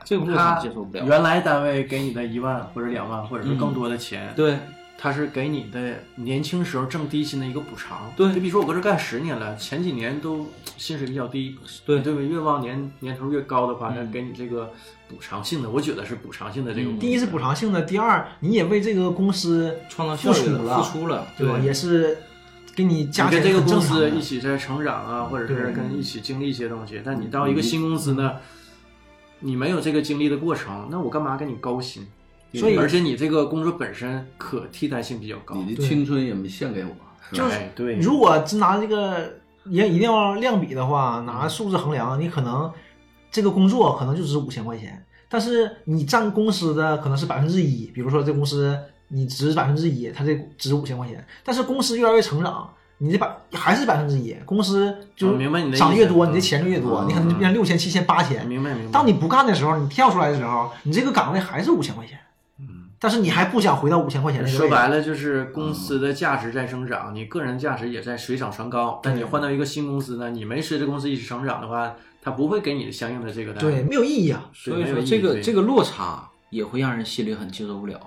Speaker 3: 这种落差
Speaker 1: 他
Speaker 3: 接受不了。
Speaker 1: 原来单位给你的一万或者两万，或者是更多的钱，
Speaker 3: 对
Speaker 1: 他是给你的年轻时候挣低薪的一个补偿。
Speaker 3: 对
Speaker 1: 你比如说我搁这干十年了，前几年都薪水比较低，
Speaker 3: 对
Speaker 1: 对吧？越往年年头越高的话，他
Speaker 3: 嗯
Speaker 1: 给你这个补偿性的，我觉得是补偿性的这个。
Speaker 3: 嗯
Speaker 2: 第一是补偿性的，第二你也为这个公司
Speaker 3: 创造效
Speaker 2: 付
Speaker 3: 率
Speaker 2: 出
Speaker 3: 了，
Speaker 2: 了，
Speaker 3: 付出了，
Speaker 2: 对吧？也是给你加
Speaker 1: 你
Speaker 2: 起
Speaker 1: 跟
Speaker 2: 来
Speaker 1: 这个
Speaker 2: 很
Speaker 1: 公
Speaker 2: 正常
Speaker 1: 司
Speaker 2: 的
Speaker 1: 一起在成长啊，或者是
Speaker 2: 对嗯
Speaker 1: 跟一起经历一些东西。但你到一个新公司呢，你没有这个经历的过程，那我干嘛给你高薪？
Speaker 2: 所以
Speaker 1: 而且你这个工作本身可替代性比较高。
Speaker 4: 你的
Speaker 2: 对
Speaker 4: 青春也没献给我，是吧
Speaker 2: 就是
Speaker 1: 哎对，
Speaker 2: 如果真拿这个也一定要量比的话，
Speaker 1: 嗯
Speaker 2: 拿数字衡量，你可能这个工作可能就值五千块钱，但是你占公司的可能是百分之一，比如说这公司你值百分之一，它这值五千块钱，但是公司越来越成长。你这百还是百分之一，公司就
Speaker 1: 我哦明白你的意思
Speaker 2: 涨得越多，
Speaker 1: 嗯
Speaker 2: 你的钱就越多，
Speaker 4: 嗯
Speaker 2: 你可能就变成六千、七千、八千。
Speaker 1: 明白明白。
Speaker 2: 当你不干的时候，你跳出来的时候，你这个岗位还是五千块钱，
Speaker 1: 嗯
Speaker 2: 但是你还不想回到五千块钱的
Speaker 1: 说白
Speaker 2: 了，
Speaker 1: 了就是公司的价值在增长，你个人价值也在水涨船高。但你换到一个新公司呢，你没随着公司一起成长的话，它不会给你相应的这个待遇。
Speaker 2: 对，没有意义啊。
Speaker 3: 所以
Speaker 1: 没有
Speaker 3: 说
Speaker 1: 意义
Speaker 3: 这个
Speaker 1: 对
Speaker 3: 这个落差也会让人心里很接受不了。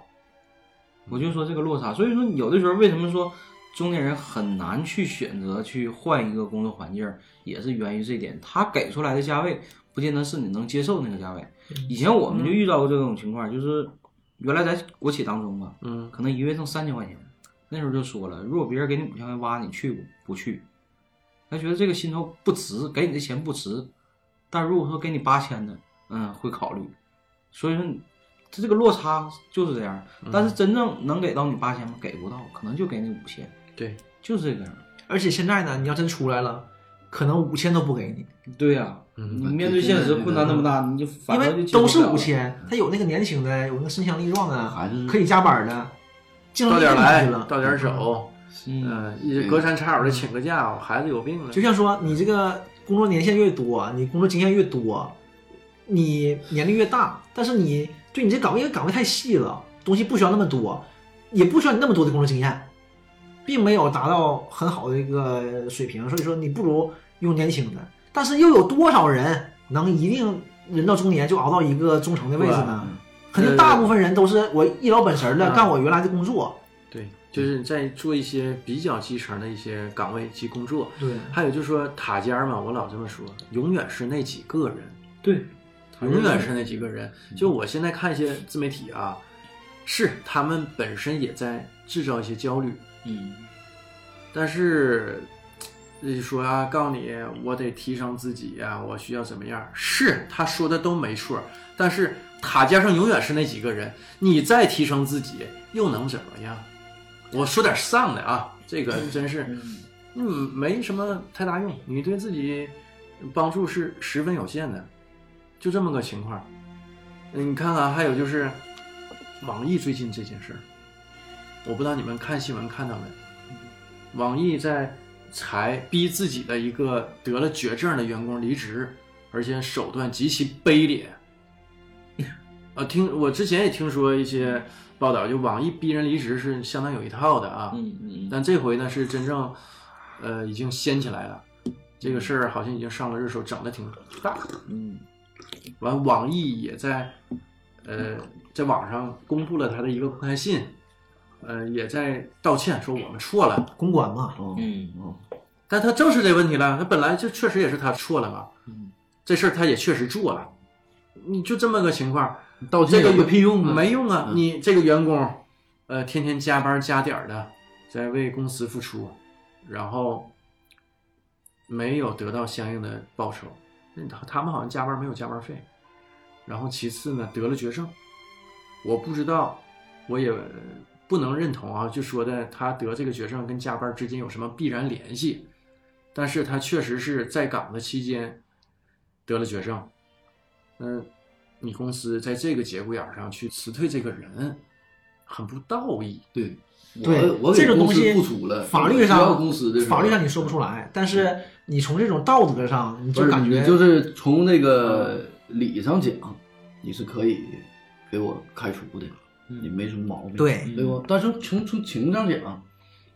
Speaker 3: 我就说这个落差，所以说有的时候为什么说中年人很难去选择去换一个工作环境，也是源于这一点，他给出来的价位不见得是你能接受那个价位。
Speaker 1: 嗯
Speaker 3: 以前我们就遇到过这种情况，就是原来在国企当中啊，
Speaker 1: 嗯，
Speaker 3: 可能一个月挣三千块钱，那时候就说了，如果别人给你五千块挖，你去不去？他觉得这个薪酬不值，给你的钱不值。但如果说给你八千的，嗯，会考虑。所以说你，他这个落差就是这样。但是真正能给到你八千吗？给不到，可能就给你五千，
Speaker 1: 对，
Speaker 3: 就是这个样。
Speaker 2: 而且现在呢，你要真出来了，可能五千都不给你，
Speaker 3: 对呀、
Speaker 1: 嗯
Speaker 3: 你面对现实困难那么大，你就反
Speaker 2: 因
Speaker 3: 而就
Speaker 2: 为
Speaker 3: 接受
Speaker 2: 都
Speaker 3: 不
Speaker 2: 是
Speaker 3: 了
Speaker 2: 五千，他有那个年轻的，有那个身强力壮
Speaker 4: 还是
Speaker 2: 的，可以加班的，竞
Speaker 1: 到
Speaker 2: 争
Speaker 1: 点
Speaker 2: 力更
Speaker 1: 来
Speaker 2: 低了，。嗯
Speaker 1: 到点走，
Speaker 3: 嗯，
Speaker 1: 嗯，一隔三差五的请个假，我孩子有病了
Speaker 2: 就。像说你这个工作年限越多，你工作经验越多，你年龄越大，但是你对你这岗位因为岗位太细了，东西不需要那么多，也不需要你那么多的工作经验，并没有达到很好的一个水平，所以说你不如用年轻的。但是又有多少人能一定人到中年就熬到一个中层的位置
Speaker 1: 对
Speaker 2: 呢
Speaker 1: 啊？
Speaker 2: 肯定大部分人都是我一老本神的
Speaker 1: 嗯
Speaker 2: 干我原来的工作，
Speaker 1: 对，就是在做一些比较基层的一些岗位及工作。
Speaker 2: 对
Speaker 1: 还有就是说塔尖儿嘛，我老这么说，永远是那几个人。
Speaker 3: 对，
Speaker 1: 永远是那嗯几个人。就我现在看一些自媒体啊，是他们本身也在制造一些焦虑，
Speaker 3: 嗯，
Speaker 1: 但是呃说啊，告诉你我得提升自己呀、我需要怎么样？是他说的都没错，但是塔尖上永远是那几个人，你再提升自己又能怎么样？我说点丧的啊，这个真是，嗯，没什么太大用，你对自己帮助是十分有限的，就这么个情况。嗯，你看看，还有就是网易最近这件事儿，我不知道你们看新闻看到没？网易在裁逼自己的一个得了绝症的员工离职，而且手段极其卑劣。 呃，听我之前也听说一些报道，就网易逼人离职是相当有一套的啊。
Speaker 3: 嗯嗯嗯，
Speaker 1: 但这回呢是真正，呃，已经掀起来了，这个事儿好像已经上了热搜，整的挺大。
Speaker 3: 嗯，
Speaker 1: 完，网易也在，呃，在网上公布了他的一个公开信，呃，也在道歉，说我们错了。
Speaker 2: 公关嘛，
Speaker 4: 哦
Speaker 3: 嗯
Speaker 4: 哦，
Speaker 1: 但他正视这问题了，他本来就确实也是他错了嘛，
Speaker 3: 嗯
Speaker 1: 这事儿他也确实做了，你就这么个情况，
Speaker 4: 道
Speaker 1: 这
Speaker 4: 歉
Speaker 1: 个
Speaker 4: 有个屁用啊！
Speaker 1: 没用啊！
Speaker 4: 嗯
Speaker 1: 你这个员工，呃，天天加班加点儿的，在为公司付出，然后没有得到相应的报酬，嗯他他们好像加班没有加班费，然后其次呢得了绝症，我不知道，我也不能认同啊，就说的他得这个绝症跟加班之间有什么必然联系，但是他确实是在岗的期间得了绝症，嗯。你公司在这个节骨眼儿上去辞退这个人，很不道义。
Speaker 4: 对，
Speaker 2: 对
Speaker 4: 我我给
Speaker 2: 这个
Speaker 4: 公
Speaker 2: 东
Speaker 4: 司
Speaker 2: 西
Speaker 4: 付出了，
Speaker 2: 法律
Speaker 4: 我需要
Speaker 2: 上
Speaker 4: 公司的时候
Speaker 2: 法律上你说不出来，但是你从这种道德上，你
Speaker 4: 不
Speaker 2: 就是感觉
Speaker 4: 你就是从那个理上讲，你是可以给我开除的，
Speaker 3: 嗯
Speaker 4: 你没什么毛病，
Speaker 2: 对
Speaker 4: 对不？但是从从情上讲，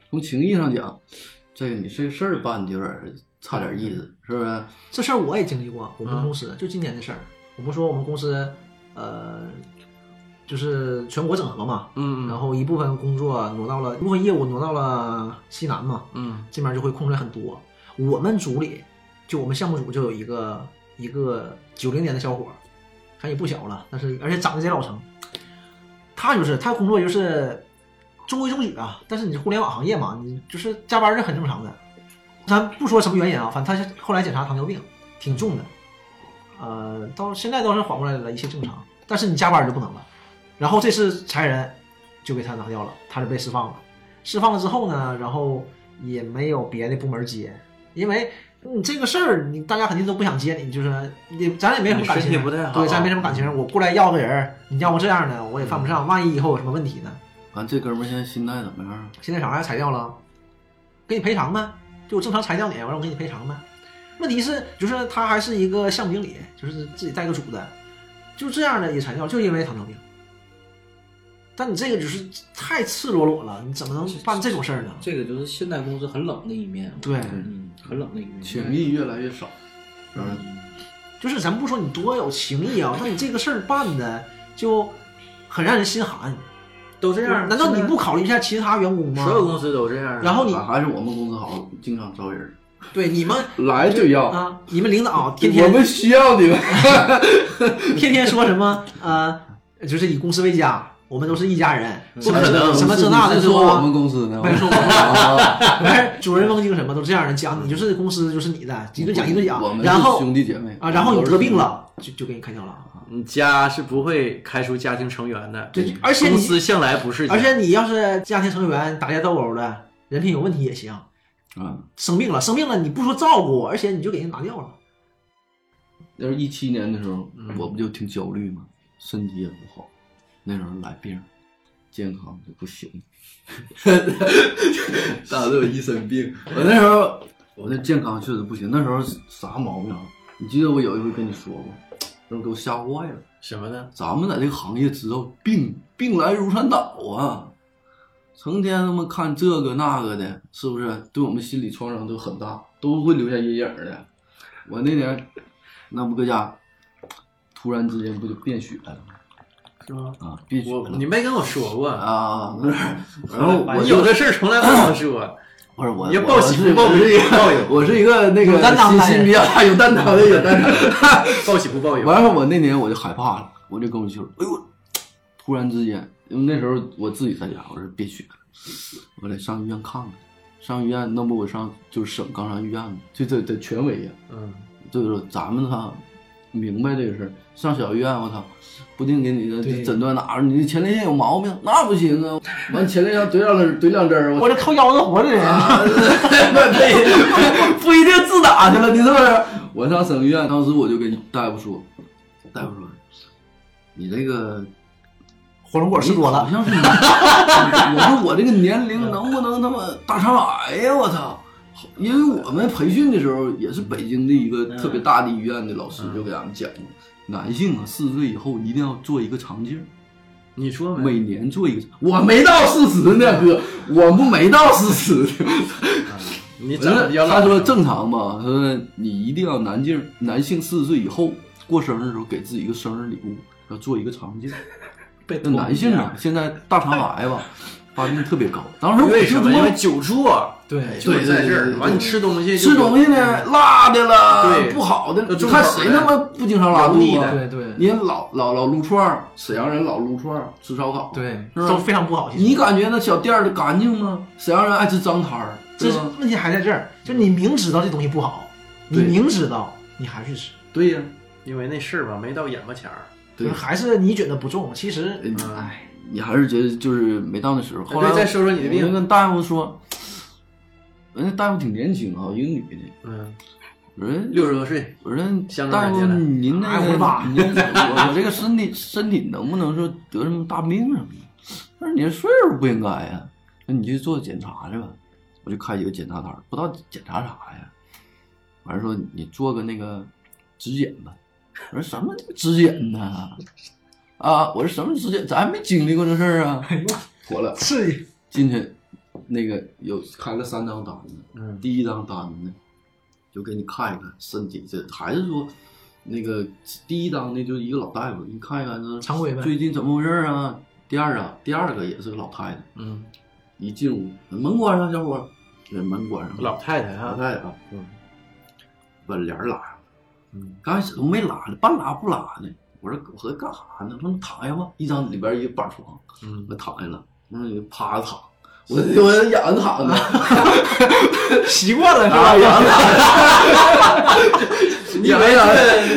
Speaker 4: 从情义上讲，这个你这事儿办的有点儿差点意思，是不是？
Speaker 2: 这事儿我也经历过，我
Speaker 4: 啊
Speaker 2: 们
Speaker 1: 嗯
Speaker 2: 公司、就今年的事儿。我们说我们公司，呃，就是全国整合嘛，
Speaker 1: 嗯
Speaker 2: 然后一部分工作挪到了，一部分业务挪到了西南嘛，
Speaker 1: 嗯
Speaker 2: 这边就会空出来很多。我们组里，就我们项目组就有一个一个九零年的小伙儿，看也不小了，但是而且长得贼老成。他就是他工作就是中规中矩啊，但是你是互联网行业嘛，你就是加班是很正常的。咱不说什么原因啊，反正他是后来检查糖尿病挺重的，呃，到现在倒是缓过来了，一切正常。但是你加班就不能了。然后这次裁人就给他拿掉了，他是被释放了。释放了之后呢，然后也没有别的部门接，因为你这个事儿，你大家肯定都不想接你，就是你咱也没什么感情，
Speaker 4: 你身体不太好
Speaker 2: 对，咱没什么感情。我过来要个人儿，你要我这样的，我也犯不
Speaker 4: 嗯
Speaker 2: 上，万一以后有什么问题呢？
Speaker 4: 完这哥们儿现在心态怎么样啊？
Speaker 2: 现在啥呀？裁掉了，给你赔偿呗，就我正常裁掉你，完了我给你赔偿呗。问题是，就是他还是一个项目经理，就是自己带个组的，就这样的也裁掉，就因为糖尿病。但你这个就是太赤裸裸了，你怎么能办这种事儿呢？
Speaker 3: 这个就是现代公司很冷的一面。
Speaker 2: 对
Speaker 3: 嗯，很冷的一面。
Speaker 4: 情谊越来越少，是不是？
Speaker 2: 就是咱不说你多有情义啊，但你这个事儿办的就很让人心寒。
Speaker 1: 都这样。
Speaker 2: 难道你
Speaker 1: 现在
Speaker 2: 不考虑一下其他员工吗？
Speaker 1: 所有公司都这样？啊
Speaker 2: 然后你
Speaker 4: 还还是我们公司好，经常招人，
Speaker 2: 对你们
Speaker 4: 来就要，
Speaker 2: 啊，你们领导天
Speaker 4: 我
Speaker 2: 天
Speaker 4: 们需要 你们。
Speaker 2: 天天说什么呃，就是以公司为家，我们都是一家人，
Speaker 4: 嗯
Speaker 2: 什么什么这那的
Speaker 4: 你是
Speaker 2: 说啊
Speaker 4: 说 我们公司呢？
Speaker 2: 没说我
Speaker 4: 啊，
Speaker 2: 哎，主人翁精神嘛，都这样的讲，你就是公司就是 你的，一顿讲一顿
Speaker 4: 我
Speaker 2: 讲，
Speaker 4: 们
Speaker 2: 然
Speaker 4: 是
Speaker 2: 后
Speaker 4: 兄弟姐妹
Speaker 2: 啊，然后你得病，了，就就给你开掉了啊，
Speaker 1: 你家是不会开除家庭成员的，
Speaker 2: 对，而且
Speaker 1: 公
Speaker 2: 你
Speaker 1: 司向来不是这
Speaker 2: 而
Speaker 1: 样。
Speaker 2: 且你要是家庭成员打架斗殴的，人品有问题也行，
Speaker 4: 嗯，
Speaker 2: 生病了生病了你不说照顾，而且你就给人拿掉了，
Speaker 4: 要是一七年的时候，
Speaker 2: 嗯
Speaker 4: 我不就挺焦虑吗？身体也不好，那时候来病，健康就不行， 大家都有一身病。我那时候我的健康确实不行，那时候啥毛病啊？你记得我有一回跟你说过，那时候给我吓坏了。
Speaker 1: 什么呢？
Speaker 4: 咱们在这个行业知道病病来如山倒啊，成天他妈看这个那个的，是不是对我们心理创伤都很大，都会留下阴影儿的。我那年那不搁家，突然之间不就变血了吗？
Speaker 2: 是吗？
Speaker 4: 啊，变血
Speaker 1: 我
Speaker 4: 了
Speaker 1: 你没跟我说过，
Speaker 4: 啊，不是，然后我就
Speaker 1: 有的事儿从来不跟我 说。啊
Speaker 4: 不是我，
Speaker 1: 你要
Speaker 4: 我
Speaker 1: 报
Speaker 4: 我
Speaker 1: 喜
Speaker 4: 是
Speaker 1: 不报
Speaker 4: 我是一
Speaker 1: 忧 报
Speaker 4: 个
Speaker 1: 忧
Speaker 4: 我是一个那个
Speaker 2: 有担当
Speaker 4: 心
Speaker 2: 的
Speaker 4: 心
Speaker 2: 人
Speaker 4: 比较啊大，有担当的，有担当。
Speaker 1: 报喜不报忧。
Speaker 4: 完了，我那年我就害怕了，我就跟我媳妇儿，哎呦，突然之间，因为那时候我自己在家，我说别去了，我得上医院看看。上医院，那不我上就是省刚上医院嘛，就得得权威呀，
Speaker 1: 嗯，
Speaker 4: 就是咱们他明白这个事儿。上小医院，我操，不定给你的
Speaker 2: 对
Speaker 4: 诊断哪儿，你前列腺有毛病，那不行啊。完前列腺怼两针，怼两针儿，我
Speaker 2: 我这靠腰子活着人，
Speaker 4: 啊对，不一定自打去了，你是不是？我上省医院，当时我就跟大夫说，大夫说，你这个
Speaker 2: 火龙果吃多了
Speaker 4: 好，像是你。我说我这个年龄能不能他妈大肠癌呀？我操！因为我们培训的时候也是北京的一个特别大的医院的老师就给俺们讲过，男性啊四十岁以后一定要做一个肠镜儿。
Speaker 1: 你说没？
Speaker 4: 每年做一个，我没到四十呢，哥，我不没到四十。
Speaker 1: 你
Speaker 4: 我觉
Speaker 1: 长得
Speaker 4: 得
Speaker 1: 比较
Speaker 4: 他
Speaker 1: 老
Speaker 4: 说正常吧，他说你一定要男性男性四十岁以后过生日的时候给自己一个生日礼物，要做一个肠镜。
Speaker 1: 被
Speaker 4: 那男性啊，现在大肠癌吧，发病特别高。当时我
Speaker 1: 因为
Speaker 4: 就
Speaker 1: 什
Speaker 4: 他
Speaker 1: 么？因
Speaker 4: 妈
Speaker 1: 为久坐
Speaker 2: 对
Speaker 3: 哎
Speaker 1: 就
Speaker 4: 对
Speaker 1: 是
Speaker 4: 对
Speaker 1: 在这
Speaker 4: 对对
Speaker 1: 儿，
Speaker 4: 对
Speaker 1: 完你吃东西就
Speaker 4: 吃东西呢，辣的了，
Speaker 1: 对
Speaker 4: 不好的了，
Speaker 1: 那
Speaker 4: 你
Speaker 1: 重
Speaker 4: 看
Speaker 1: 口
Speaker 4: 谁
Speaker 1: 的
Speaker 4: 他妈不经常拉肚
Speaker 1: 油腻
Speaker 4: 子
Speaker 1: 的
Speaker 4: 啊？
Speaker 2: 对对
Speaker 4: 你老老老撸串儿，沈阳人老撸串儿，吃烧烤。
Speaker 2: 对，
Speaker 4: 是吧
Speaker 2: 都非常不好。其实
Speaker 4: 你感觉那小店儿的干净吗？沈阳人爱吃脏摊儿，
Speaker 2: 这
Speaker 4: 对
Speaker 2: 是
Speaker 1: 啊
Speaker 4: 吧？
Speaker 2: 问题还在这儿，就你明知道这东西不好，你
Speaker 4: 对
Speaker 2: 明知道你还去吃，
Speaker 4: 对呀，
Speaker 1: 因为那事儿吧，没到眼巴前儿。
Speaker 4: 对
Speaker 2: 就是还是你觉得不重，其实
Speaker 4: 嗯
Speaker 1: 哎，
Speaker 4: 你还是觉得就是没到那时候。后来
Speaker 1: 对，再说说你的
Speaker 4: 我就
Speaker 1: 病。
Speaker 4: 跟大夫说，人家大夫挺年轻啊，一个女的。
Speaker 1: 嗯，
Speaker 4: 我说
Speaker 1: 六十多岁，
Speaker 4: 我说
Speaker 1: 香
Speaker 4: 大
Speaker 1: 港
Speaker 4: 夫，
Speaker 1: 人
Speaker 4: 您那
Speaker 2: 哎
Speaker 4: 个
Speaker 2: 我爸
Speaker 4: 您我我这个身体身体能不能说得什么大病啊什么的？他说你这岁数不应该呀，那你去做检查去吧。我就开一个检查单儿，不知道检查啥呀。完事儿说你做个那个质检吧。我说什么质检呢？啊，我说什么质检？咱还没经历过这事儿啊。妥了，
Speaker 2: 刺激。
Speaker 4: 进去那个有开了三张单子，
Speaker 1: 嗯
Speaker 4: 第一张单子呢，就给你看一看身体这，还是说那个第一张呢，就是一个老大夫，你看一看这
Speaker 2: 常规呗
Speaker 4: 最近怎么回事啊？第二啊，第二个也是个老太太，
Speaker 1: 嗯，
Speaker 4: 一进屋门关上，小伙儿，给门关上，
Speaker 1: 老太太
Speaker 4: 老
Speaker 1: 啊，
Speaker 4: 太太啊，
Speaker 1: 嗯
Speaker 4: 把帘儿拉上。
Speaker 1: 嗯
Speaker 4: 刚开始都没拉呢，半拉不拉呢。我说我合计干啥呢？他们躺下吧，一张里边一个板床，
Speaker 1: 嗯
Speaker 4: 我，躺下了，我说你趴着躺， 我我仰着躺着，
Speaker 2: 习惯了是吧？
Speaker 1: 哎
Speaker 4: 啊仰着躺着，
Speaker 1: 你以为老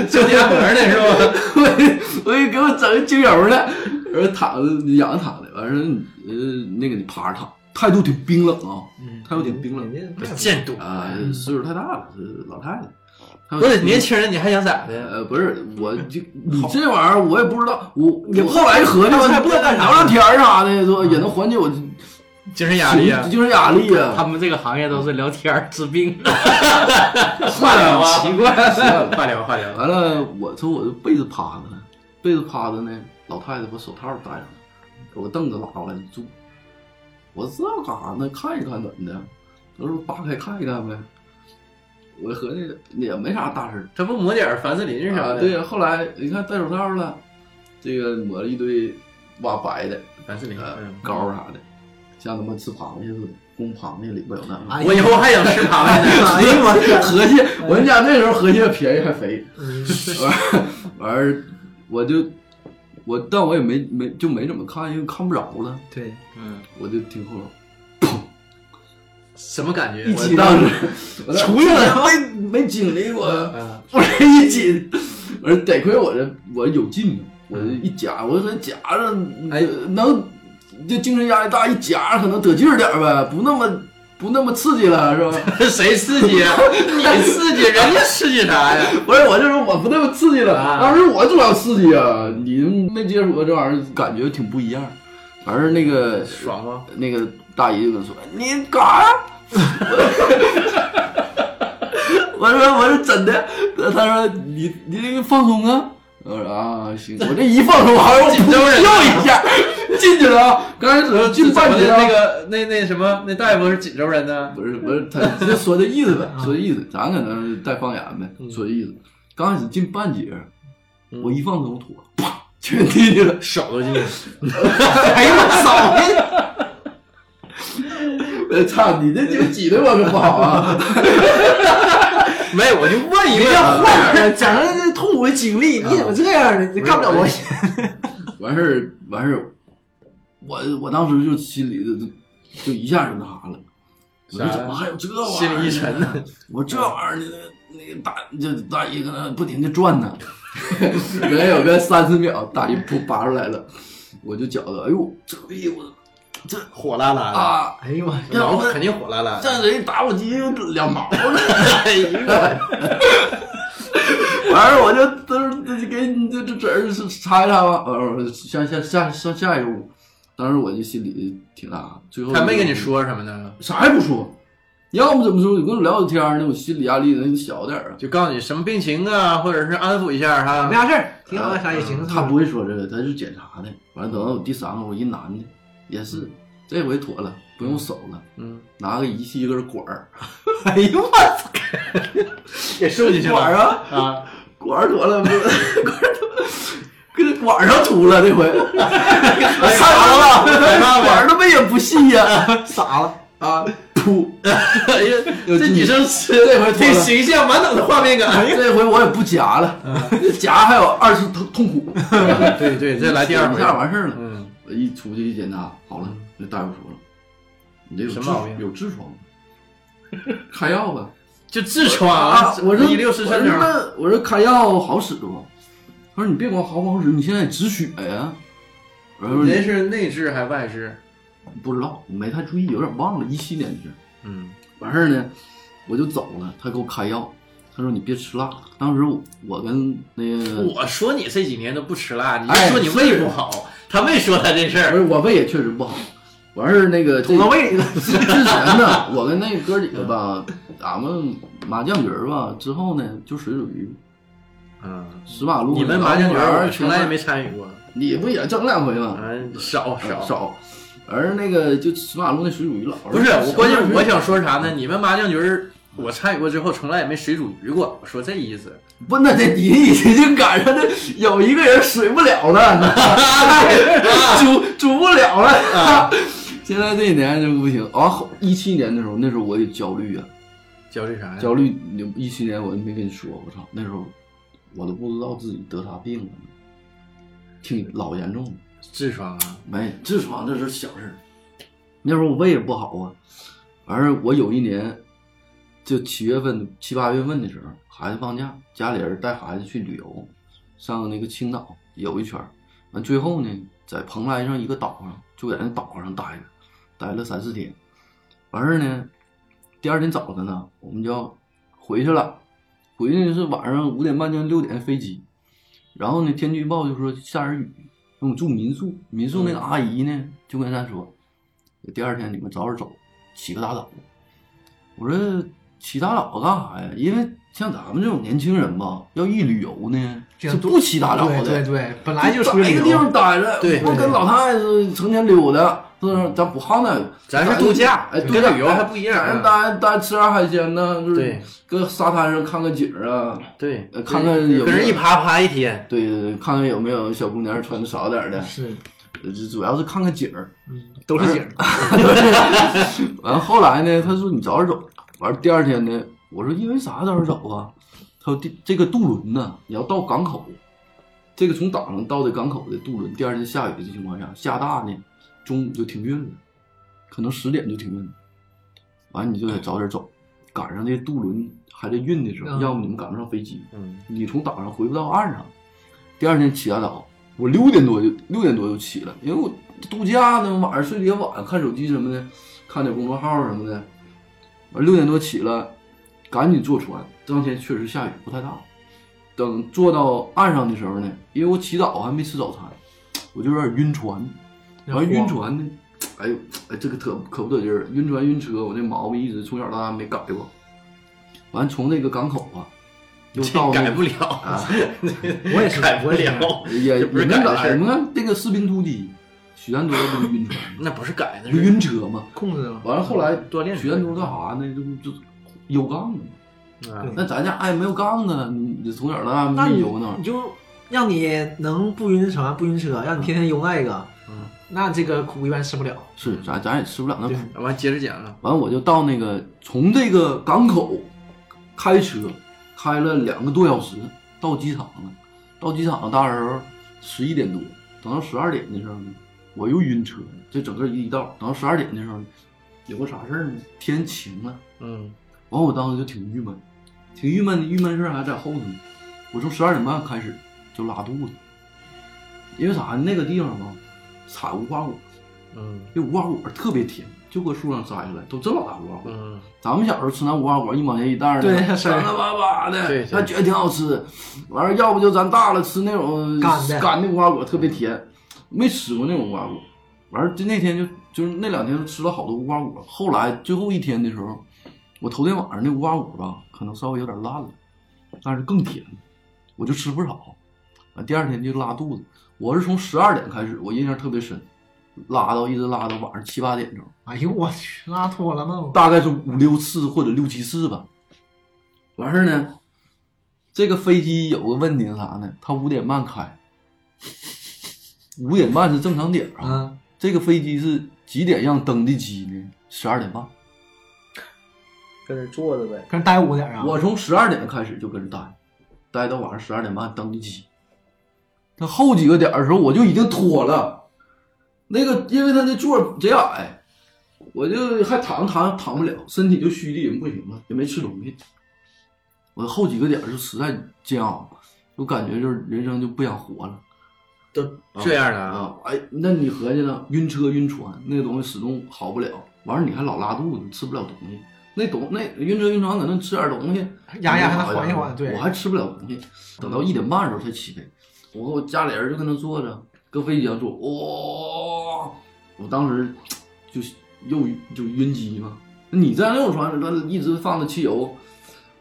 Speaker 1: 做结膜呢是吧？
Speaker 4: 我我给我整精油了，我说躺着仰着躺着，完事儿呃那个你趴着躺，态度挺冰冷啊，
Speaker 2: 嗯
Speaker 4: 态度挺冰冷
Speaker 2: 人家
Speaker 1: 见多
Speaker 4: 啊，岁数太大了，是老太太。态度
Speaker 1: 嗯不是
Speaker 4: 挺
Speaker 1: 年轻人，你还想咋的？
Speaker 4: 呃，不是，我就你这玩意儿，我也不知道，我
Speaker 1: 也不
Speaker 4: 我后来一合计，
Speaker 1: 他才不知道干啥
Speaker 4: 聊聊天儿啥的，说也能缓解我
Speaker 1: 精神压力啊
Speaker 4: 情，精神压力
Speaker 3: 他
Speaker 4: 啊。
Speaker 3: 们这个行业都是聊天儿治病，
Speaker 1: 话聊啊，
Speaker 3: 奇怪。
Speaker 1: 话聊话聊，
Speaker 4: 完了，我说我就被子趴着，被子趴着呢，老太太把手套戴上了，给我凳子拉过来你坐。我说这干啥呢？看一看怎么的？他说扒开看一看呗。我合计也没啥大事儿，
Speaker 1: 他不抹点儿凡士林啥
Speaker 4: 啊
Speaker 1: 的？
Speaker 4: 对，呀，后来你看戴手套了，这个抹了一堆哇白的。
Speaker 1: 凡士林。
Speaker 4: 呃
Speaker 1: 嗯，
Speaker 4: 膏啥的，像他妈吃螃蟹似的，公螃蟹里边有那。
Speaker 2: 哎
Speaker 1: 我以后还想吃螃蟹呢。
Speaker 2: 哎呦我 天，
Speaker 4: 河蟹，我跟你讲，那时候河蟹便宜还肥，
Speaker 2: 嗯
Speaker 4: 完 儿完儿我就我，但我也没没就没怎么看，因为看不着了，
Speaker 2: 对，
Speaker 1: 嗯，
Speaker 4: 我就听后头，
Speaker 1: 什么感觉？
Speaker 2: 一
Speaker 1: 我
Speaker 2: 激
Speaker 4: 我当时我当时
Speaker 2: 出去了
Speaker 4: 没没经历过，
Speaker 1: 嗯
Speaker 4: 我这一紧，我说得亏我这我有劲呢，我这一夹，我说夹着，哎，能这精神压力大一夹，可能得劲儿点儿呗，不那么不那么刺激了，是吧？
Speaker 1: 谁刺激啊？你刺激，人家刺激啥呀？
Speaker 4: 不是，我就说我不那么刺激了，
Speaker 1: 啊
Speaker 4: 当时我主要刺激啊，你没接触过这玩意儿，感觉挺不一样。完事儿那个
Speaker 1: 爽吗？
Speaker 4: 那个大姨就跟我说：“你干啥呀？” 我说：“我是真的。”她说：“你你这个放松啊。”我说：“啊，行。”我这一放松，好像
Speaker 1: 紧张人
Speaker 4: 跳一下进去了啊，刚开始进半截啊
Speaker 1: 那个那那什么那大夫是锦州人呢？
Speaker 4: 不是不是，他这说这意思呗，说这意思，咱可能带方言呗，说这意思。刚开始进半截儿，我一放松，我吐了，啪，全进去了。
Speaker 1: 手都进去了，
Speaker 4: 哎呀，我操！我操，你这就挤兑我可不好啊！
Speaker 1: 没有我就问一
Speaker 2: 人
Speaker 1: 问
Speaker 2: 家
Speaker 1: 啊。
Speaker 2: 坏人讲的这痛苦的经历，你怎么这样呢？你干不了我。
Speaker 4: 完事儿完事儿，我我当时就心里就就一下就那啥了，我说
Speaker 1: 啥
Speaker 4: 怎么还有这玩意儿？
Speaker 1: 心里一沉呢。
Speaker 4: 我说这玩意儿，那那个大这大姨搁那不停的 转呢，可能有个三四秒，大姨噗拔出来了，我就觉得哎呦，这个屁股
Speaker 1: 火辣辣的，
Speaker 4: 啊，
Speaker 2: 哎呦我，
Speaker 1: 毛肯定火辣辣的。
Speaker 4: 这人打火机有两毛呢。
Speaker 1: 哎呀，
Speaker 4: 完事儿我就都是给你这这这儿是擦一擦吧，呃，下下下上下一个屋。当时我就心里挺那啥，最后
Speaker 1: 他没跟你说什么呢？
Speaker 4: 啥也不说，要么怎么说？你跟我聊聊天儿呢，我心理压力能小点儿啊。
Speaker 1: 就告诉你什么病情啊，或者是安抚一下哈
Speaker 2: 没。啥事儿，挺好的，啥也行。
Speaker 4: 他不会说这个，他是检查的。完了，等到有第三个，我一男的也是，这回妥了，不用手了，
Speaker 1: 嗯，
Speaker 4: 拿个仪器一根管儿，
Speaker 2: 哎呦我操，
Speaker 1: 给竖进去
Speaker 4: 管儿
Speaker 1: 了
Speaker 4: 啊，
Speaker 1: 啊！
Speaker 4: 管儿妥了，不是 管儿妥了，给这管儿上秃了 这回，太好了，管儿他妈也不细 呀、
Speaker 2: 傻了。
Speaker 4: 啊，噗！
Speaker 1: 哎呀，这女生是
Speaker 4: 这回
Speaker 1: 挺
Speaker 4: 脱了，
Speaker 1: 形象，满脑的画面感。
Speaker 4: 这回我也不夹
Speaker 1: 嗯
Speaker 4: 了，夹还有二次痛痛苦，
Speaker 1: 对对，再 来第二
Speaker 4: 一
Speaker 1: 回。
Speaker 4: 下完事儿了。
Speaker 1: 嗯，
Speaker 4: 我一出去一检查，好了，那大夫说了，你这有
Speaker 1: 什么
Speaker 4: 痔
Speaker 1: 毛病
Speaker 4: 有痔疮，开药吧。
Speaker 1: 就痔疮
Speaker 4: 啊，我说
Speaker 1: 一六十三
Speaker 4: 我说
Speaker 1: 条，
Speaker 4: 那我说开药好使不？他说你别管好不好使，你现在止血呀。我说
Speaker 1: 您是内痔还外痔？
Speaker 4: 不知道，我没太注意，有点忘了，一七年的事儿。
Speaker 1: 嗯，
Speaker 4: 完事儿呢，我就走了，他给我开药，他说你别吃辣。当时我我跟那个
Speaker 1: 我说你这几年都不吃辣，你就
Speaker 4: 哎
Speaker 1: 说你胃不好，他没说他这事
Speaker 4: 不
Speaker 1: 儿。
Speaker 4: 是我胃也确实不好，完事儿那个这
Speaker 2: 捅到胃里了。
Speaker 4: 之之前呢，我跟那哥几个吧，咱们麻将局儿吧，之后呢就水煮鱼，
Speaker 1: 嗯，
Speaker 4: 石马路
Speaker 1: 你们麻将局
Speaker 4: 儿
Speaker 1: 儿我从来也没参与过，啊
Speaker 4: 你不也整两回吗？
Speaker 1: 哎嗯，少少
Speaker 4: 少。而那个就骑马路那水煮鱼老
Speaker 1: 不是我，关键
Speaker 4: 是
Speaker 1: 我想说啥呢？你们麻将局儿我参与过之后，从来也没水煮鱼过。我说这意思，
Speaker 4: 不，那得你已经赶上那有一个人水不了 了，煮煮不了
Speaker 1: 啊
Speaker 4: 了。 现在这一年就不行啊！后一七年的时候，那时候我也焦虑啊，
Speaker 1: 焦虑啥呀？
Speaker 4: 焦虑。一七年我就没跟你说，我操，那时候我都不知道自己得啥病了，挺老严重了。
Speaker 1: 痔疮啊，
Speaker 4: 没痔疮这是小事儿，那时候我胃也不好啊。而我有一年，就七月份、七八月份的时候，孩子放假，家里人带孩子去旅游，上那个青岛游一圈儿。完最后呢，在蓬莱上一个岛上，就在那岛上待着，待了三四天。完事儿呢，第二天早晨呢，我们就要回去了。回去是晚上五点半将近六点的飞机，然后呢，天气预报就说下着雨。那我们住民宿，民宿那个阿姨呢就跟咱说，第二天你们早点走，起个大早。我说起大早干啥呀？因为像咱们这种年轻人吧，要一旅游呢，
Speaker 2: 这
Speaker 4: 是
Speaker 2: 样多
Speaker 4: 不起大早的。
Speaker 2: 对对对，本来就出去
Speaker 4: 在一
Speaker 2: 旅
Speaker 4: 个地
Speaker 2: 游
Speaker 4: 方，待着，
Speaker 1: 对
Speaker 4: 不跟老太太成天溜达，是不是？咱不好那，
Speaker 1: 咱是度假
Speaker 4: 哎，
Speaker 1: 跟
Speaker 4: 度假
Speaker 1: 旅游还不一样啊
Speaker 4: 咱待待吃点海鲜呢，就是
Speaker 1: 对
Speaker 4: 搁沙滩上看个景儿啊，
Speaker 1: 对
Speaker 4: 呃，看看有没有
Speaker 1: 跟人一趴趴一天，
Speaker 4: 对对对，看看有没有小姑娘穿的少点儿的，
Speaker 2: 是嗯
Speaker 4: 呃主要是看看景儿。
Speaker 2: 都是景儿，
Speaker 4: 完后来呢，他说你早点走。完第二天呢，我说因为啥早点走啊？他说第这个渡轮呢，你要到港口，这个从岛上到的港口的渡轮，第二天下雨的情况下，下大呢，中午就停运了，可能十点就停运了。完你就得早点走，赶上这渡轮还在运的时候，
Speaker 2: 嗯
Speaker 4: 要么你们赶不上飞机，
Speaker 1: 嗯，
Speaker 4: 你从岛上回不到岸上。第二天起大早，我六点多就六点多就起了，因为我度假呢，晚上睡得也晚，看手机什么的，看点公众号什么的。完六点多起了，赶紧坐船。当天确实下雨不太大，等坐到岸上的时候呢，因为我起早还没吃早餐，我就有点晕船。完晕船呢，哎呦，哎这个特可不得劲儿，晕船晕车，我这毛病一直从小到大没改过。完从那个港口啊，又到
Speaker 1: 这
Speaker 4: 那
Speaker 1: 改
Speaker 4: 个
Speaker 1: 不了，
Speaker 4: 啊
Speaker 1: 我
Speaker 2: 我也是
Speaker 1: 改不
Speaker 2: 我也是
Speaker 1: 了，
Speaker 4: 也
Speaker 1: 这不是
Speaker 4: 你
Speaker 1: 改
Speaker 4: 们
Speaker 1: 的事
Speaker 4: 改？
Speaker 1: 儿
Speaker 4: 你看那个《士兵突击》，许三多不是晕船吗，
Speaker 1: 那不是改的
Speaker 4: 不
Speaker 1: 事
Speaker 4: 晕车吗？
Speaker 2: 控制嘛，
Speaker 4: 完了后来
Speaker 2: 嗯
Speaker 1: 锻炼
Speaker 4: 许三多干啥呢？这不就有杠子吗？
Speaker 1: 儿，啊
Speaker 4: 那咱家哎没有杠子，你从小到大
Speaker 2: 那
Speaker 4: 没
Speaker 2: 你
Speaker 4: 游呢
Speaker 2: 你。就让你能不晕船不晕车，让你天天游那个，
Speaker 1: 嗯，
Speaker 2: 那这个苦一般吃不了。
Speaker 4: 是，咱咱也吃不了那苦
Speaker 2: 对。
Speaker 1: 完接着讲啊，
Speaker 4: 完我就到那个从这个港口开车，开了两个多小时到机场了。到机场大时候十一点多，等到十二点的时候呢，我又晕车了。这整个一道，等到十二点的时候呢，有个啥事儿呢？天晴了。
Speaker 1: 嗯
Speaker 4: 完，我当时就挺郁闷，挺郁闷的。郁闷事儿还在后头呢。我从十二点半开始就拉肚子，因为啥？那个地方吧，采无花果，
Speaker 1: 嗯
Speaker 4: 这无花果特别甜，就搁树上摘下来，都这老大无花果。
Speaker 1: 嗯，
Speaker 4: 咱们小时候吃那无花果，一毛钱一袋儿的，
Speaker 2: 对是
Speaker 4: 香香巴巴的
Speaker 1: 对，
Speaker 4: 那觉得挺好吃。完事儿要不就咱大了吃那种
Speaker 2: 干的
Speaker 4: 干的无花果，特别甜，没吃过那种无花果。完事儿就那天就就是那两天就吃了好多无花果。后来最后一天的时候，我头天晚上那无花果吧，可能稍微有点烂了，但是更甜，我就吃不少。完第二天就拉肚子，我是从十二点开始，我印象特别深，拉到一直拉到晚上七八点钟。
Speaker 2: 哎呦我去，拉脱了吗？
Speaker 4: 大概是五六次或者六七次吧。完事儿呢，这个飞机有个问题是啥呢？它五点半开，五点半是正常点儿啊。
Speaker 2: 嗯，
Speaker 4: 这个飞机是几点让登的机呢？十二点半。
Speaker 1: 跟那坐着呗，
Speaker 2: 跟人待五点啊。
Speaker 4: 我从十二点开始就跟着待，待到晚上十二点半登的机。他后几个点儿的时候，我就已经脱了。那个，因为他那座儿贼矮，我就还躺躺躺不了，身体就虚的已经不行了，也没吃东西。我后几个点儿就实在煎熬，我感觉就是人生就不想活了
Speaker 1: 都这样的啊，
Speaker 4: 啊！哎，那你合计呢？晕车晕船那个东西始终好不了，完事儿你还老拉肚子，吃不了东西。那东那晕车晕船可能吃点东西，
Speaker 2: 哎压压还能缓一缓，对
Speaker 4: 我，还吃不了东西，等到一点半的时候才起飞。我和我家里人就跟那坐着，搁飞机上坐，哇、我当时就又就晕机嘛。你在那种船上，一直放着汽油，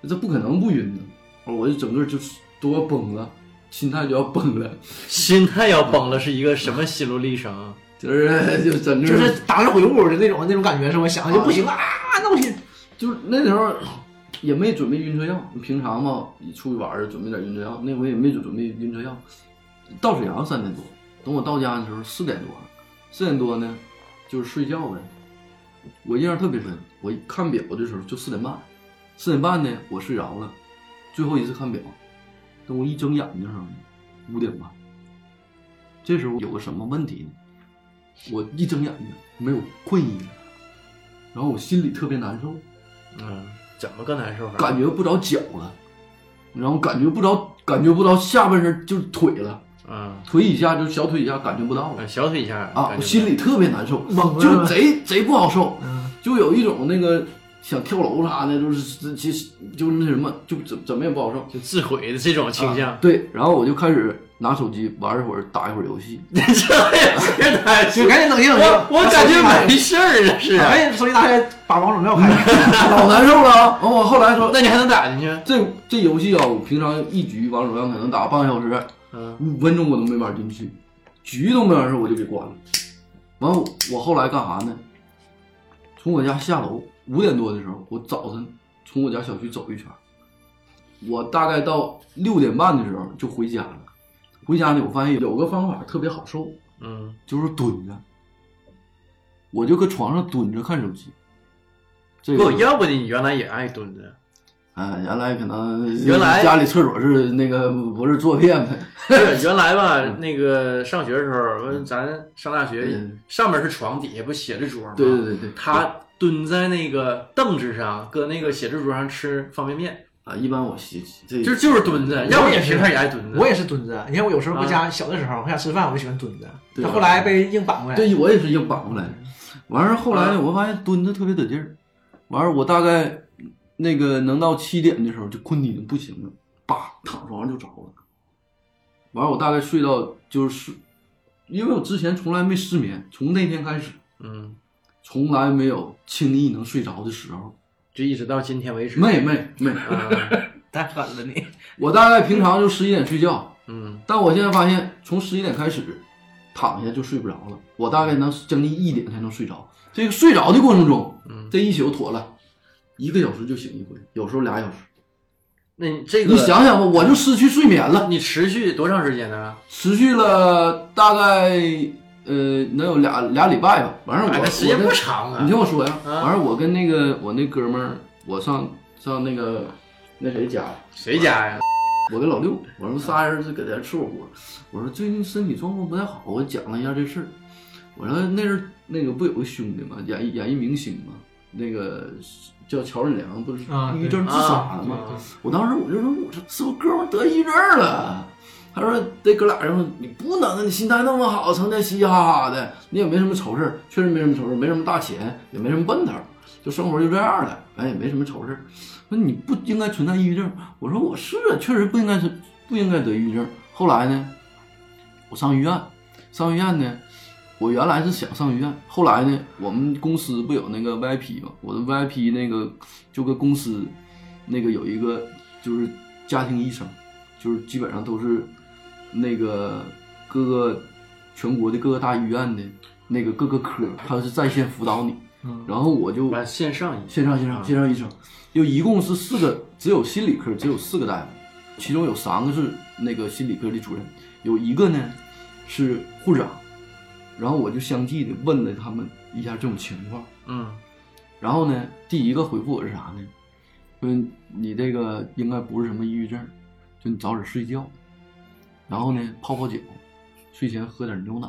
Speaker 4: 这不可能不晕的。我就整个就是都要崩了，心态就要崩了。
Speaker 1: 心态要崩了，是一个什么心路历程？
Speaker 4: 就是就整个
Speaker 2: 就是打着回物的那种那种感觉，是我想的就不行啊，那不行，
Speaker 4: 就是那时候也没准备晕车药，平常嘛出去玩儿准备点晕车药，那回也没准备晕车药。到沈阳三点多，等我到家的时候四点多了，四点多呢就是睡觉呗。我印象特别深，我一看表的时候就四点半，四点半呢我睡着了，最后一次看表，等我一睁眼睛的时候呢五点半。这时候有个什么问题呢？我一睁眼睛没有困意了，然后我心里特别难受，
Speaker 1: 嗯，怎么个难受法？
Speaker 4: 感觉不着脚了，然后感觉不着，感觉不着下半身就是腿了，
Speaker 1: 嗯，
Speaker 4: 腿以下就是小腿以下感觉不到了
Speaker 1: 嗯小腿一下
Speaker 4: 啊，我心里特别难受，
Speaker 2: 猛了
Speaker 4: 就贼贼不好受，
Speaker 2: 嗯，
Speaker 4: 就有一种那个想跳楼啥的，就是其实就是那什么，就怎怎么也不好受。啊
Speaker 1: 就自毁的这种倾向，
Speaker 4: 对，然后我就开始拿手机玩一会儿，打一会儿游戏，
Speaker 1: 这也太
Speaker 2: 就赶紧冷静冷静。
Speaker 1: 我感觉没事儿了，是。啊
Speaker 2: 赶紧手机拿开，把王者荣耀开开。
Speaker 4: 老难受了啊。然后我后来说，
Speaker 1: 那你还能打进去？
Speaker 4: 这这游戏啊，我平常一局王者荣耀可能打半个小时，
Speaker 1: 嗯，
Speaker 4: 五分钟我都没玩进去，局都没玩上，我就给关了。完后我后来干啥呢？从我家下楼五点多的时候，我早晨从我家小区走一圈，我大概到六点半的时候就回家了。回家呢，我发现有个方法特别好受，
Speaker 1: 嗯，
Speaker 4: 就是蹲着，我就搁床上蹲着看手机。这个
Speaker 1: 不，要不你原来也爱蹲着，
Speaker 4: 啊，原来可能
Speaker 1: 原来啊
Speaker 4: 家里厕所是那个不是坐便呗，
Speaker 1: 对原来吧，那个上学的时候，我咱上大学
Speaker 4: 嗯
Speaker 1: 上面是床，底下不写字桌吗？
Speaker 4: 对对对对
Speaker 1: 他蹲在那个凳子上，搁那个写字桌上吃方便面，
Speaker 4: 啊，一般我洗这
Speaker 1: 就就是蹲着，要不你平常也爱
Speaker 4: 嗯
Speaker 1: 蹲着。
Speaker 2: 我也是蹲着，你看我有时候回家小的时候回家吃饭，我就喜欢蹲着，
Speaker 4: 啊对啊
Speaker 2: 但后来被硬绑回来。
Speaker 4: 对我也是硬绑过来的。完事儿后来呢，我发现蹲着特别得劲儿。完事儿我大概那个能到七点的时候就困得已经不行了，叭躺床上就着了。完事儿我大概睡到就是，因为我之前从来没失眠，从那天开始
Speaker 1: 嗯，
Speaker 4: 从来没有轻易能睡着的时候。
Speaker 1: 就一直到今天为止。
Speaker 4: 没没没，
Speaker 1: 啊，
Speaker 3: 太狠了你！
Speaker 4: 我大概平常就十一点睡觉。
Speaker 1: 嗯
Speaker 4: 但我现在发现，从十一点开始，躺下就睡不着了。我大概能将近一点才能睡着。这个睡着的过程中，
Speaker 1: 嗯，
Speaker 4: 这一宿妥了，一个小时就醒一回，有时候俩小时。
Speaker 1: 那你这个
Speaker 4: 你想想吧，我就失去睡眠了，
Speaker 1: 你持续多长时间呢？
Speaker 4: 持续了大概呃能有俩俩礼拜吧。完事儿
Speaker 1: 哎
Speaker 4: 我
Speaker 1: 那时间
Speaker 4: 我跟
Speaker 1: 不长啊
Speaker 4: 你听我说呀，
Speaker 1: 啊
Speaker 4: 完事儿我跟那个我那哥们儿，我上上那个那谁家
Speaker 1: 谁家呀？
Speaker 4: 我跟老六，我说仨人就搁家吃火锅。我说最近身体状况不太好，我讲了一下这事儿。我说那阵儿那个不有个兄弟嘛，演一演一明星嘛，那个叫乔任梁，不是
Speaker 2: 啊
Speaker 4: 抑郁症自杀了
Speaker 1: 啊
Speaker 4: 嘛？我当时我就说，我说是不是哥们儿得抑郁症了？他说这哥俩人说你不能啊，你心态那么好，成天嘻嘻哈哈的，你也没什么愁事儿，确实没什么愁事儿，没什么大钱，也没什么奔头，就生活就这样了，哎，也没什么愁事儿。说你不应该存在抑郁症。我说我是啊，确实不应该是不应该得抑郁症。后来呢，我上医院，上医院呢，我原来是想上医院，后来呢，我们公司不有那个 VIP 吗？我的 VIP 那个就跟公司那个有一个就是家庭医生，就是基本上都是那个各个全国的各个大医院的那个各个科，他是在线辅导你。
Speaker 2: 嗯
Speaker 4: 然后我就
Speaker 1: 完线上一
Speaker 4: 线上线上线上医生，就一共是四个，只有心理科只有四个大夫，其中有三个是那个心理科的主任，有一个呢是护士长，然后我就相继的问了他们一下这种情况，
Speaker 1: 嗯
Speaker 4: 然后呢，第一个回复我是啥呢？问你这个应该不是什么抑郁症，就你早点睡觉，然后呢泡泡脚，睡前喝点牛奶，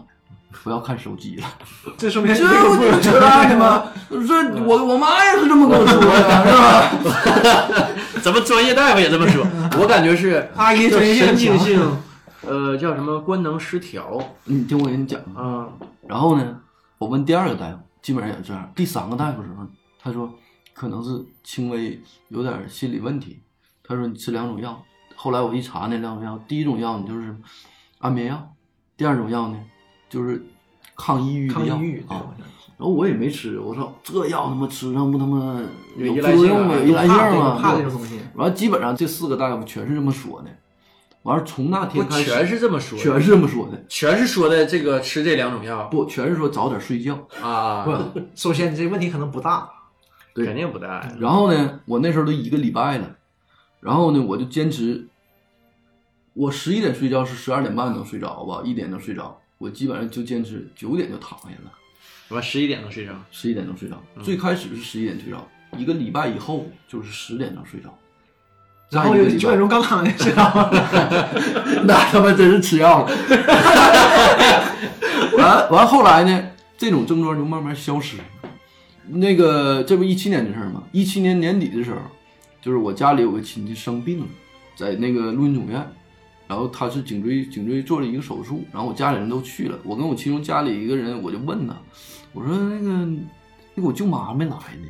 Speaker 4: 不要看手机了。
Speaker 2: 这说 明
Speaker 4: 这不啊就扯淡的吗？这我我妈也是这么跟我说 的，是吧？
Speaker 1: 咱们专业大夫也这么说，我感觉是
Speaker 2: 阿 姨
Speaker 1: 叫
Speaker 2: 专业性
Speaker 1: 神
Speaker 2: 很
Speaker 1: 经
Speaker 2: 强
Speaker 1: 性，呃，叫什么官能失调
Speaker 4: 你听我给你讲啊。
Speaker 1: 啊？
Speaker 4: 然后呢，我问第二个大夫，基本上也这样。第三个大夫的时候，他说可能是轻微有点心理问题。他说你吃两种药。后来我一查那两种药，第一种药你就是安眠药，第二种药呢就是抗抑郁的
Speaker 2: 抗
Speaker 4: 药
Speaker 2: 抑郁
Speaker 4: 啊。然后我也没吃，我操，这药他妈吃上不他妈
Speaker 1: 有依
Speaker 4: 有
Speaker 1: 赖
Speaker 4: 副作
Speaker 1: 性
Speaker 4: 用
Speaker 1: 啊
Speaker 4: 啊，有
Speaker 1: 有
Speaker 4: 依赖性
Speaker 2: 怕这
Speaker 4: 啊，
Speaker 2: 个怕这种东西。
Speaker 4: 完，基本上这四个大夫全是这么说的。完了从那
Speaker 1: 不
Speaker 4: 天开始
Speaker 1: 全是这么说的，
Speaker 4: 全是这么说的，
Speaker 1: 全是说的这个吃这两种药
Speaker 4: 不全是说早点睡觉。
Speaker 1: 啊，
Speaker 4: 不，
Speaker 2: 首先你这问题可能不大，
Speaker 4: 对
Speaker 1: 肯定不大。
Speaker 4: 然后呢，我那时候都一个礼拜了，然后呢，我就坚持，我十一点睡觉是十二点半能睡着吧，一点能睡着，我基本上就坚持九点就躺下了，
Speaker 1: 我十一点能睡着，
Speaker 4: 十一点能睡着。
Speaker 1: 嗯
Speaker 4: 最开始是十一点睡着，一个礼拜以后就是十点能睡着，
Speaker 2: 然后
Speaker 4: 那一
Speaker 2: 哦有
Speaker 4: 个
Speaker 2: 几
Speaker 4: 礼拜
Speaker 2: 分钟刚躺下去 了，
Speaker 4: 那他妈真是吃药了。完完后来呢，这种症状就慢慢消失了。那个，这不一七年的事儿吗？一七年年底的时候，就是我家里有个亲戚生病了，在那个陆军总院，然后他是颈椎颈椎做了一个手术，然后我家里人都去了，我跟我其中家里一个人，我就问他，我说那个那个我舅妈没来呢，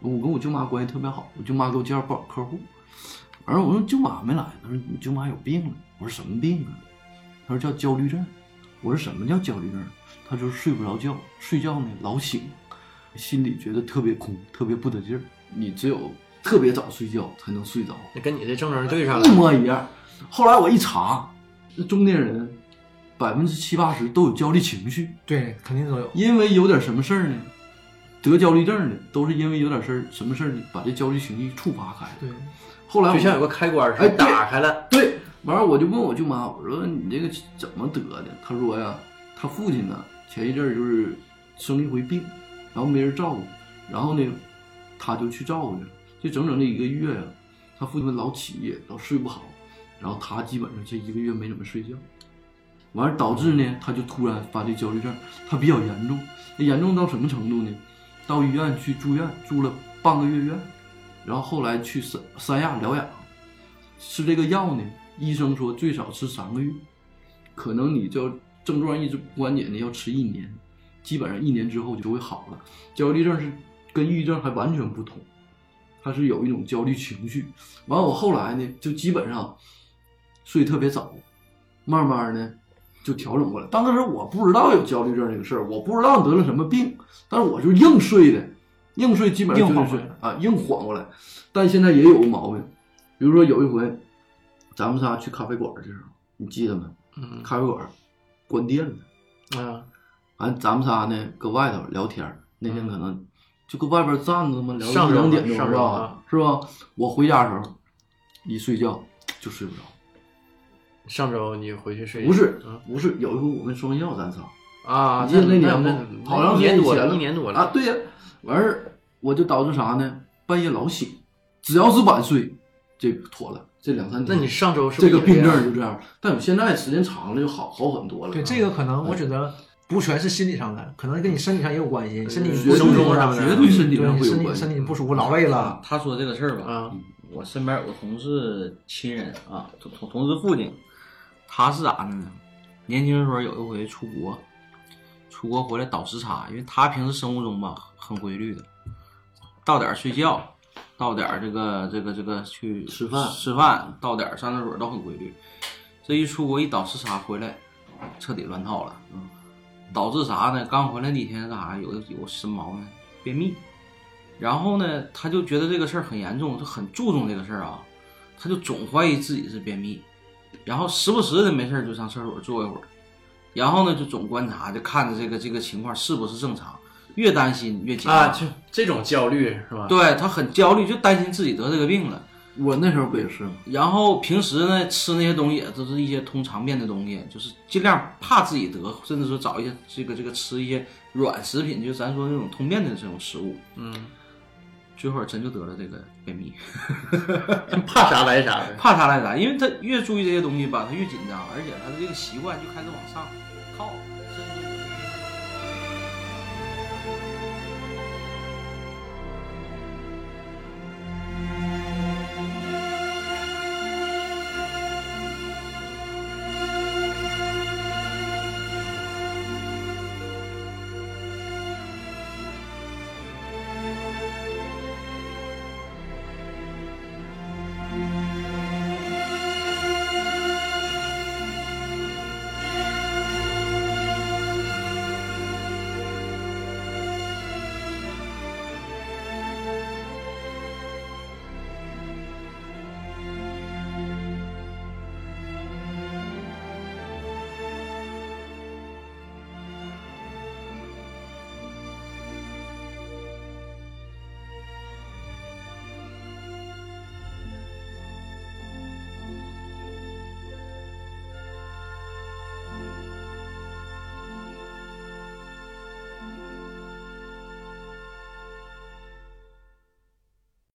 Speaker 4: 我跟我舅妈关系特别好，我舅妈给我介绍不少客户，完了我说舅妈没来，他说你舅妈有病了，我说什么病啊？他说叫焦虑症，我说什么叫焦虑症？他就是睡不着觉，睡觉呢老醒，心里觉得特别空，特别不得劲儿。你只有特别早睡觉才能睡着，
Speaker 1: 那跟你这症状对上
Speaker 4: 一
Speaker 1: 了。
Speaker 4: 模一样。后来我一查，中年人百分之七八十都有焦虑情绪，
Speaker 2: 对，肯定都有。
Speaker 4: 因为有点什么事儿呢，得焦虑症的都是因为有点事儿，什么事儿呢，把这焦虑情绪触发开了。
Speaker 2: 对，
Speaker 4: 后来我
Speaker 1: 就像有个开关似
Speaker 4: 哎
Speaker 1: 的，
Speaker 4: 对
Speaker 1: 打开了，
Speaker 4: 对，完了我就问我舅妈，我说你这个怎么得的？她说呀，她父亲呢前一阵儿就是生一回病，然后没人照顾，然后呢，她就去照顾去了，这整整这一个月呀、她父亲老起夜，老睡不好，然后她基本上这一个月没怎么睡觉，完了导致呢，她就突然发这焦虑症，她比较严重，那严重到什么程度呢？到医院去住院，住了半个月院，然后后来去三三亚疗养，吃这个药呢，医生说最少吃三个月，可能你就症状一直不缓解呢，要吃一年，基本上一年之后就会好了。焦虑症是跟抑郁症还完全不同，它是有一种焦虑情绪。完，我后来呢，就基本上睡特别早，慢慢呢就调整过来。当时我不知道有焦虑症这个事儿，我不知道得了什么病，但是我就硬睡的，硬睡基本上
Speaker 2: 硬
Speaker 4: 就
Speaker 2: 晃
Speaker 4: 是
Speaker 2: 过来
Speaker 4: 啊，硬晃过来。但现在也有个毛病，比如说有一回，咱们仨去咖啡馆的时候，你记得吗？
Speaker 1: 嗯
Speaker 4: 咖啡馆关店了。嗯
Speaker 1: 啊，
Speaker 4: 完，咱们仨呢搁外头聊天儿，那天可能就搁外边站着他妈聊
Speaker 1: 嗯上
Speaker 4: 一
Speaker 1: 热
Speaker 4: 两
Speaker 1: 了
Speaker 4: 点钟
Speaker 1: 上啊
Speaker 4: 是
Speaker 1: 热了
Speaker 4: 吧？是吧？我回家的时候一睡觉就睡不着，
Speaker 1: 上周你回去睡
Speaker 4: 不是
Speaker 1: 嗯
Speaker 4: 不是，有一回我们双校咱仨
Speaker 1: 啊，
Speaker 4: 你记得
Speaker 1: 那
Speaker 4: 那年
Speaker 1: 那
Speaker 4: 不
Speaker 1: 那
Speaker 4: 好
Speaker 1: 一
Speaker 4: 长时
Speaker 1: 年
Speaker 4: 间以
Speaker 1: 多
Speaker 4: 前
Speaker 1: 了，
Speaker 4: 了
Speaker 1: 一年多了
Speaker 4: 啊，，对呀，完事儿我就导致啥呢？半夜老醒，只要是晚睡，这妥了，这两三
Speaker 1: 那
Speaker 4: 天。
Speaker 1: 你上周是不
Speaker 4: 这
Speaker 1: 是
Speaker 4: 个
Speaker 1: 也
Speaker 4: 病
Speaker 1: 样
Speaker 4: 症就这样，但我现在时间长了就好好很多了。啊
Speaker 2: 对，这个可能我觉得不全是心理上的，可能跟你身体上也有关系，身体不
Speaker 4: 绝
Speaker 2: 舒
Speaker 4: 对
Speaker 1: 生
Speaker 2: 服
Speaker 1: 中
Speaker 2: 了
Speaker 1: 上，
Speaker 4: 绝对身体
Speaker 2: 对，
Speaker 4: 上会有
Speaker 2: 身体
Speaker 4: 关系。
Speaker 2: 身体不舒服，劳累了，
Speaker 3: 他说这个事儿吧，
Speaker 2: 嗯
Speaker 1: 啊
Speaker 3: 我身边有个同事亲人啊，同同同事父亲，他是咋的呢？年轻的时候有一回出国，出国回来倒时差，因为他平时生物钟吧很规律的，到点儿睡觉，到点儿这个这个这个去
Speaker 4: 吃饭
Speaker 3: 吃饭，到点儿上厕所都很规律。这一出国一倒时差回来，彻底乱套了。嗯，导致啥呢？刚回来那天啥有有什么毛病？便秘。然后呢，他就觉得这个事儿很严重，就很注重这个事儿啊，他就总怀疑自己是便秘，然后时不时的没事儿就上厕所坐一会儿，然后呢就总观察，就看着这个这个情况是不是正常，越担心越紧张。
Speaker 1: 啊，就这种焦虑是吧？
Speaker 3: 对他很焦虑，就担心自己得这个病了。
Speaker 4: 我那时候不也是吗？
Speaker 3: 然后平时呢吃那些东西也都是一些通常见的东西，就是尽量怕自己得，甚至说找一些这个这个吃一些软食品，就咱说那种通便的这种食物。
Speaker 1: 嗯，
Speaker 3: 最后真就得了这个便秘，
Speaker 1: 怕啥来啥 呗。
Speaker 3: 怕啥来啥，因为他越注意这些东西吧，他越紧张，而且他的这个习惯就开始往上靠，甚至。